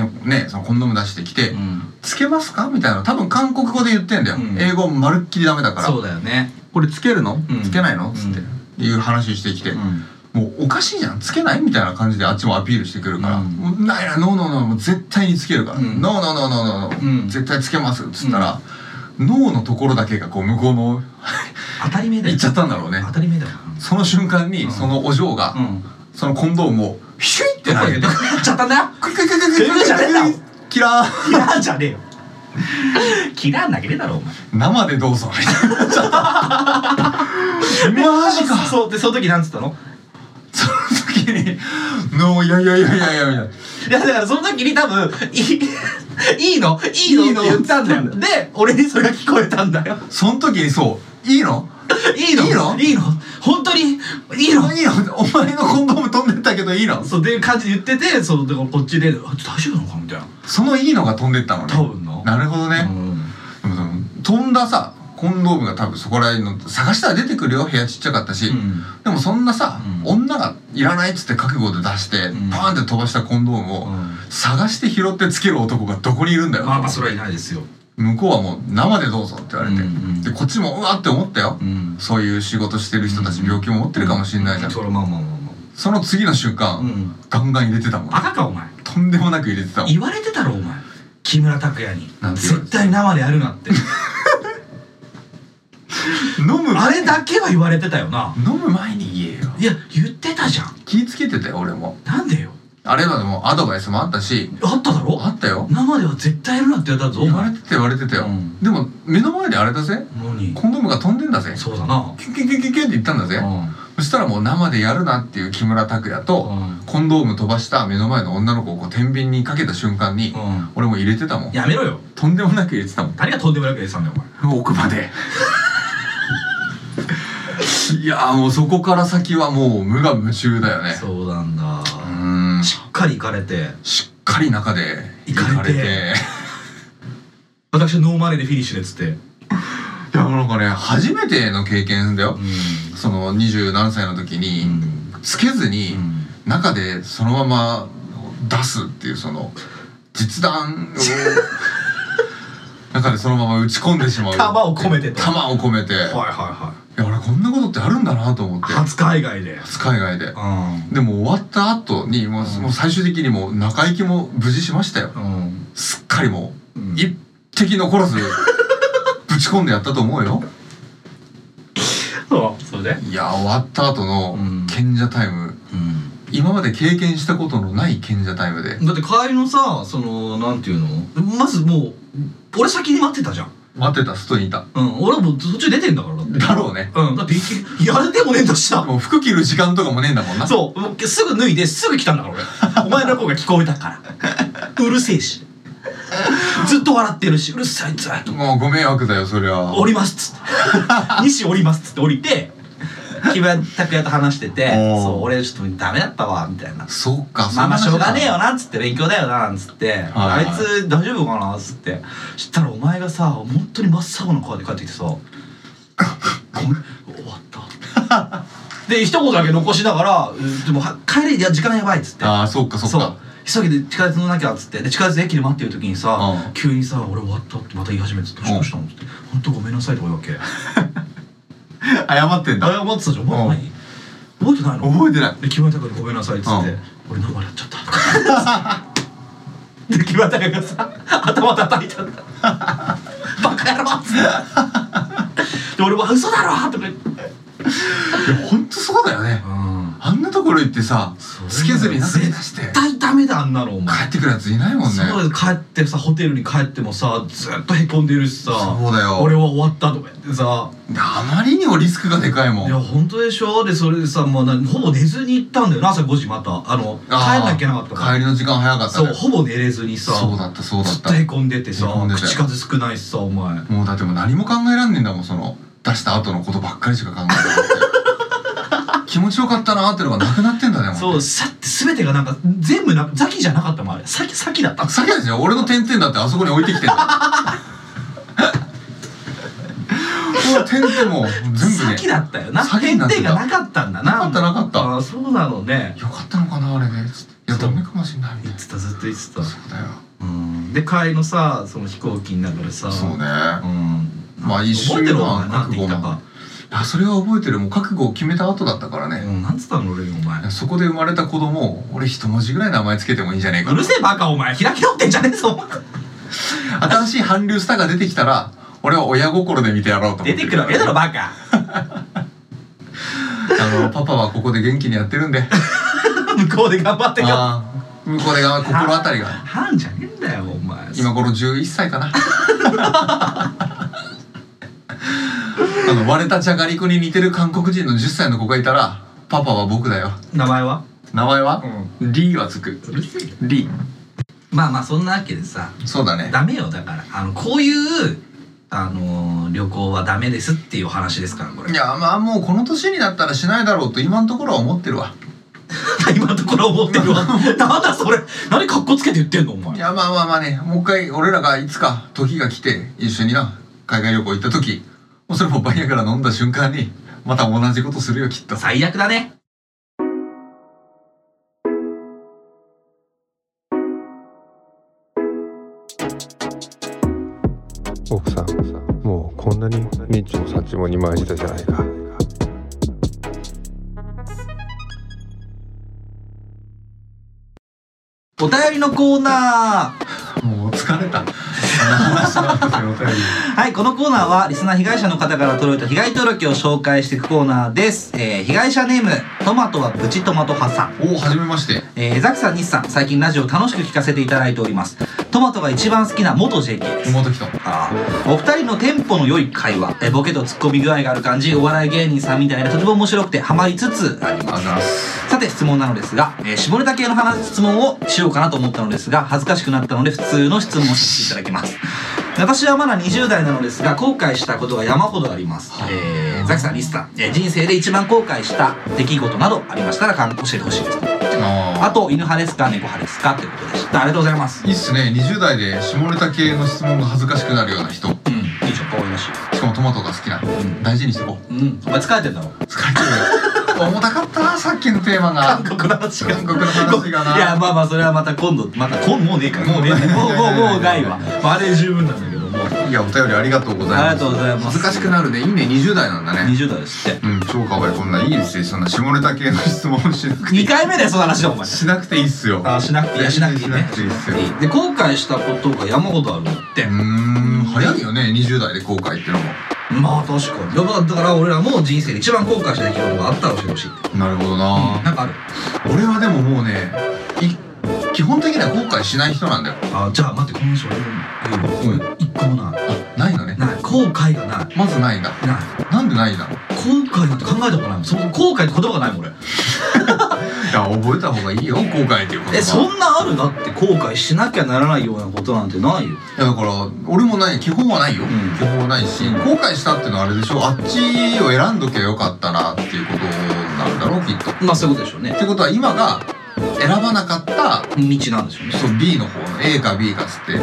Speaker 1: ねねそのコンドーム出してきて、
Speaker 2: らうん
Speaker 1: つけますかみたいな多分韓国語で言ってんだよ、
Speaker 2: うん
Speaker 1: 英語まるっきりダメだから
Speaker 2: そうだよね
Speaker 1: これつけるの、
Speaker 2: うん
Speaker 1: つけないのつって、いう話してきて、もうおかしいじゃんつけないみたいな感じであっちもアピールしてくるから「
Speaker 2: うん
Speaker 1: もうないなノーノーノーもう絶対につけるから「
Speaker 2: うん
Speaker 1: ノーノーノーノーノー
Speaker 2: うん
Speaker 1: 絶対つけます」っつったら、脳のところだけがこう向こうの
Speaker 2: 当たり目だ
Speaker 1: 行
Speaker 2: よ
Speaker 1: っちゃったんだろうね
Speaker 2: 当たり目だよ
Speaker 1: その瞬間
Speaker 2: う
Speaker 1: に
Speaker 2: ん
Speaker 1: そのお嬢が、
Speaker 2: うん
Speaker 1: そのコンドームをヒュイって
Speaker 2: ど
Speaker 1: 投
Speaker 2: こ
Speaker 1: げ
Speaker 2: で
Speaker 1: て
Speaker 2: どこでやっちゃったんだよ
Speaker 1: クイクイクイクイクイ
Speaker 2: そういうことじゃねえんだろ
Speaker 1: キラー
Speaker 2: キラーじゃねえよキラーなげねえだろお前
Speaker 1: 生でどうぞみたいになっちゃったマジか
Speaker 2: そうでその時なんつったの
Speaker 1: その時に「ノーいやいやいやいやいや」みたいない
Speaker 2: やだからその時に多分いい いいのいいのって言ったんだよで俺にそれが聞こえたんだよ
Speaker 1: その時にそう「いいの
Speaker 2: いいの
Speaker 1: いいの
Speaker 2: いいの本当にいいの
Speaker 1: いいのお前のコンドーム飛んでったけどいいの
Speaker 2: そうっていう感じで言っててそうだからこっちであ大丈夫なのかみたいな
Speaker 1: そのいいのが飛んでったのね
Speaker 2: 多分な
Speaker 1: なるほどね、でもその飛んださコンドームが多分そこら辺の探したら出てくるよ部屋ちっちゃかったし、
Speaker 2: うん
Speaker 1: でもそんなさ、
Speaker 2: うん
Speaker 1: 女がいらないっつって覚悟で出して、
Speaker 2: うん
Speaker 1: パーンって飛ばしたコンドームを、
Speaker 2: うん
Speaker 1: 探して拾ってつける男がどこにいるんだよ、
Speaker 2: まあまあそれはいないですよ
Speaker 1: 向こうはもう生でどうぞって言われて、
Speaker 2: うんうん
Speaker 1: でこっちもうわって思ったよ、
Speaker 2: うん
Speaker 1: そういう仕事してる人たち病気も持ってるかもしれないじゃん、
Speaker 2: それまあまあまあま
Speaker 1: その次の瞬間、
Speaker 2: あうん
Speaker 1: ガンガン入れてたもん
Speaker 2: バカかお前
Speaker 1: とんでもなく入れてたもん
Speaker 2: 言われてたろお前木村拓哉に
Speaker 1: なんて言われて
Speaker 2: 絶対生でやるなって
Speaker 1: 飲む
Speaker 2: あれだけは言われてたよな
Speaker 1: 飲む前に言えよ
Speaker 2: いや言ってたじゃん
Speaker 1: 気ぃつけてたよ俺も
Speaker 2: なんでよ
Speaker 1: あれはでもアドバイスもあったし
Speaker 2: あっただろ
Speaker 1: あったよ
Speaker 2: 生では絶対やるなって言われたぞお
Speaker 1: 言われ
Speaker 2: 前
Speaker 1: てて言われてたよ、
Speaker 2: うん
Speaker 1: でも目の前であれだぜ
Speaker 2: 何
Speaker 1: コンドームが飛んでんだぜ
Speaker 2: そうだな
Speaker 1: キュンキュンキュンキュンキュンって言ったんだぜ、そしたらもう生でやるなっていう木村拓哉と、
Speaker 2: うん
Speaker 1: コンドーム飛ばした目の前の女の子をこう天秤にかけた瞬間に、
Speaker 2: うん
Speaker 1: 俺も入れてたもん
Speaker 2: やめろよ
Speaker 1: とんでもなく入れてたも
Speaker 2: 誰がとんでもなく言ってたんだよお前
Speaker 1: ん奥までいやーもうそこから先はもう無我夢中だよね
Speaker 2: そうなんだ
Speaker 1: うーんし
Speaker 2: しっかり行かれて
Speaker 1: しっかり中で
Speaker 2: 行かれて
Speaker 1: 行
Speaker 2: 私はノーマネーでフィニッシュでっつって
Speaker 1: いやなんかね初めての経験だよ、
Speaker 2: う
Speaker 1: その27歳の時に、つけずに、
Speaker 2: ん
Speaker 1: 中でそのまま出すっていうその実弾を 中でそのまま打ち込んでしまう
Speaker 2: 弾を込めてと
Speaker 1: 弾を込めて、
Speaker 2: はい
Speaker 1: い、
Speaker 2: はいは
Speaker 1: や俺こんなことってあるんだなと思っ
Speaker 2: い
Speaker 1: て
Speaker 2: 初海外で
Speaker 1: 初海外で
Speaker 2: う
Speaker 1: でも終わった後にもう,、
Speaker 2: うん
Speaker 1: もう最終的にもう中行きも無事しましたよ
Speaker 2: ん
Speaker 1: すっかりもう、
Speaker 2: うん
Speaker 1: 一滴残らずぶち込んでやったと思うよ
Speaker 2: そうそれで
Speaker 1: いや終わった後の
Speaker 2: うん
Speaker 1: 賢者タイム、今まで経験したことのない賢者タイムで
Speaker 2: だって帰りのさそのなんていうのまずもう俺先に待ってたじゃん
Speaker 1: 待ってた外にいた
Speaker 2: うん俺もう途中出てんだからだって
Speaker 1: だろうね
Speaker 2: うんだっていけやれてもねえんだしさ
Speaker 1: もう服着る時間とかもねえんだもんな。
Speaker 2: そうもうすぐ脱いですぐ来たんだから 俺お前の声が聞こえたからうるせえしずっと笑ってるしうるさいずっと
Speaker 1: もうご迷惑だよ、そりゃ。
Speaker 2: 降りますっつって 西降りますっつって降りて木村拓哉と話して
Speaker 1: お
Speaker 2: て
Speaker 1: ー
Speaker 2: そう俺ちょっとダメだったわみたいな
Speaker 1: そうか、
Speaker 2: まあまあし
Speaker 1: そ
Speaker 2: ょ
Speaker 1: ん
Speaker 2: う
Speaker 1: な話
Speaker 2: がねえよ。なっつって勉強だよなっつって、
Speaker 1: はい
Speaker 2: あいつ大丈夫かなっつってそしたらお前がさ本当に真っ青な顔で帰ってきてさ「ごめん終わった」 で一言だけ残しながら「でもは帰りいや時間やばい」っつって
Speaker 1: ああ、そうか、そうか。
Speaker 2: 急ぎで地下鉄乗らなきゃっつってで地下鉄で駅で待ってる時にさ、
Speaker 1: うん
Speaker 2: 急にさ「俺終わった」ってまた言い始めて「どうしたどうしたの?」っつって「本当ごめんなさい」とか言うわけ
Speaker 1: 謝ってんだ。
Speaker 2: 謝ってたじゃん覚えてない覚えてないの
Speaker 1: 覚えてない。
Speaker 2: で木村拓哉にごめんなさいっつって、
Speaker 1: うん
Speaker 2: 俺生でやっちゃったとかで木村拓哉がさ頭叩いたんだバカ野郎っつってで俺は嘘だろとか言って
Speaker 1: いや、ほんとそうだよね。あんなところ行ってさ
Speaker 2: そう、
Speaker 1: つけずに中で出して。
Speaker 2: 絶対ダメだあんなのお前
Speaker 1: 帰ってくるやついないもんね
Speaker 2: そうです帰ってさホテルに帰ってもさずっとへこんでるしさ
Speaker 1: そうだよ
Speaker 2: 俺は終わったとか言ってさ
Speaker 1: あまりにもリスクがでかいも
Speaker 2: いや
Speaker 1: ん
Speaker 2: 本当でしょでそれでさもうなほぼ寝ずに行ったんだよな朝5時またあの
Speaker 1: あー
Speaker 2: 帰んなきゃいけなかったから
Speaker 1: 帰りの時間早かった
Speaker 2: そう
Speaker 1: ね
Speaker 2: ほぼ寝れずにさ
Speaker 1: そうだったそうだ
Speaker 2: ず
Speaker 1: っ
Speaker 2: っと
Speaker 1: た
Speaker 2: へこんでてさ
Speaker 1: へこんでたよ
Speaker 2: 口数少ないしさお前
Speaker 1: もうだってもう何も考えらんねえんだもんその出した後のことばっかりしか考えてなくて気持ちよかったなーってのがなくなってんだねも
Speaker 2: そうさって全てがなんか全部なザキじゃなかったもんあれ先先だった
Speaker 1: さっきですね俺の点々だってあそこに置いてき てんだもう点々も全部ね
Speaker 2: 先だったよな
Speaker 1: 先に
Speaker 2: 変
Speaker 1: なって
Speaker 2: 々
Speaker 1: た
Speaker 2: がなかったんだな
Speaker 1: なかったなかった
Speaker 2: あーそうなのね
Speaker 1: よかったのかなあれねつっていや
Speaker 2: そう
Speaker 1: ダメかもしんないみたい
Speaker 2: 言っ
Speaker 1: な
Speaker 2: てたずっと言ってた
Speaker 1: そうだよ
Speaker 2: うんで帰りのさその飛行機の中でさ
Speaker 1: そうね
Speaker 2: うん
Speaker 1: まあ一周
Speaker 2: 覚えてるお
Speaker 1: まあ
Speaker 2: 前なんて言ったか
Speaker 1: いやそれは覚えてるもう覚悟を決めた後だったからね、
Speaker 2: うんなんつったの俺にお前
Speaker 1: いやそこで生まれた子供を俺一文字ぐらい名前つけてもいいんじゃねえか
Speaker 2: うるせえバカお前開き直ってんじゃねえぞ
Speaker 1: 新しい韓流スターが出てきたら俺は親心で見てやろうと思って
Speaker 2: 出てくるわけだろバカ
Speaker 1: あのパパはここで元気にやって るんで
Speaker 2: 向こうで頑張ってよ
Speaker 1: あー向こうでが心当たりが
Speaker 2: ハンじゃねえんだよお前
Speaker 1: 今頃11歳かな あの割れたじゃがりこに似てる韓国人の10歳の子がいたらパパは僕だよ
Speaker 2: 名前は
Speaker 1: 名前は、リーはつく
Speaker 2: うるせえよ
Speaker 1: リ
Speaker 2: まあまあそんなわけでさ
Speaker 1: ーそうだね
Speaker 2: ダメよだからあのこういうあのー旅行はダメですっていうお話ですからこれ
Speaker 1: いやまあもうこの年になったらしないだろうと今のところは思ってるわ
Speaker 2: 今のところ思ってる わなんだそれ何かっこつけて言ってんのお
Speaker 1: い
Speaker 2: 前
Speaker 1: やまあまあまあねもう一回俺らがいつか時が来て一緒にな海外旅行行った時もうそれもバイヤーから飲んだ瞬間にまた同じことするよきっと
Speaker 2: 最悪だね
Speaker 6: 奥さんもうこんなにみっちもさっちも二枚舌じゃないか
Speaker 2: お便りのコーナー
Speaker 1: もう疲れたあの話の後でお便り
Speaker 3: はい、このコーナーはリスナー被害者の方から届いた被害届を紹介していくコーナーです。えー被害者ネーム、トマトはプチトマト派さん。
Speaker 1: おお初めまして
Speaker 3: えー江崎さん、西さん、最近ラジオ楽しく聞かせていただいております。トマトが一番好きな元 JK です。
Speaker 1: 妹来た
Speaker 3: あーお二人のテンポの良い会話、えーボケとツッコミ具合がある感じ、お笑い芸人さんみたいなとても面白くてハマりつつあります。
Speaker 1: あざす
Speaker 3: さて質問なのですが、えー下ネタ系の話質問をしようかなと思ったのですが恥ずかしくなったので普通の質問をさせていただきます私はまだ20代なのですが後悔したことが山ほどあります、えー、ザキさんリスさん、えー人生で一番後悔した出来事などありましたらかん教えてほしいですあ
Speaker 1: あ
Speaker 3: と犬派ですか猫派ですかということでしたありがとうございます
Speaker 1: いいっすね20代で下ネタ系の質問が恥ずかしくなるような人
Speaker 3: うんいいじゃんかわいらしい
Speaker 1: しかもトマトが好きな大事にしてこう
Speaker 3: うんお前疲れてんだろ
Speaker 1: 疲れてるよ重たかったなさっきのテーマが
Speaker 3: 韓国の話が
Speaker 1: 韓国の話がない
Speaker 3: やまあまあそれはまた今度また今もうねえかもうねえ
Speaker 1: もうね
Speaker 3: もうもうもうないわまああれ十分なんだけども
Speaker 1: いやお便りありがとうございます
Speaker 3: ありがとうございま
Speaker 1: 恥
Speaker 3: す
Speaker 1: ずかしくなるねいいね20代なんだね
Speaker 3: 20代ですって
Speaker 1: うん超可愛いこんないいですよそんな下ネタ系の質問しなくて
Speaker 3: 2回目だよその話お前
Speaker 1: しなくていいっすよ
Speaker 3: あしなくていいやしなくていいね
Speaker 1: しなくていいっすよ
Speaker 3: で後悔したことが山ほどあるって
Speaker 1: うーん早いよね20代で後悔ってのも
Speaker 2: まあ確かにやばだから俺らも人生で一番後悔した出来事があったら教えてほしい
Speaker 1: なるほどな、
Speaker 2: なんかある
Speaker 1: 俺はでももうねい基本的には後悔しない人なんだよ
Speaker 2: あじゃあ待ってこの人俺
Speaker 1: うん
Speaker 2: 一個もない
Speaker 1: あないのね
Speaker 2: ない後悔がない
Speaker 1: まずないんだ
Speaker 2: ない
Speaker 1: なんでないんだろう
Speaker 2: 後悔なんて考えたことないもんそもそも後悔って言葉がないもん俺
Speaker 1: いや覚えた方がいいよ後悔っていうこと
Speaker 2: えそんなあるだって後悔しなきゃならないようなことなんてないよ
Speaker 1: いやだから俺もない基本はないよ、
Speaker 2: ん
Speaker 1: 基本はないし後悔したってのはあれでしょあっちを選んどきゃよかったなっていうことなんだろうきっとっ
Speaker 2: まあそういうことでしょうね
Speaker 1: てことは今が選ばなかった
Speaker 2: 道なんでしょうね
Speaker 1: そう B の方の A か B かっつって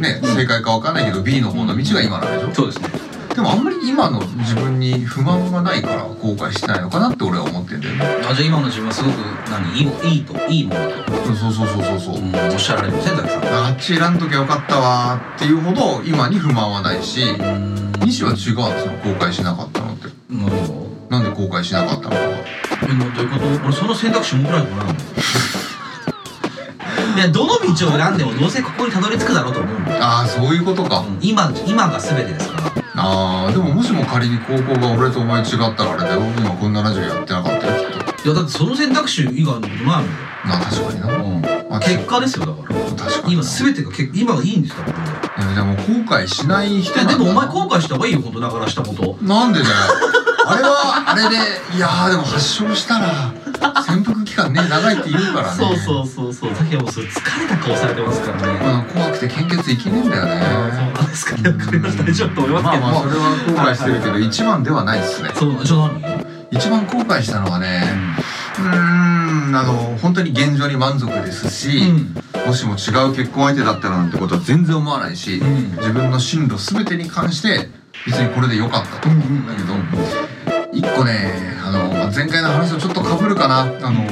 Speaker 1: ね正解かわかんないけど B の方の道が今なんでしょ
Speaker 2: そうですね
Speaker 1: でもあんまり今の自分に不満がないから後悔してないのかなって俺は思ってんだよね
Speaker 2: あじゃあ今の自分はすごく何いいもいいといいものだと、
Speaker 1: そうそうそうそうそう、
Speaker 2: うん、おっしゃられるんですねザキさん
Speaker 1: あっち選んどきゃよかったわーっていうほど今に不満はないし西は違うんですよ後悔しなかったのって
Speaker 2: なるほ
Speaker 1: なんで後悔しなかったのかが
Speaker 2: どえなどういうこと俺その選択肢持ってないからな いやどの道を選んでもどうせここにたどり着くだろうと思うんだよ
Speaker 1: ああそういうことか、
Speaker 2: うん今今が全てですから
Speaker 1: ああでももしも仮に高校が俺とお前違ったらあれだよ今こんなラジオやってなかったよきっと
Speaker 2: いやだってその選択肢以外のことないもん
Speaker 1: まあ確かにな、
Speaker 2: うん、結果ですよだから
Speaker 1: 確かに
Speaker 2: 今
Speaker 1: な
Speaker 2: 全てが結今がいいんですからこ
Speaker 1: いやでも後悔しない人
Speaker 2: れ
Speaker 1: なんだ
Speaker 2: ででもお前後悔した方がいいよ本当だからしたこと
Speaker 1: なんでだよあれはあれでいやーでも発症したら潜伏期間ね長いって言うからね
Speaker 2: そうそうそうそうだけどもうそれ疲れた顔されてますからね
Speaker 1: まあ怖くて献血いけねえんだよね
Speaker 2: そうなんですかねわかりました大丈夫と思いますけども、
Speaker 1: それは後悔してるけど一番ではないですね
Speaker 2: そうじゃあ何
Speaker 1: 一番後悔したのはねうーんあの本当に現状に満足ですし、もしも違う結婚相手だったらなんてことは全然思わないし、
Speaker 2: ん
Speaker 1: 自分の進路全てに関して別にこれで良かったと思うんだけど、一個ねあのまあ前回の話とちょっと被るかなあの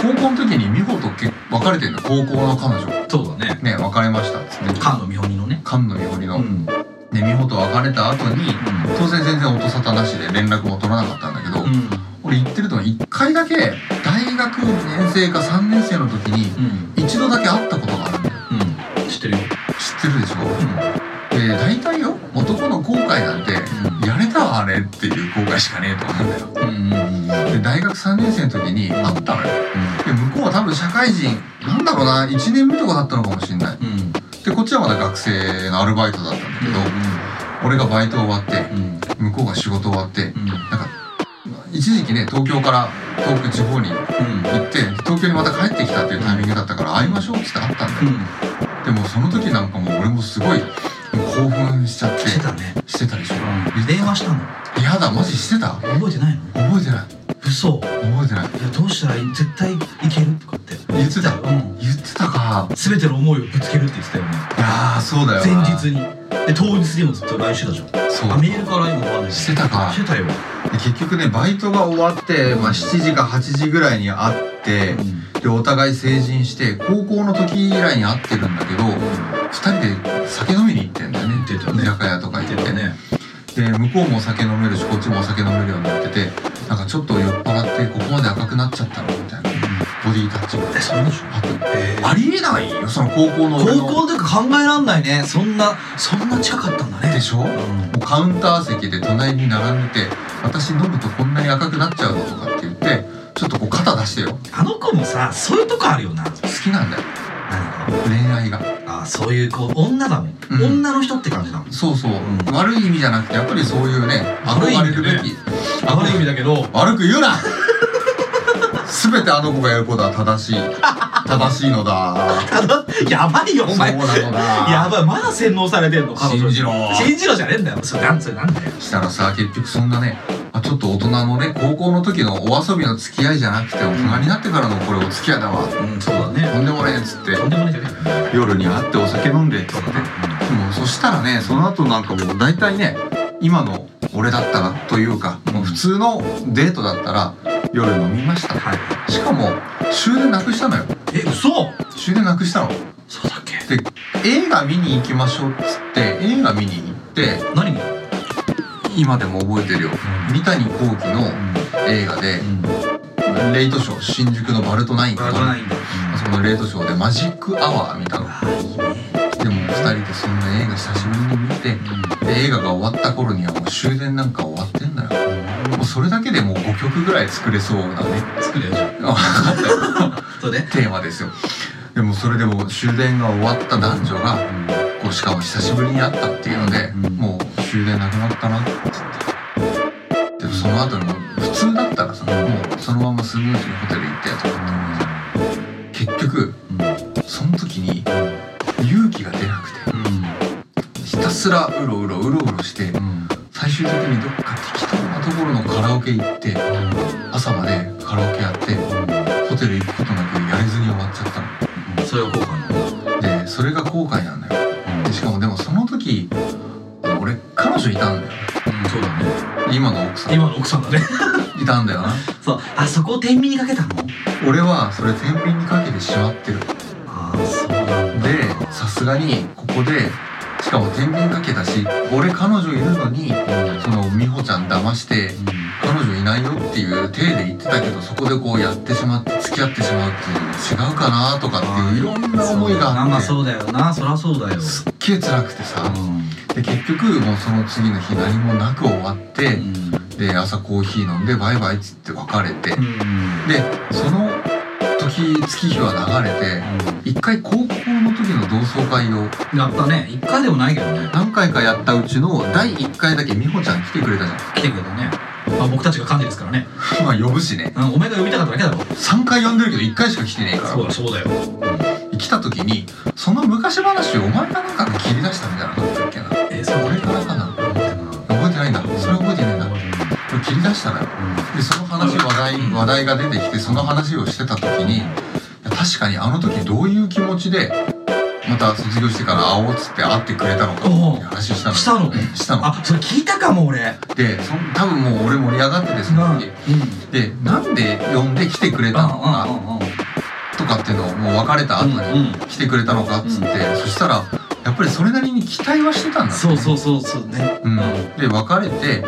Speaker 1: 高校の時に美穂と結別れてるの高校の彼女
Speaker 2: そうだね
Speaker 1: ね別れましたっつって
Speaker 2: 菅野美穂にのね
Speaker 1: 菅野美穂にの、
Speaker 2: うん
Speaker 1: で美穂と別れた後に当然全然音沙汰なしで連絡も取らなかったんだけど、
Speaker 2: うん
Speaker 1: 俺行ってると1回だけ大学2年生か3年生の時に
Speaker 2: うん
Speaker 1: 一度だけ会ったことがあるんだよ
Speaker 2: うん知ってるよ
Speaker 1: 知ってるでしょ、で大体よ男の後悔なんて、やれたわあれっていう後悔しかねえと思うんだよ
Speaker 2: うんうんうんうん
Speaker 1: で大学3年生の時に会ったのよ、で向こうは多分社会人なんだろうな1年目とかだったのかもしれない
Speaker 2: うん
Speaker 1: でこっちはまだ学生のアルバイトだったんだけど、俺がバイト終わって
Speaker 2: う
Speaker 1: 向
Speaker 2: ん
Speaker 1: こうが仕事終わって、
Speaker 2: うん
Speaker 1: なんか一時期ね東京から東北地方に行って東京にまた帰ってきたっていうタイミングだったから会いましょうっつって会ったんだよ、でもその時なんかもう俺もすごいもう興奮しちゃって
Speaker 2: してたね
Speaker 1: してたでしょ、
Speaker 2: 電話したの
Speaker 1: やだマジしてた
Speaker 2: 覚えてないの
Speaker 1: 覚えてない
Speaker 2: 嘘
Speaker 1: 覚えてない
Speaker 2: いやどうしたらいい絶対いけるとかって
Speaker 1: 言ってた
Speaker 2: ようん
Speaker 1: 言ってたか
Speaker 2: 全ての思いをぶつけるって言ってたよね
Speaker 1: いやーそうだよ
Speaker 2: 前
Speaker 1: な
Speaker 2: 日にで当日にもずっと来週だじゃん
Speaker 1: そう
Speaker 2: あメールから今まで
Speaker 1: してたか
Speaker 2: してたよ
Speaker 1: で結局ねバイトが終わって、まあ、7時か8時ぐらいに会って、でお互い成人して高校の時以来に会ってるんだけど、二人で酒飲みに行ってんだよね
Speaker 2: 行ってたね
Speaker 1: 居酒屋とか行って
Speaker 2: だ
Speaker 1: て
Speaker 2: ね
Speaker 1: で向こうもお酒飲めるしこっちもお酒飲めるようになっててなんかちょっと酔っ払ってここまで赤くなっちゃったのみたいな、ボディタッチが
Speaker 2: えそれでしょ
Speaker 1: あとありえないよその高校の
Speaker 2: 高
Speaker 1: 俺の
Speaker 2: 校とか考えらんないねそんなそんな近かったんだね
Speaker 1: でしょ、もうカウンター席で隣に並んでて「私飲むとこんなに赤くなっちゃうの?」とかって言ってちょっとこう肩出してよ
Speaker 2: あの子もさそういうとこあるよな
Speaker 1: 好きなんだよ
Speaker 2: 何か
Speaker 1: 恋愛が
Speaker 2: あそういうこう女だもん、
Speaker 1: うん
Speaker 2: 女の人って感じだもん
Speaker 1: そうそう、
Speaker 2: ん
Speaker 1: 悪い意味じゃなくてやっぱりそういうね
Speaker 2: 悪い意
Speaker 1: 憧れ
Speaker 2: 味で
Speaker 1: る
Speaker 2: ね
Speaker 1: べき、
Speaker 2: 悪い意味だけど
Speaker 1: 悪く言う な全てあの子がやることは正しい正しいのだ
Speaker 2: ただやばいよお前
Speaker 1: そうなのだ
Speaker 2: やばいまだ洗脳されてんの彼女に
Speaker 1: 信じろ
Speaker 2: 信じろじゃねえんだよそれなんそれなんだよ
Speaker 1: したらさ結局そんなねあちょっと大人のね高校の時のお遊びの付き合いじゃなくて大人になってからのこれお付き合いだわ
Speaker 2: うんそうだね
Speaker 1: とんでもねえっつって
Speaker 2: とんでもないじゃねえ
Speaker 1: 夜に会ってお酒飲んでとかねもうそしたらねその後なんかもう大体ね今の俺だったらというか、もう普通のデートだったら夜飲みました、しかも終電なくしたのよ
Speaker 2: え嘘
Speaker 1: 終電なくしたの
Speaker 2: そうだっけ
Speaker 1: で映画見に行きましょうっつって映画見に行って
Speaker 2: 何に
Speaker 1: 今でも覚えてるよ、三谷幸喜の映画で、レイトショー新宿のバルトナインか
Speaker 2: バ
Speaker 1: な
Speaker 2: ラがないんだ
Speaker 1: そのレイトショーでマジックアワー見たのでも二人でそんな映画久しぶりに見て、で映画が終わった頃にはもう終電なんか終わってんだよ、もうそれだけでもう5曲ぐらい作れそうなね
Speaker 2: 作れよじゃあそれで
Speaker 1: テーマですよでもそれでもう終電が終わった男女が、こうしかも久しぶりに会ったっていうので、もう終電なくなったなってってでその後にも普通だったらさ、もうそのままスムーズにホテル行ってとかって結局、その時に勇気が出なくて、ひたすらうろうろうろうろして、最終的にどっか適当なところのカラオケ行って、朝までカラオケやって、ホテル行くことなくやれずに終わっちゃったの。
Speaker 2: それをこうかな
Speaker 1: でそれが後悔なんだよ、でしかもでもその時俺彼女いたんだよ
Speaker 2: うんそうだね
Speaker 1: 今の奥さんい
Speaker 2: 今の奥さんだね
Speaker 1: たんだよな
Speaker 2: そうあそこを天秤にかけたの
Speaker 1: 俺はそれ天秤にかけてしまってる
Speaker 2: ああそうなんだ
Speaker 1: でさすがにここでしかも天秤にかけたし俺彼女いるのにその美穂ちゃん騙して彼女いないよっていう体で言ってたけどそこでこうやってしまって付き合ってしまうっていうの違うかなとかっていういろんな思いが
Speaker 2: あ
Speaker 1: あ
Speaker 2: ま
Speaker 1: っ
Speaker 2: あ
Speaker 1: てすっ
Speaker 2: そうだよなそりゃそうだよ
Speaker 1: げえ辛くてさ、
Speaker 2: うん
Speaker 1: で結局もうその次の日何もなく終わって、
Speaker 2: うん
Speaker 1: で朝コーヒー飲んでバイバイっつって別れて、
Speaker 2: うん
Speaker 1: でその時月月日は流れて一回高校の時の同窓会を
Speaker 2: やったね一回でもないけどね
Speaker 1: 何回かやったうちの第1回だけ美穂ちゃん来てくれたじ
Speaker 2: 来てくれたね、まあ、僕たちが幹事ですからね、
Speaker 1: ゃんまあ呼ぶしね
Speaker 2: うん、お前が呼びたかっただけだろ
Speaker 1: 3回呼んでるけど1回しか来てねえから
Speaker 2: だそうだよ
Speaker 1: 来た時にその昔話をお前がなんか切り出したみたいなのだったっけな
Speaker 2: えそう
Speaker 1: 俺からかな覚えてないんだそれ覚えてねえんだ切り出したのよでその話話題話題が出てきてその話をしてた時にいや確かにあの時どういう気持ちでまた卒業してから会おうっつって会ってくれたのかっていう話をしたのよ
Speaker 2: したの
Speaker 1: したの
Speaker 2: あそれ聞いたかも俺
Speaker 1: でそん多分もう俺盛り上がっててその時
Speaker 2: うん
Speaker 1: でなんで呼んで来てくれたのかとかっていうのをもう別れた後
Speaker 2: うんうん
Speaker 1: に来てくれたのかっつって、そしたらやっぱりそれなりに期待はしてたんだね
Speaker 2: そうそうそうそうね
Speaker 1: うん、で別れて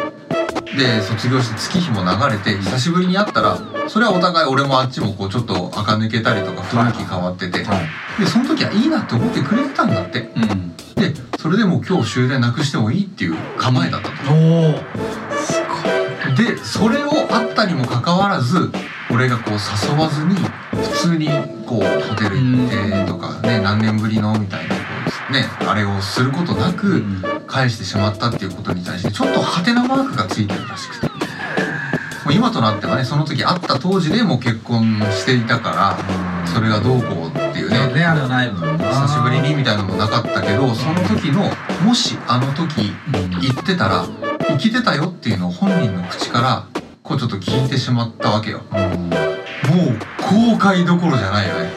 Speaker 1: で卒業して月日も流れて久しぶりに会ったらそれはお互い俺もあっちもこうちょっと垢抜けたりとか雰囲気変わってて、
Speaker 2: はい
Speaker 1: でその時はいいなって思ってくれてたんだってで
Speaker 2: うん
Speaker 1: それでもう今日終電なくしてもいいっていう構えだったと
Speaker 2: おお
Speaker 1: でそれをあったにもかかわらず俺がこう誘わずに普通にこうホテル行ってとかね何年ぶりのみたいなこうねあれをすることなく返してしまったっていうことに対してちょっとハテナマークがついてるらしくて。もう今となってはねその時会った当時でもう結婚していたからそれがどうこうっていうね
Speaker 2: ねあれはないもんな
Speaker 1: 久しぶりにみたいなのもなかったけどその時のもしあの時言ってたら生きてたよっていうのを本人の口からこうちょっと聞いてしまったわけよもう後悔どころじゃないよね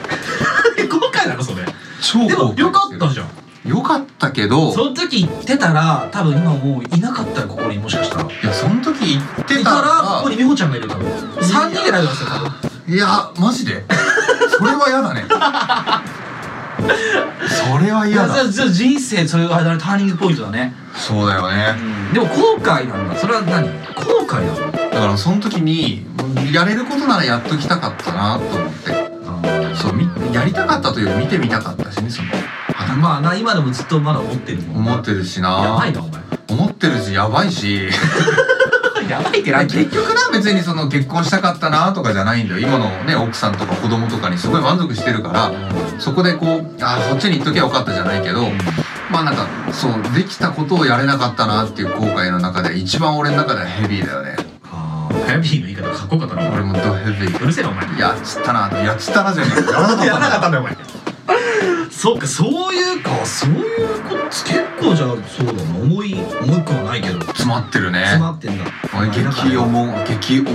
Speaker 2: 今回だろそれで
Speaker 1: 超後
Speaker 2: も
Speaker 1: 悔
Speaker 2: よか
Speaker 1: して
Speaker 2: っ
Speaker 1: る
Speaker 2: たじゃん
Speaker 1: よかったけど
Speaker 2: その時行ってたら多分今もういなかったらここにもしかしたら
Speaker 1: いやその時言って
Speaker 2: い
Speaker 1: た
Speaker 2: た
Speaker 1: ら
Speaker 2: らここに美穂ちゃんがいる多分3人でライブなんですよ多分
Speaker 1: いやマジでそれは嫌 だねそれはい嫌
Speaker 2: や
Speaker 1: だ
Speaker 2: じゃあ人生それはあれだねターニングポイントだね
Speaker 1: そうだよね
Speaker 2: でも後悔なんだそれは何後悔なの
Speaker 1: だからその時にやれることならやっときたかったなと思ってそうみやりたかったというより見てみたかったしねその
Speaker 2: まあな今でもずっとまだ思ってるもん
Speaker 1: 思ってるし
Speaker 2: やばい
Speaker 1: な
Speaker 2: なお前
Speaker 1: 思ってるしやばいし
Speaker 2: やばいって
Speaker 1: いや
Speaker 2: 何
Speaker 1: 結局な別にその結婚したかったなとかじゃないんだよ今のね奥さんとか子供とかにすごい満足してるからそこでこうあそっちに行っときゃよかったじゃないけどまあなんかそうできたことをやれなかったなっていう後悔の中で一番俺の中ではヘビーだよね
Speaker 2: あーハヤビーの言い方かっこよかったなお
Speaker 1: 俺
Speaker 2: 前
Speaker 1: もドヘビー
Speaker 2: うるせえなお前
Speaker 1: やっちったなやっちったなじゃねえやらなかった
Speaker 2: やらなかったたんだよお前そうかそういうかそういうこと結構じゃあそうだな重い重くはないけど詰
Speaker 1: 詰まってるね
Speaker 2: まってんだ
Speaker 1: 俺激重激重後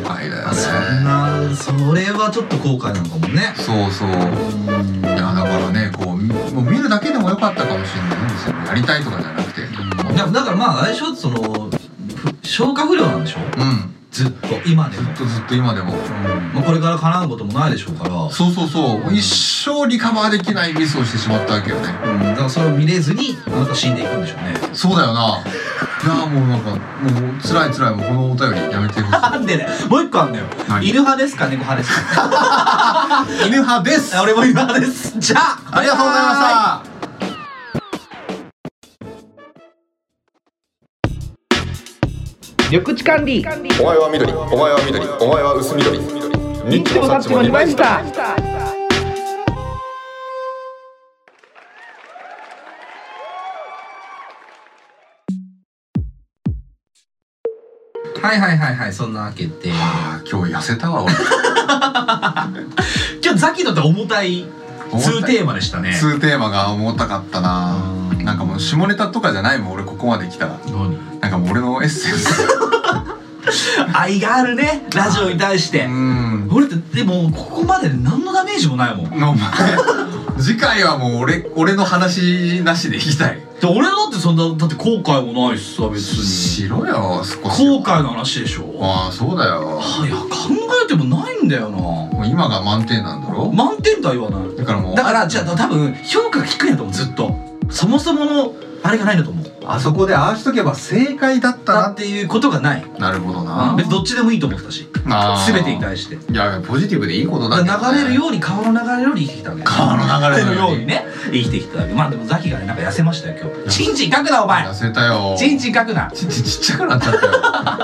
Speaker 1: 悔だよ
Speaker 2: あそん
Speaker 1: ね
Speaker 2: なそれはちょっと後悔なのかもね
Speaker 1: そうそういやだからねこうみもう見るだけでもよかったかもしれないんですよやりたいとかじゃなくて
Speaker 2: いやだからまあ相性そのふ消化不良なんでしょ
Speaker 1: うん
Speaker 2: ずっと今で
Speaker 1: ず
Speaker 2: も
Speaker 1: っ、とずっと今でも
Speaker 2: まあ、これから叶うこともないでしょうから、う
Speaker 1: そうそうそう一生リカバーできないミスをしてしまったわけよね
Speaker 2: ん、だからそれを見れずにあなた死んでいくんでしょうね
Speaker 1: そうだよないやもうなんかもう辛い辛いもうこのお便りやめてほしい
Speaker 2: なんでねもう一個あんだよ
Speaker 1: 何
Speaker 2: 犬派ですか猫派ですか
Speaker 1: 犬派です
Speaker 2: 俺も犬派ですじゃあ
Speaker 1: ありがとうございました
Speaker 5: 緑地管理
Speaker 4: お前は緑お前は緑お前は薄緑
Speaker 5: 認知も察知も2枚した
Speaker 2: はいはいはいはいそんなわけで
Speaker 1: あー今日痩せたわ 俺
Speaker 2: 今日ザキだって重たい
Speaker 1: 重たい
Speaker 2: 2テーマでしたね
Speaker 1: 2テーマが重たかったな
Speaker 2: うん
Speaker 1: なんかもう下ネタとかじゃないもん俺ここまで来たら
Speaker 2: 何
Speaker 1: なんかもう俺のエッセンス
Speaker 2: 愛があるねラジオに対して
Speaker 1: うん
Speaker 2: 俺ってでもここまでで何のダメージもないもん
Speaker 1: お前次回はもう俺俺の話なしでいきたい
Speaker 2: で俺だってそんなだって後悔もないしさ別に
Speaker 1: しろよ少し
Speaker 2: 後
Speaker 1: は
Speaker 2: 悔の話でしょ
Speaker 1: ああそうだよ
Speaker 2: あいや考えてもないんだよな
Speaker 1: もう今が満点なんだろ
Speaker 2: 満点とは言わない
Speaker 1: だからもう
Speaker 2: だからじゃあ多分評価が低いんだと思うずっとそもそものあれがないんだと思うあそこでああしとけば正解だった
Speaker 3: だ
Speaker 2: な
Speaker 3: っ
Speaker 2: って
Speaker 3: いうことがない、
Speaker 1: なるほど
Speaker 3: うん、
Speaker 1: な
Speaker 3: 別にどっちでもいいと思ってたし
Speaker 1: あー
Speaker 3: 全てに対して
Speaker 1: いやポジティブでいいことだけどね
Speaker 3: 流れるように川の流れるように生きてきたわけ
Speaker 1: 川の流れの
Speaker 3: のよ
Speaker 1: よ
Speaker 3: う
Speaker 1: う
Speaker 3: に
Speaker 1: に
Speaker 3: ね生きてきたわけまあでもザキがねなんか痩せましたよ今日チンチン書くなお前
Speaker 1: 痩せたよ
Speaker 3: チンチン書くな
Speaker 1: ちんちんちっちゃくなっちゃ ったよ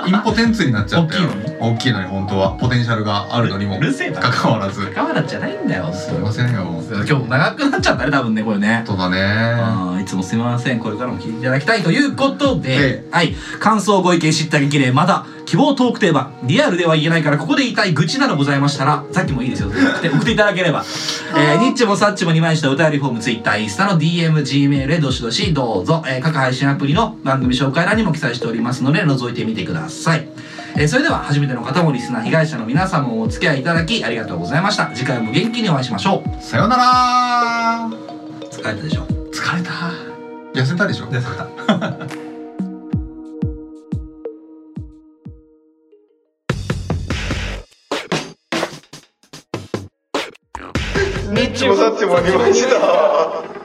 Speaker 1: インポテンツになっちゃったよ
Speaker 3: 大きいの
Speaker 1: 大きいのに本当はポテンシャルがあるのにも
Speaker 3: うるせえな
Speaker 1: かかわらず
Speaker 3: 川田じゃないんだよ
Speaker 1: すいませんよ
Speaker 3: 今日も長くなっちゃったね多分ねこれね
Speaker 1: 本当だね
Speaker 3: あーいつもすみませんこれからも聞いていただきたいということで、
Speaker 1: え
Speaker 3: はい感想ご意見知った激励また希望トークテーマリアルでは言えないからここで言いたい愚痴などございましたらさっきもいいですよ送って送っていただけれ ば、えー、ニッチもサッチも2枚したお便りフォーム Twitter インスタの DMGmail へどしどしどうぞ、えー各配信アプリの番組紹介欄にも記載しておりますので覗いてみてくださいえーそれでは初めての方もリスナー被害者の皆様もお付き合いいただきありがとうございました次回も元気にお会いしましょう
Speaker 1: さよなら
Speaker 3: 疲れたでしょ
Speaker 1: 疲れた痩せたでしょ
Speaker 2: 痩せた
Speaker 4: ニッチもサッチもありました